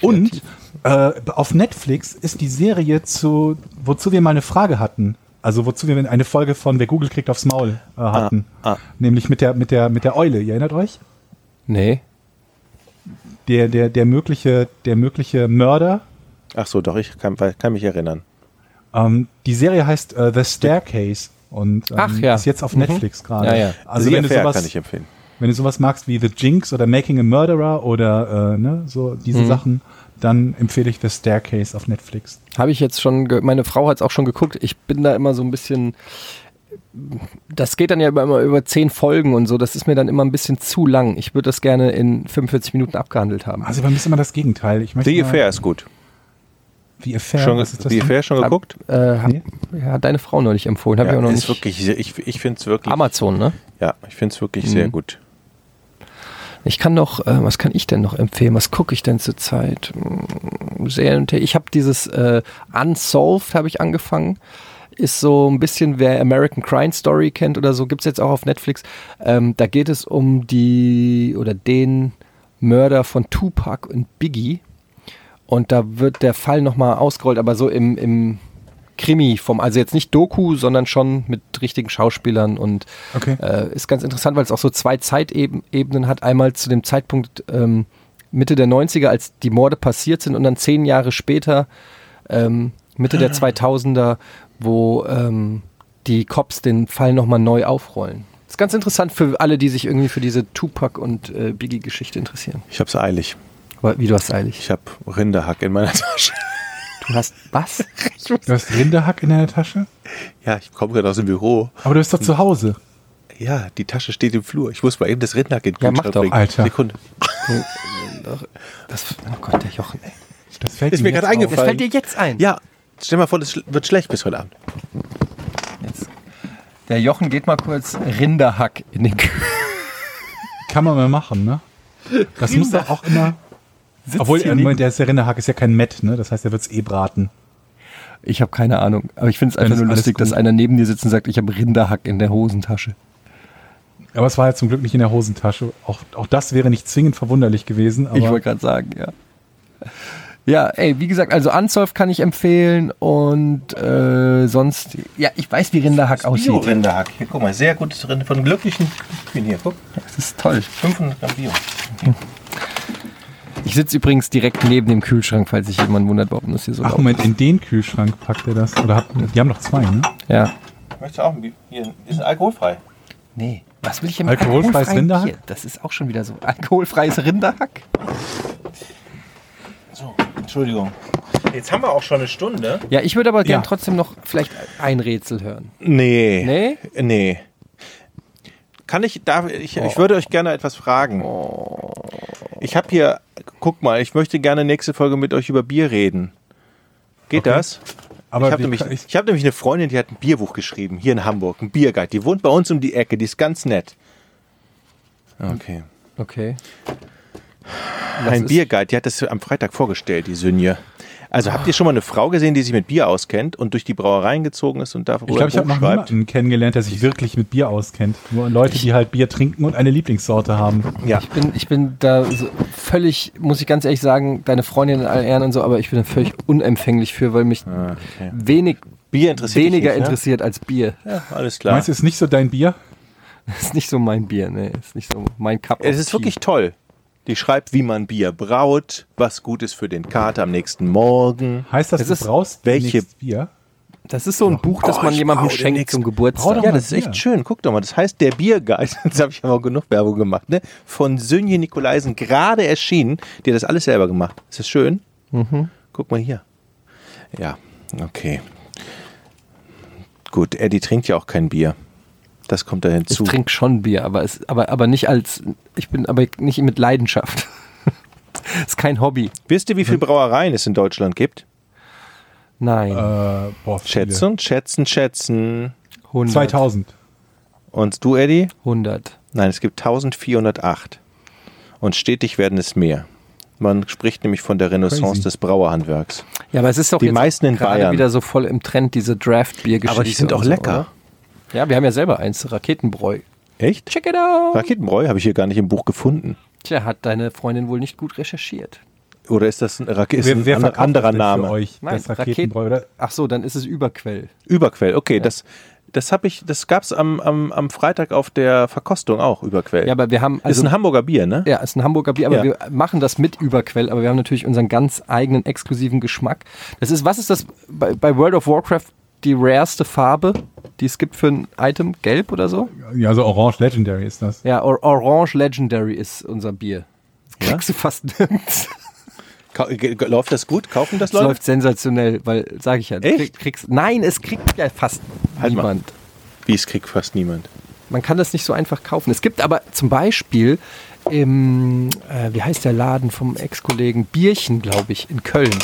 [SPEAKER 3] Und äh, auf Netflix ist die Serie zu, wozu wir mal eine Frage hatten. Also wozu wir eine Folge von Wer Google kriegt aufs Maul äh, hatten.
[SPEAKER 1] ah.
[SPEAKER 3] Nämlich mit der, mit der, mit der Eule, ihr erinnert euch?
[SPEAKER 2] Nee.
[SPEAKER 3] Der, der, der mögliche, der mögliche Mörder.
[SPEAKER 1] Ach so, doch, ich kann, weil- kann mich erinnern.
[SPEAKER 3] Ähm, die Serie heißt äh, The Staircase und ähm,
[SPEAKER 2] Ach ja.
[SPEAKER 3] ist jetzt auf
[SPEAKER 2] Mhm.
[SPEAKER 3] Netflix gerade.
[SPEAKER 2] Ja, ja.
[SPEAKER 3] Also
[SPEAKER 1] Sie
[SPEAKER 3] wenn du,
[SPEAKER 1] Affair
[SPEAKER 3] sowas,
[SPEAKER 1] kann ich empfehlen.
[SPEAKER 3] wenn du sowas magst wie The Jinx oder Making a Murderer oder äh, ne, so diese
[SPEAKER 2] Mhm.
[SPEAKER 3] Sachen, dann empfehle ich The Staircase auf Netflix.
[SPEAKER 2] Habe ich jetzt schon, ge- meine Frau hat es auch schon geguckt. Ich bin da immer so ein bisschen, das geht dann ja immer, immer über zehn Folgen und so. Das ist mir dann immer ein bisschen zu lang. Ich würde das gerne in 45 Minuten abgehandelt haben.
[SPEAKER 3] Also bei mir ist immer das Gegenteil. Ich möchte
[SPEAKER 1] The
[SPEAKER 3] mal-
[SPEAKER 1] Affair ist gut.
[SPEAKER 3] The Affair.
[SPEAKER 1] schon,
[SPEAKER 3] was ist das
[SPEAKER 1] The
[SPEAKER 3] denn?
[SPEAKER 1] Affair schon geguckt?
[SPEAKER 2] Äh, hab,
[SPEAKER 3] Nee.
[SPEAKER 2] Ja, hat deine Frau neulich empfohlen. Habe ich auch noch
[SPEAKER 1] ist
[SPEAKER 2] nicht.
[SPEAKER 1] wirklich, sehr- ich, ich finde es wirklich,
[SPEAKER 2] Amazon, ne?
[SPEAKER 1] ja, ich finde es wirklich
[SPEAKER 2] Mhm.
[SPEAKER 1] sehr gut.
[SPEAKER 2] Ich kann noch, äh, was kann ich denn noch empfehlen? Was gucke ich denn zurzeit? Hm, Serien, ich habe dieses äh, Unsolved habe ich angefangen. ist so ein bisschen, wer American Crime Story kennt oder so, gibt es jetzt auch auf Netflix. Ähm, da geht es um die oder den Mörder von Tupac und Biggie. Und da wird der Fall nochmal ausgerollt, aber so im, im Krimi vom, also jetzt nicht Doku, sondern schon mit richtigen Schauspielern und
[SPEAKER 3] Okay.
[SPEAKER 2] äh, ist ganz interessant, weil es auch so zwei Zeitebenen hat. Einmal zu dem Zeitpunkt ähm, Mitte der 90er, als die Morde passiert sind und dann zehn Jahre später, ähm, Mitte der 2000er, wo ähm, die Cops den Fall nochmal neu aufrollen. Ist ganz interessant für alle, die sich irgendwie für diese Tupac- und äh, Biggie-Geschichte interessieren.
[SPEAKER 1] Ich hab's eilig.
[SPEAKER 2] Aber wie du hast eilig.
[SPEAKER 1] Ich hab Rinderhack in meiner Tasche.
[SPEAKER 2] Du hast was?
[SPEAKER 3] Du hast Rinderhack in deiner Tasche?
[SPEAKER 1] Ja, ich komme gerade aus dem Büro.
[SPEAKER 3] Aber du bist doch zu Hause.
[SPEAKER 1] Ja, die Tasche steht im Flur. Ich muss mal eben das Rinderhack in den
[SPEAKER 2] Ja,
[SPEAKER 1] Kühlschrank
[SPEAKER 2] mach doch,
[SPEAKER 1] bringen.
[SPEAKER 3] Alter.
[SPEAKER 1] Sekunde.
[SPEAKER 2] das oh Gott, der Jochen, ey.
[SPEAKER 3] Das fällt
[SPEAKER 1] Ist mir gerade
[SPEAKER 3] jetzt auf.
[SPEAKER 1] eingefallen.
[SPEAKER 2] fällt dir jetzt ein?
[SPEAKER 1] Ja, stell mal vor, das wird schlecht bis heute Abend.
[SPEAKER 2] Jetzt. Der Jochen geht mal kurz Rinderhack in den Kühl.
[SPEAKER 3] Kann man mal machen, ne? Das muss doch auch immer. Obwohl,
[SPEAKER 2] hier
[SPEAKER 3] äh,
[SPEAKER 2] neben-
[SPEAKER 3] der ist ja Rinderhack ist ja kein Met, ne? Das heißt, er wird es eh braten.
[SPEAKER 2] Ich habe keine Ahnung. Aber ich finde es einfach
[SPEAKER 3] ist
[SPEAKER 2] nur
[SPEAKER 3] alles
[SPEAKER 2] lustig, dass
[SPEAKER 3] gut.
[SPEAKER 2] einer neben dir sitzt und sagt, ich habe Rinderhack in der Hosentasche.
[SPEAKER 3] Aber es war ja zum Glück nicht in der Hosentasche. Auch, auch das wäre nicht zwingend verwunderlich gewesen. Aber
[SPEAKER 2] ich wollte gerade sagen, ja. Ja, ey, wie gesagt, also Anzolf kann ich empfehlen und äh, sonst, ja, ich weiß, wie Rinderhack aussieht.
[SPEAKER 1] Bio-Rinderhack. Hier, guck mal, sehr gutes Rind von glücklichen Kühen hier. Guck,
[SPEAKER 2] Das ist toll.
[SPEAKER 1] 500 Gramm Bio.
[SPEAKER 2] Ich sitze übrigens direkt neben dem Kühlschrank, falls sich jemand wundert, warum das hier so
[SPEAKER 3] ach
[SPEAKER 2] laut
[SPEAKER 3] Moment, in den Kühlschrank packt er das. Oder habt, die haben noch zwei, ne?
[SPEAKER 2] ist. Ja.
[SPEAKER 1] Möchtest du auch ein Bio? Hier, ist alkoholfrei.
[SPEAKER 2] Nee. Was will ich im
[SPEAKER 3] Alkoholfreies
[SPEAKER 2] alkoholfreien
[SPEAKER 3] Rinderhack?
[SPEAKER 2] Bier? Das ist auch schon wieder so. Alkoholfreies Rinderhack?
[SPEAKER 1] So, Entschuldigung. Jetzt haben wir auch schon eine Stunde.
[SPEAKER 2] Ja, ich würde aber gerne
[SPEAKER 3] Ja.
[SPEAKER 2] trotzdem noch vielleicht ein Rätsel hören.
[SPEAKER 1] Nee. Nee? Nee. Kann ich, darf, ich, ich würde euch gerne etwas fragen. Ich habe hier, guck mal, ich möchte gerne nächste Folge mit euch über Bier reden. Geht das?
[SPEAKER 3] Aber
[SPEAKER 1] ich habe
[SPEAKER 3] die-
[SPEAKER 1] nämlich,
[SPEAKER 3] ich-
[SPEAKER 1] ich hab nämlich eine Freundin, die hat ein Bierbuch geschrieben, hier in Hamburg, ein Bierguide. Die wohnt bei uns um die Ecke, die ist ganz nett. Okay.
[SPEAKER 2] Okay.
[SPEAKER 1] Ein
[SPEAKER 2] ist-
[SPEAKER 1] Bierguide, die hat das am Freitag vorgestellt, die Sünje. Also habt ihr schon mal eine Frau gesehen, die sich mit Bier auskennt und durch die Brauereien gezogen ist und darüber
[SPEAKER 3] Ich glaube, ich
[SPEAKER 1] ein
[SPEAKER 3] habe
[SPEAKER 1] Buch
[SPEAKER 3] noch
[SPEAKER 1] schreibt?
[SPEAKER 3] niemanden kennengelernt, der sich wirklich mit Bier auskennt. Nur Leute, die halt Bier trinken und eine Lieblingssorte haben.
[SPEAKER 1] Ja.
[SPEAKER 2] Ich bin, ich bin da so völlig, muss ich ganz ehrlich sagen, deine Freundin in allen Ehren und so, aber ich bin da völlig unempfänglich für, weil mich
[SPEAKER 1] Ah,
[SPEAKER 2] wenig,
[SPEAKER 1] Bier interessiert dich
[SPEAKER 2] weniger
[SPEAKER 1] nicht, ne?
[SPEAKER 2] interessiert als Bier.
[SPEAKER 1] Alles klar.
[SPEAKER 3] Meinst du, ist nicht so dein Bier?
[SPEAKER 2] Das ist nicht so mein Bier, nee, ist nicht so mein Cup.
[SPEAKER 1] Es
[SPEAKER 2] of
[SPEAKER 1] ist
[SPEAKER 2] Tea.
[SPEAKER 1] wirklich toll. Die schreibt, wie man Bier braut, was gut ist für den Kater am nächsten Morgen.
[SPEAKER 3] Heißt das,
[SPEAKER 2] Es ist-
[SPEAKER 3] du brauchst
[SPEAKER 1] welche-
[SPEAKER 3] nichts Bier?
[SPEAKER 2] Das ist so ein Buch, das
[SPEAKER 1] Oh,
[SPEAKER 2] man
[SPEAKER 1] ich
[SPEAKER 2] jemandem
[SPEAKER 1] brauche den
[SPEAKER 2] schenkt
[SPEAKER 1] nächsten-
[SPEAKER 2] zum
[SPEAKER 3] Brauch
[SPEAKER 2] Geburtstag.
[SPEAKER 3] doch
[SPEAKER 1] Ja,
[SPEAKER 3] mal
[SPEAKER 1] das ist
[SPEAKER 3] Bier.
[SPEAKER 1] echt schön. Guck doch mal, das heißt der Biergeist, jetzt habe ich aber genug Werbung gemacht, ne? Von Sönje Nikolaisen, gerade erschienen, die hat das alles selber gemacht. Ist das schön? Guck mal hier. Ja, okay. Gut, Eddie trinkt ja auch kein Bier. Das kommt da
[SPEAKER 2] Ich
[SPEAKER 1] hinzu.
[SPEAKER 2] trinke schon Bier, aber, es, aber, aber nicht als, ich bin aber nicht mit Leidenschaft. ist kein Hobby.
[SPEAKER 1] Wisst ihr, wie viele Brauereien es in Deutschland gibt?
[SPEAKER 2] Nein.
[SPEAKER 3] Äh, boah, viele.
[SPEAKER 1] Schätzen, schätzen, schätzen.
[SPEAKER 2] 100.
[SPEAKER 3] 2000.
[SPEAKER 1] Und du, Eddie?
[SPEAKER 2] 100.
[SPEAKER 1] Nein, es gibt 1408. Und stetig werden es mehr. Man spricht nämlich von der Renaissance
[SPEAKER 3] Crazy.
[SPEAKER 1] des Brauerhandwerks.
[SPEAKER 2] Ja, aber es ist doch
[SPEAKER 1] Die
[SPEAKER 2] jetzt
[SPEAKER 1] meisten in
[SPEAKER 2] gerade
[SPEAKER 1] Bayern.
[SPEAKER 2] wieder so voll im Trend, diese Draft-Bier-Geschichte. und so, oder? Ja, wir haben ja selber eins, Raketenbräu.
[SPEAKER 1] Echt?
[SPEAKER 2] Check it out!
[SPEAKER 1] Raketenbräu habe ich hier gar nicht im Buch gefunden.
[SPEAKER 2] Tja, hat deine Freundin wohl nicht gut recherchiert.
[SPEAKER 1] Oder ist das ein, Rake ist
[SPEAKER 3] Wer, wer
[SPEAKER 1] ein ander- anderer
[SPEAKER 3] verkauft das denn für
[SPEAKER 1] Name?
[SPEAKER 3] euch? das Raketenbräu, oder?
[SPEAKER 2] Ach so, dann ist es Überquell.
[SPEAKER 1] Überquell, okay. Das, das, hab ich- das gab es am, am, am Freitag auf der Verkostung auch, Überquell.
[SPEAKER 2] Ja, aber wir haben
[SPEAKER 1] ist
[SPEAKER 2] also
[SPEAKER 1] ein Hamburger Bier, ne?
[SPEAKER 2] ja, ist ein Hamburger Bier, aber
[SPEAKER 1] Ja.
[SPEAKER 2] wir machen das mit Überquell, aber wir haben natürlich unseren ganz eigenen exklusiven Geschmack. Das ist, was ist das bei, bei World of Warcraft die rareste Farbe, die es gibt für ein Item? Gelb oder so?
[SPEAKER 3] Ja, so Orange Legendary ist das.
[SPEAKER 2] Ja, or Orange Legendary ist unser Bier. Das kriegst du fast nirgends.
[SPEAKER 1] Ka- ge- ge- Läuft das gut? Kaufen das
[SPEAKER 2] Es
[SPEAKER 1] Leute?
[SPEAKER 2] läuft sensationell, weil, sage ich ja, du
[SPEAKER 1] Echt?
[SPEAKER 2] krieg- kriegst, nein, es kriegt ja fast
[SPEAKER 1] Halt mal.
[SPEAKER 2] niemand.
[SPEAKER 1] Wie es kriegt fast niemand.
[SPEAKER 2] Man kann das nicht so einfach kaufen. Es gibt aber zum Beispiel im, äh, wie heißt der Laden vom Ex-Kollegen Bierchen, glaube ich, in Köln.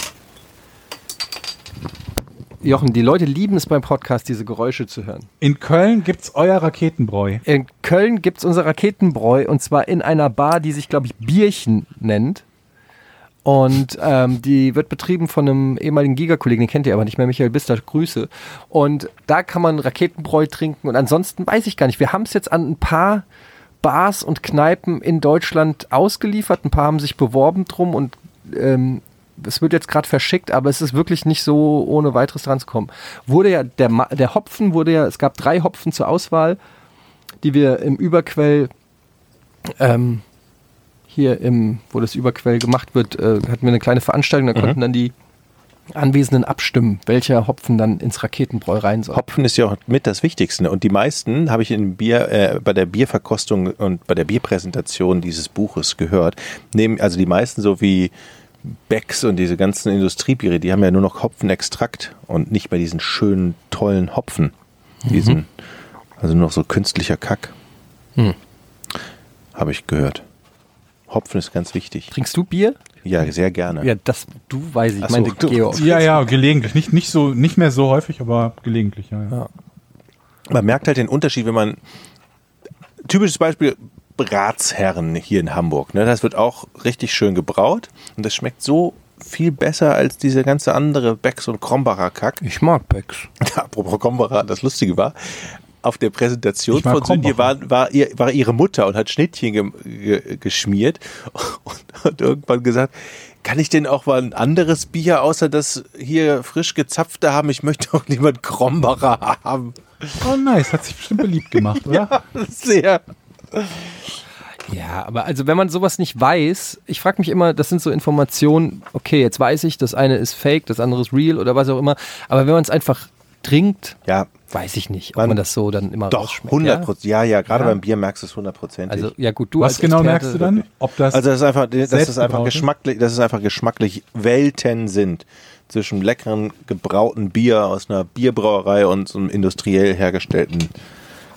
[SPEAKER 2] Jochen, die Leute lieben es beim Podcast, diese Geräusche zu hören.
[SPEAKER 3] In Köln gibt's euer Raketenbräu.
[SPEAKER 2] In Köln gibt es unser Raketenbräu und zwar in einer Bar, die sich, glaube ich, Bierchen nennt. Und ähm, die wird betrieben von einem ehemaligen Gigakollegen, den kennt ihr aber nicht mehr, Michael Bister, Grüße. Und da kann man Raketenbräu trinken und ansonsten weiß ich gar nicht. Wir haben es jetzt an ein paar Bars und Kneipen in Deutschland ausgeliefert. Ein paar haben sich beworben drum und ähm, es wird jetzt gerade verschickt, aber es ist wirklich nicht so ohne weiteres dran zu kommen. Wurde ja, der, Ma- der Hopfen wurde ja, es gab drei Hopfen zur Auswahl, die wir im Überquell ähm, hier im, wo das Überquell gemacht wird, äh, hatten wir eine kleine Veranstaltung, da konnten dann die Anwesenden abstimmen, welcher Hopfen dann ins Raketenbräu rein soll.
[SPEAKER 1] Hopfen ist ja auch mit das Wichtigste. Und die meisten habe ich in Bier, äh, bei der Bierverkostung und bei der Bierpräsentation dieses Buches gehört. Nehmen, also die meisten, so wie Becks und diese ganzen Industriebiere, die haben ja nur noch Hopfenextrakt und nicht mehr diesen schönen, tollen Hopfen. Diesen, Also nur noch so künstlicher Kack. Habe ich gehört. Hopfen ist ganz wichtig.
[SPEAKER 2] Trinkst du Bier?
[SPEAKER 1] Ja, sehr gerne.
[SPEAKER 2] Ja, das, du weiß ich,
[SPEAKER 1] Ach
[SPEAKER 2] ich
[SPEAKER 1] so,
[SPEAKER 2] meine
[SPEAKER 1] du-
[SPEAKER 2] Georg.
[SPEAKER 3] Ja, ja, gelegentlich. Nicht, nicht, so, nicht mehr so häufig, aber gelegentlich. Ja, ja.
[SPEAKER 1] Man merkt halt den Unterschied, wenn man. Typisches Beispiel: Ratsherren hier in Hamburg. Ne? Das wird auch richtig schön gebraut und das schmeckt so viel besser als diese ganze andere Becks und Krombacher Kack.
[SPEAKER 2] Ich mag Becks.
[SPEAKER 1] Apropos Krombacher, das Lustige war, auf der Präsentation
[SPEAKER 3] Ich mag
[SPEAKER 1] von Sünje
[SPEAKER 3] Krombacher.
[SPEAKER 1] war, war, ihr, war ihre Mutter und hat Schnittchen ge, ge, geschmiert und hat irgendwann gesagt, kann ich denn auch mal ein anderes Bier außer das hier frisch gezapfte haben? Ich möchte auch niemand Krombacher haben.
[SPEAKER 3] Oh, nice. Hat sich bestimmt beliebt gemacht, oder?
[SPEAKER 1] Sehr.
[SPEAKER 2] Ja, aber also wenn man sowas nicht weiß, ich frage mich immer, das sind so Informationen, okay, jetzt weiß ich, das eine ist fake, das andere ist real oder was auch immer, aber wenn man es einfach trinkt,
[SPEAKER 1] Ja,
[SPEAKER 2] weiß ich nicht, ob
[SPEAKER 1] Man-
[SPEAKER 2] man, das so dann immer
[SPEAKER 1] Doch,
[SPEAKER 2] rausschmeckt.
[SPEAKER 1] 100
[SPEAKER 2] ja?
[SPEAKER 1] Prozent. Ja, ja, gerade
[SPEAKER 2] Ja.
[SPEAKER 1] beim Bier merkst du es hundertprozentig.
[SPEAKER 2] Also,
[SPEAKER 1] Also,
[SPEAKER 2] ja gut, du
[SPEAKER 3] Was
[SPEAKER 2] als
[SPEAKER 3] genau
[SPEAKER 2] Experte-
[SPEAKER 3] merkst du dann? Ob das
[SPEAKER 1] das ist einfach, das ist einfach
[SPEAKER 3] Selbstgebraute?
[SPEAKER 1] geschmacklich, das ist einfach geschmacklich Welten sind zwischen leckeren gebrauten Bier aus einer Bierbrauerei und so einem industriell hergestellten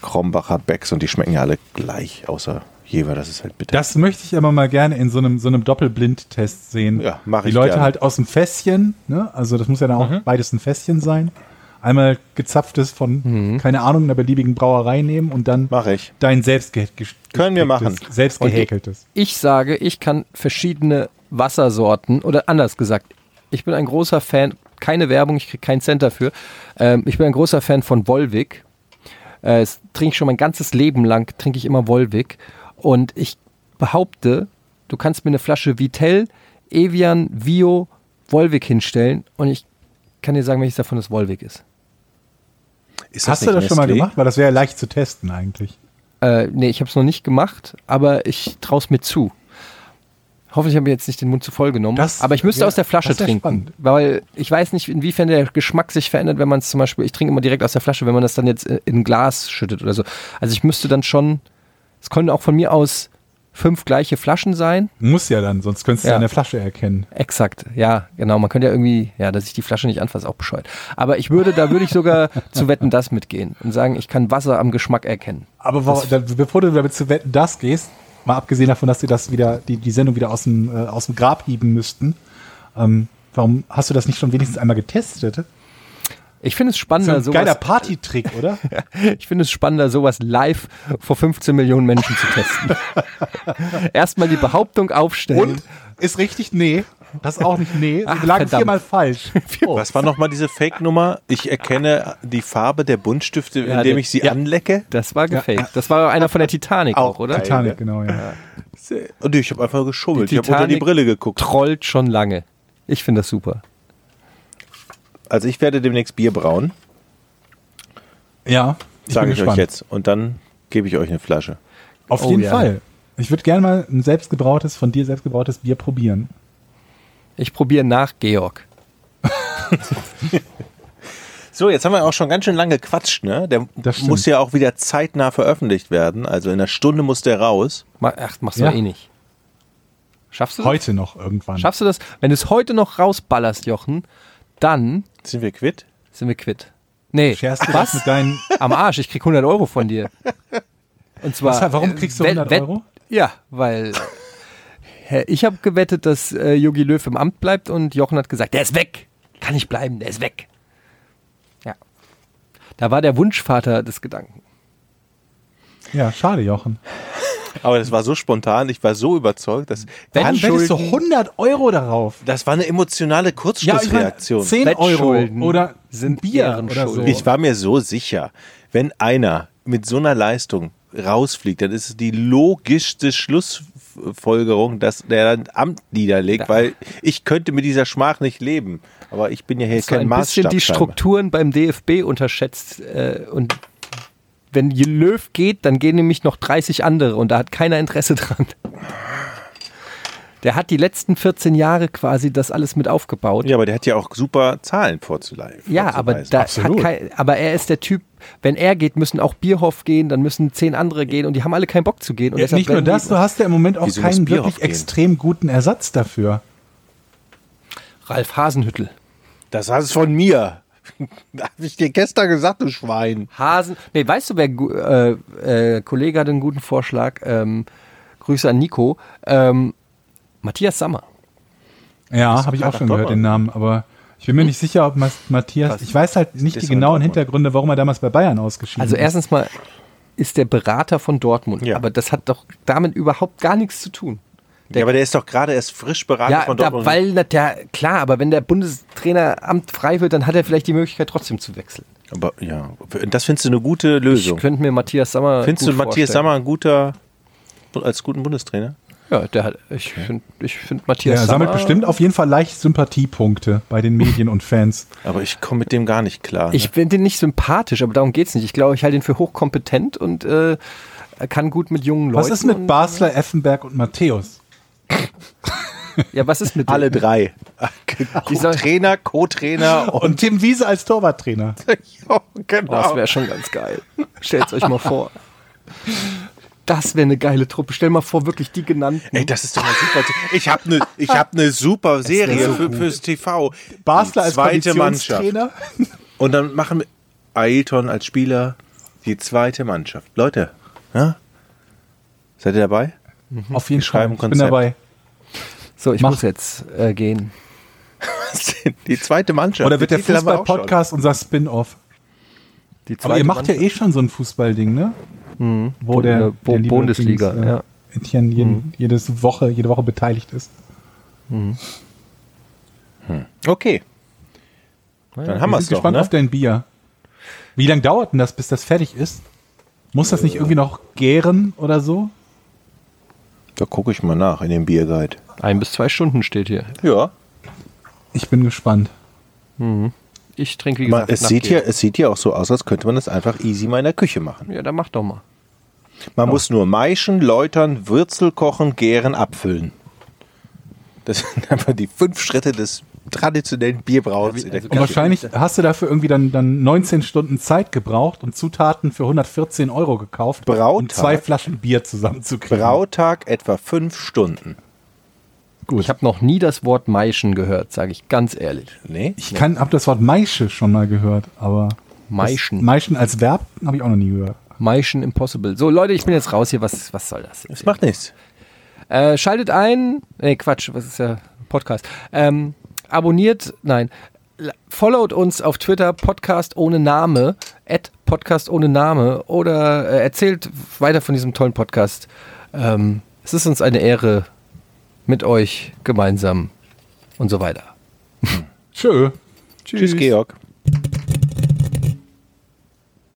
[SPEAKER 1] Krombacher Becks und die schmecken ja alle gleich, außer Jever, das ist halt bitter.
[SPEAKER 3] Das möchte ich aber mal gerne in so einem, so einem Doppelblindtest sehen.
[SPEAKER 1] Ja, mach
[SPEAKER 3] Die
[SPEAKER 1] ich
[SPEAKER 3] Leute
[SPEAKER 1] gerne. Mhm.
[SPEAKER 3] halt aus dem Fässchen, ne? also das muss ja dann auch beides ein Fässchen sein. Einmal gezapftes von, keine Ahnung, einer beliebigen Brauerei nehmen und dann
[SPEAKER 1] Mhm. Mach ich.
[SPEAKER 3] dein selbstgehäkeltes.
[SPEAKER 1] Können wir machen.
[SPEAKER 3] Selbstgehäkeltes.
[SPEAKER 2] Ich sage, ich kann verschiedene Wassersorten oder anders gesagt, ich bin ein großer Fan, keine Werbung, ich kriege keinen Cent dafür. Ähm, ich bin ein großer Fan von Volvic. Äh, das trinke ich schon mein ganzes Leben lang, trinke ich immer Volvic. Und ich behaupte, du kannst mir eine Flasche Vitell, Evian, Vio, Volvic hinstellen und ich kann dir sagen, welches davon das Volvic ist.
[SPEAKER 1] Ist
[SPEAKER 3] Hast du
[SPEAKER 1] nicht
[SPEAKER 3] das Oh. schon mal
[SPEAKER 1] Nestlé?
[SPEAKER 3] gemacht? Weil das wäre ja leicht zu testen eigentlich.
[SPEAKER 2] Äh, nee, ich habe es noch nicht gemacht, aber ich traue es mir zu. Hoffentlich habe ich jetzt nicht den Mund zu voll genommen.
[SPEAKER 3] Das-
[SPEAKER 2] aber ich müsste
[SPEAKER 3] ja,
[SPEAKER 2] aus der Flasche
[SPEAKER 3] das ist ja
[SPEAKER 2] trinken,
[SPEAKER 3] spannend.
[SPEAKER 2] weil ich weiß nicht, inwiefern der Geschmack sich verändert, wenn man es zum Beispiel, ich trinke immer direkt aus der Flasche, wenn man das dann jetzt äh, in ein Glas schüttet oder so. Also ich müsste dann schon, es können auch von mir aus fünf gleiche Flaschen sein.
[SPEAKER 3] Muss ja dann, sonst könntest du
[SPEAKER 2] Ja.
[SPEAKER 3] ja an der Flasche erkennen.
[SPEAKER 2] Exakt, ja, genau. Man könnte ja irgendwie, ja, dass ich die Flasche nicht anfasse, auch bescheuert. Aber ich würde, da würde ich sogar zu wetten, das mitgehen und sagen, ich kann Wasser am Geschmack erkennen.
[SPEAKER 3] Aber wa- dann, bevor du damit zu wetten, das gehst, mal abgesehen davon, dass wir das wieder, die, die Sendung wieder aus dem, äh, aus dem Grab hieben müssten, ähm, warum hast du das nicht schon wenigstens einmal getestet?
[SPEAKER 2] Ich finde es spannender,
[SPEAKER 3] ein
[SPEAKER 2] sowas
[SPEAKER 3] geiler Partytrick, oder?
[SPEAKER 2] Ich finde es spannender, sowas live vor 15 Millionen Menschen zu testen. Erstmal die Behauptung aufstellen.
[SPEAKER 3] Und ist richtig? Nee. Das ist auch nicht nee.
[SPEAKER 2] Ach,
[SPEAKER 3] Wir lagen
[SPEAKER 2] verdammt.
[SPEAKER 3] viermal falsch. Oh.
[SPEAKER 1] Was war nochmal diese Fake-Nummer? Ich erkenne die Farbe der Buntstifte,
[SPEAKER 2] Ja,
[SPEAKER 1] indem
[SPEAKER 2] die-
[SPEAKER 1] ich sie
[SPEAKER 2] ja.
[SPEAKER 1] anlecke.
[SPEAKER 2] Das war gefaked. Das war einer von der Titanic auch,
[SPEAKER 1] Auch
[SPEAKER 2] oder?
[SPEAKER 1] geil.
[SPEAKER 3] Titanic, genau, ja.
[SPEAKER 1] Und ich habe einfach geschummelt.
[SPEAKER 2] Die
[SPEAKER 1] Ich habe unter die
[SPEAKER 2] Titanic-
[SPEAKER 1] Brille geguckt.
[SPEAKER 2] Trollt schon lange. Ich finde das super.
[SPEAKER 1] Also ich werde demnächst Bier brauen,
[SPEAKER 3] Ja, ich
[SPEAKER 1] sage
[SPEAKER 3] bin
[SPEAKER 1] ich euch
[SPEAKER 3] gespannt.
[SPEAKER 1] jetzt. Und dann gebe ich euch eine Flasche.
[SPEAKER 3] Auf
[SPEAKER 2] Oh,
[SPEAKER 3] jeden
[SPEAKER 2] ja.
[SPEAKER 3] Fall. Ich würde gerne mal ein selbstgebrautes, von dir selbstgebrautes Bier probieren.
[SPEAKER 2] Ich probiere nach Georg.
[SPEAKER 1] So, jetzt haben wir auch schon ganz schön lange gequatscht, ne? Der
[SPEAKER 3] Das stimmt.
[SPEAKER 1] muss ja auch wieder zeitnah veröffentlicht werden. Also in einer Stunde muss der raus.
[SPEAKER 2] Ma- Ach, machst du
[SPEAKER 3] Ja.
[SPEAKER 2] eh nicht. Schaffst du das?
[SPEAKER 3] Heute noch irgendwann.
[SPEAKER 2] Schaffst du das? Wenn du es heute noch rausballerst, Jochen, dann
[SPEAKER 1] Sind wir quitt?
[SPEAKER 2] sind wir quitt. Nee,
[SPEAKER 3] Scherst du
[SPEAKER 2] was?
[SPEAKER 3] das mit deinen
[SPEAKER 2] Am Arsch, ich krieg 100 Euro von dir. Und zwar.
[SPEAKER 3] Was, warum kriegst du
[SPEAKER 2] äh,
[SPEAKER 3] 100
[SPEAKER 2] wett-
[SPEAKER 3] Euro?
[SPEAKER 2] Ja, weil. Hä, Ich habe gewettet, dass äh, Jogi Löw im Amt bleibt und Jochen hat gesagt, der ist weg. Kann nicht bleiben, der ist weg. Ja. Da war der Wunschvater des Gedanken.
[SPEAKER 3] Ja, schade, Jochen.
[SPEAKER 1] Aber das war so spontan, ich war so überzeugt, dass
[SPEAKER 3] Dann
[SPEAKER 1] Handschulden-
[SPEAKER 3] wettest du 100 Euro darauf.
[SPEAKER 1] das war eine emotionale Kurzschlussreaktion.
[SPEAKER 3] Ja, ich meine, 10
[SPEAKER 2] Wettschulden
[SPEAKER 3] Euro oder
[SPEAKER 2] sind
[SPEAKER 3] ein Bier oder so.
[SPEAKER 2] Ehrenschulden.
[SPEAKER 1] Ich war mir so sicher, wenn einer mit so einer Leistung rausfliegt, dann ist es die logischste Schlussfolgerung, dass der dann Amt niederlegt,
[SPEAKER 2] Ja.
[SPEAKER 1] weil ich könnte mit dieser Schmach nicht leben. Aber ich bin ja hier
[SPEAKER 2] so
[SPEAKER 1] kein
[SPEAKER 2] ein bisschen
[SPEAKER 1] Maßstab.
[SPEAKER 2] die
[SPEAKER 1] scheinbar.
[SPEAKER 2] Strukturen beim DFB unterschätzt. Äh, und wenn J- Löw geht, dann gehen nämlich noch 30 andere und da hat keiner Interesse dran. Der hat die letzten 14 Jahre quasi das alles mit aufgebaut.
[SPEAKER 1] Ja, aber der hat ja auch super Zahlen vorzuleiten.
[SPEAKER 2] Ja, aber, da hat
[SPEAKER 3] Absolut.
[SPEAKER 2] kein, aber er ist der Typ, wenn er geht, müssen auch Bierhoff gehen, dann müssen zehn andere gehen und die haben alle keinen Bock zu gehen. Und
[SPEAKER 3] Ja,
[SPEAKER 2] deshalb
[SPEAKER 3] nicht nur
[SPEAKER 2] werden
[SPEAKER 3] das,
[SPEAKER 2] die
[SPEAKER 3] du hast ja im Moment auch
[SPEAKER 1] Wieso muss
[SPEAKER 3] keinen
[SPEAKER 1] Bierhoff
[SPEAKER 3] wirklich
[SPEAKER 1] gehen?
[SPEAKER 3] extrem guten Ersatz dafür.
[SPEAKER 2] Ralf Hasenhüttel.
[SPEAKER 1] das hast es von mir. Hab ich dir gestern gesagt, du Schwein.
[SPEAKER 2] Hasen. Nee, weißt du, wer gu- äh, äh, Kollege hat einen guten Vorschlag. Ähm, Grüße an Nico. Ähm, Matthias Sammer.
[SPEAKER 3] Ja, habe ich auch
[SPEAKER 1] nach
[SPEAKER 3] schon gehört,
[SPEAKER 1] Dortmund.
[SPEAKER 3] den Namen, aber ich bin mir nicht sicher, ob Mas- Matthias, ich weiß halt nicht
[SPEAKER 1] ist
[SPEAKER 3] die
[SPEAKER 1] so in
[SPEAKER 3] genauen
[SPEAKER 1] Dortmund?
[SPEAKER 3] Hintergründe, warum er damals bei Bayern ausgeschieden
[SPEAKER 2] Also
[SPEAKER 3] ist.
[SPEAKER 2] erstens mal ist der Berater von Dortmund,
[SPEAKER 1] Ja.
[SPEAKER 2] aber das hat doch damit überhaupt gar nichts zu tun.
[SPEAKER 1] ja, aber der ist doch gerade erst frisch beraten
[SPEAKER 2] Ja,
[SPEAKER 1] von
[SPEAKER 2] da,
[SPEAKER 1] Dortmund.
[SPEAKER 2] weil na, der, klar, aber wenn der Bundestraineramt frei wird, dann hat er vielleicht die Möglichkeit trotzdem zu wechseln.
[SPEAKER 1] aber ja, das findest du eine gute
[SPEAKER 2] Ich
[SPEAKER 1] Lösung.
[SPEAKER 2] könnte mir Matthias Sammer
[SPEAKER 1] Findest du
[SPEAKER 2] gut
[SPEAKER 1] Matthias
[SPEAKER 2] vorstellen.
[SPEAKER 1] Sammer ein guter als guten Bundestrainer?
[SPEAKER 2] Ja, der hat, ich finde ich find
[SPEAKER 3] ja,
[SPEAKER 2] Matthias
[SPEAKER 3] er
[SPEAKER 2] Sammer.
[SPEAKER 3] sammelt bestimmt auf jeden Fall leicht Sympathiepunkte bei den Medien und Fans.
[SPEAKER 1] Aber ich komme mit dem gar nicht klar.
[SPEAKER 2] Ich finde den nicht sympathisch, aber darum geht's nicht. Ich glaube, ich halte ihn für hochkompetent und äh, er kann gut mit jungen
[SPEAKER 3] Was
[SPEAKER 2] Leuten.
[SPEAKER 3] ist mit
[SPEAKER 2] und-
[SPEAKER 3] Basler, Effenberg und Matthäus?
[SPEAKER 2] Ja, was ist mit
[SPEAKER 1] alle
[SPEAKER 2] denen?
[SPEAKER 1] drei.
[SPEAKER 2] Die soll-
[SPEAKER 1] Trainer, Co-Trainer und
[SPEAKER 3] Und Tim Wiese als Torwarttrainer.
[SPEAKER 1] Ja,
[SPEAKER 2] Oh, das
[SPEAKER 1] genau.
[SPEAKER 2] wäre schon ganz geil. Stellt's euch mal vor. Das wäre eine geile Truppe. Stell mal vor, wirklich die genannten.
[SPEAKER 1] Ey, das ist doch mal super. Ich habe eine ich hab ne super Serie
[SPEAKER 3] so
[SPEAKER 1] für, fürs TV.
[SPEAKER 3] Basler
[SPEAKER 1] Die
[SPEAKER 3] als
[SPEAKER 1] zweite Mannschaft.
[SPEAKER 3] Konditionstrainer.
[SPEAKER 1] Und dann machen wir Ailton als Spieler die zweite Mannschaft. Leute, ja? seid ihr dabei?
[SPEAKER 3] Auf jeden Fall.
[SPEAKER 1] Mhm. schreiben
[SPEAKER 3] Ich bin
[SPEAKER 1] Konzept.
[SPEAKER 3] dabei.
[SPEAKER 2] so, ich
[SPEAKER 3] mach-
[SPEAKER 2] muss jetzt äh, gehen.
[SPEAKER 1] Die zweite Mannschaft.
[SPEAKER 3] Oder wird
[SPEAKER 1] Den
[SPEAKER 3] der
[SPEAKER 1] Titel haben wir auch schon.
[SPEAKER 3] Fußball-Podcast unser Spin-off?
[SPEAKER 2] Die
[SPEAKER 3] Aber
[SPEAKER 2] zweite
[SPEAKER 3] ihr macht ja
[SPEAKER 2] Mannschaft.
[SPEAKER 3] eh schon so ein Fußballding, ne? Wo
[SPEAKER 2] Äh,
[SPEAKER 3] der,
[SPEAKER 2] Bo-
[SPEAKER 3] der liebe
[SPEAKER 2] Bundesliga,
[SPEAKER 3] Dings, äh,
[SPEAKER 2] ja. Mhm.
[SPEAKER 3] Etienne jeden, jedes Woche, jede Woche beteiligt ist.
[SPEAKER 1] Okay. Dann haben
[SPEAKER 3] Wir
[SPEAKER 1] wir es
[SPEAKER 3] sind
[SPEAKER 1] doch,
[SPEAKER 3] gespannt
[SPEAKER 1] ne?
[SPEAKER 3] auf dein Bier. Wie lange dauert denn das, bis das fertig ist? Muss das nicht irgendwie noch gären oder so?
[SPEAKER 1] Da gucke ich mal nach in dem Bierguide.
[SPEAKER 2] Ein bis zwei Stunden steht hier.
[SPEAKER 1] Ja.
[SPEAKER 3] Ich bin gespannt.
[SPEAKER 2] Ich trinke, wie
[SPEAKER 1] Man,
[SPEAKER 2] gesagt,
[SPEAKER 1] es,
[SPEAKER 2] nach
[SPEAKER 1] sieht
[SPEAKER 2] dir.
[SPEAKER 1] hier, es sieht hier auch so aus, als könnte man das einfach easy mal in der Küche machen.
[SPEAKER 2] Ja, dann mach doch mal.
[SPEAKER 1] Man muss nur maischen, läutern, Würzel kochen, gären, abfüllen. Das sind einfach die fünf Schritte des traditionellen Bierbrauens in der
[SPEAKER 3] Und
[SPEAKER 1] Küche.
[SPEAKER 3] also wahrscheinlich hast du dafür irgendwie dann, dann 19 Stunden Zeit gebraucht und Zutaten für 114 Euro gekauft, um
[SPEAKER 1] Brautag.
[SPEAKER 3] zwei Flaschen Bier zusammenzukriegen.
[SPEAKER 1] Brautag etwa fünf Stunden.
[SPEAKER 3] Gut.
[SPEAKER 2] Ich habe noch nie das Wort Maischen gehört, sage ich ganz ehrlich.
[SPEAKER 1] Nee?
[SPEAKER 3] Ich kann, hab das Wort Maische schon mal gehört, aber
[SPEAKER 2] Maischen.
[SPEAKER 3] Das Maischen als Verb habe ich auch noch nie gehört.
[SPEAKER 2] Maischen Impossible. So, Leute, ich bin jetzt raus hier. Was, was soll das?
[SPEAKER 1] Das macht nichts.
[SPEAKER 2] Äh, schaltet ein. Nee, Quatsch, was ist ja Podcast. Ähm, abonniert, nein. l- Followt uns auf Twitter, Podcast ohne Name, at Podcast ohne Name oder äh, erzählt weiter von diesem tollen Podcast. Ähm, es ist uns eine Ehre mit euch gemeinsam und so weiter.
[SPEAKER 3] Tschö.
[SPEAKER 1] Tschüss, Georg.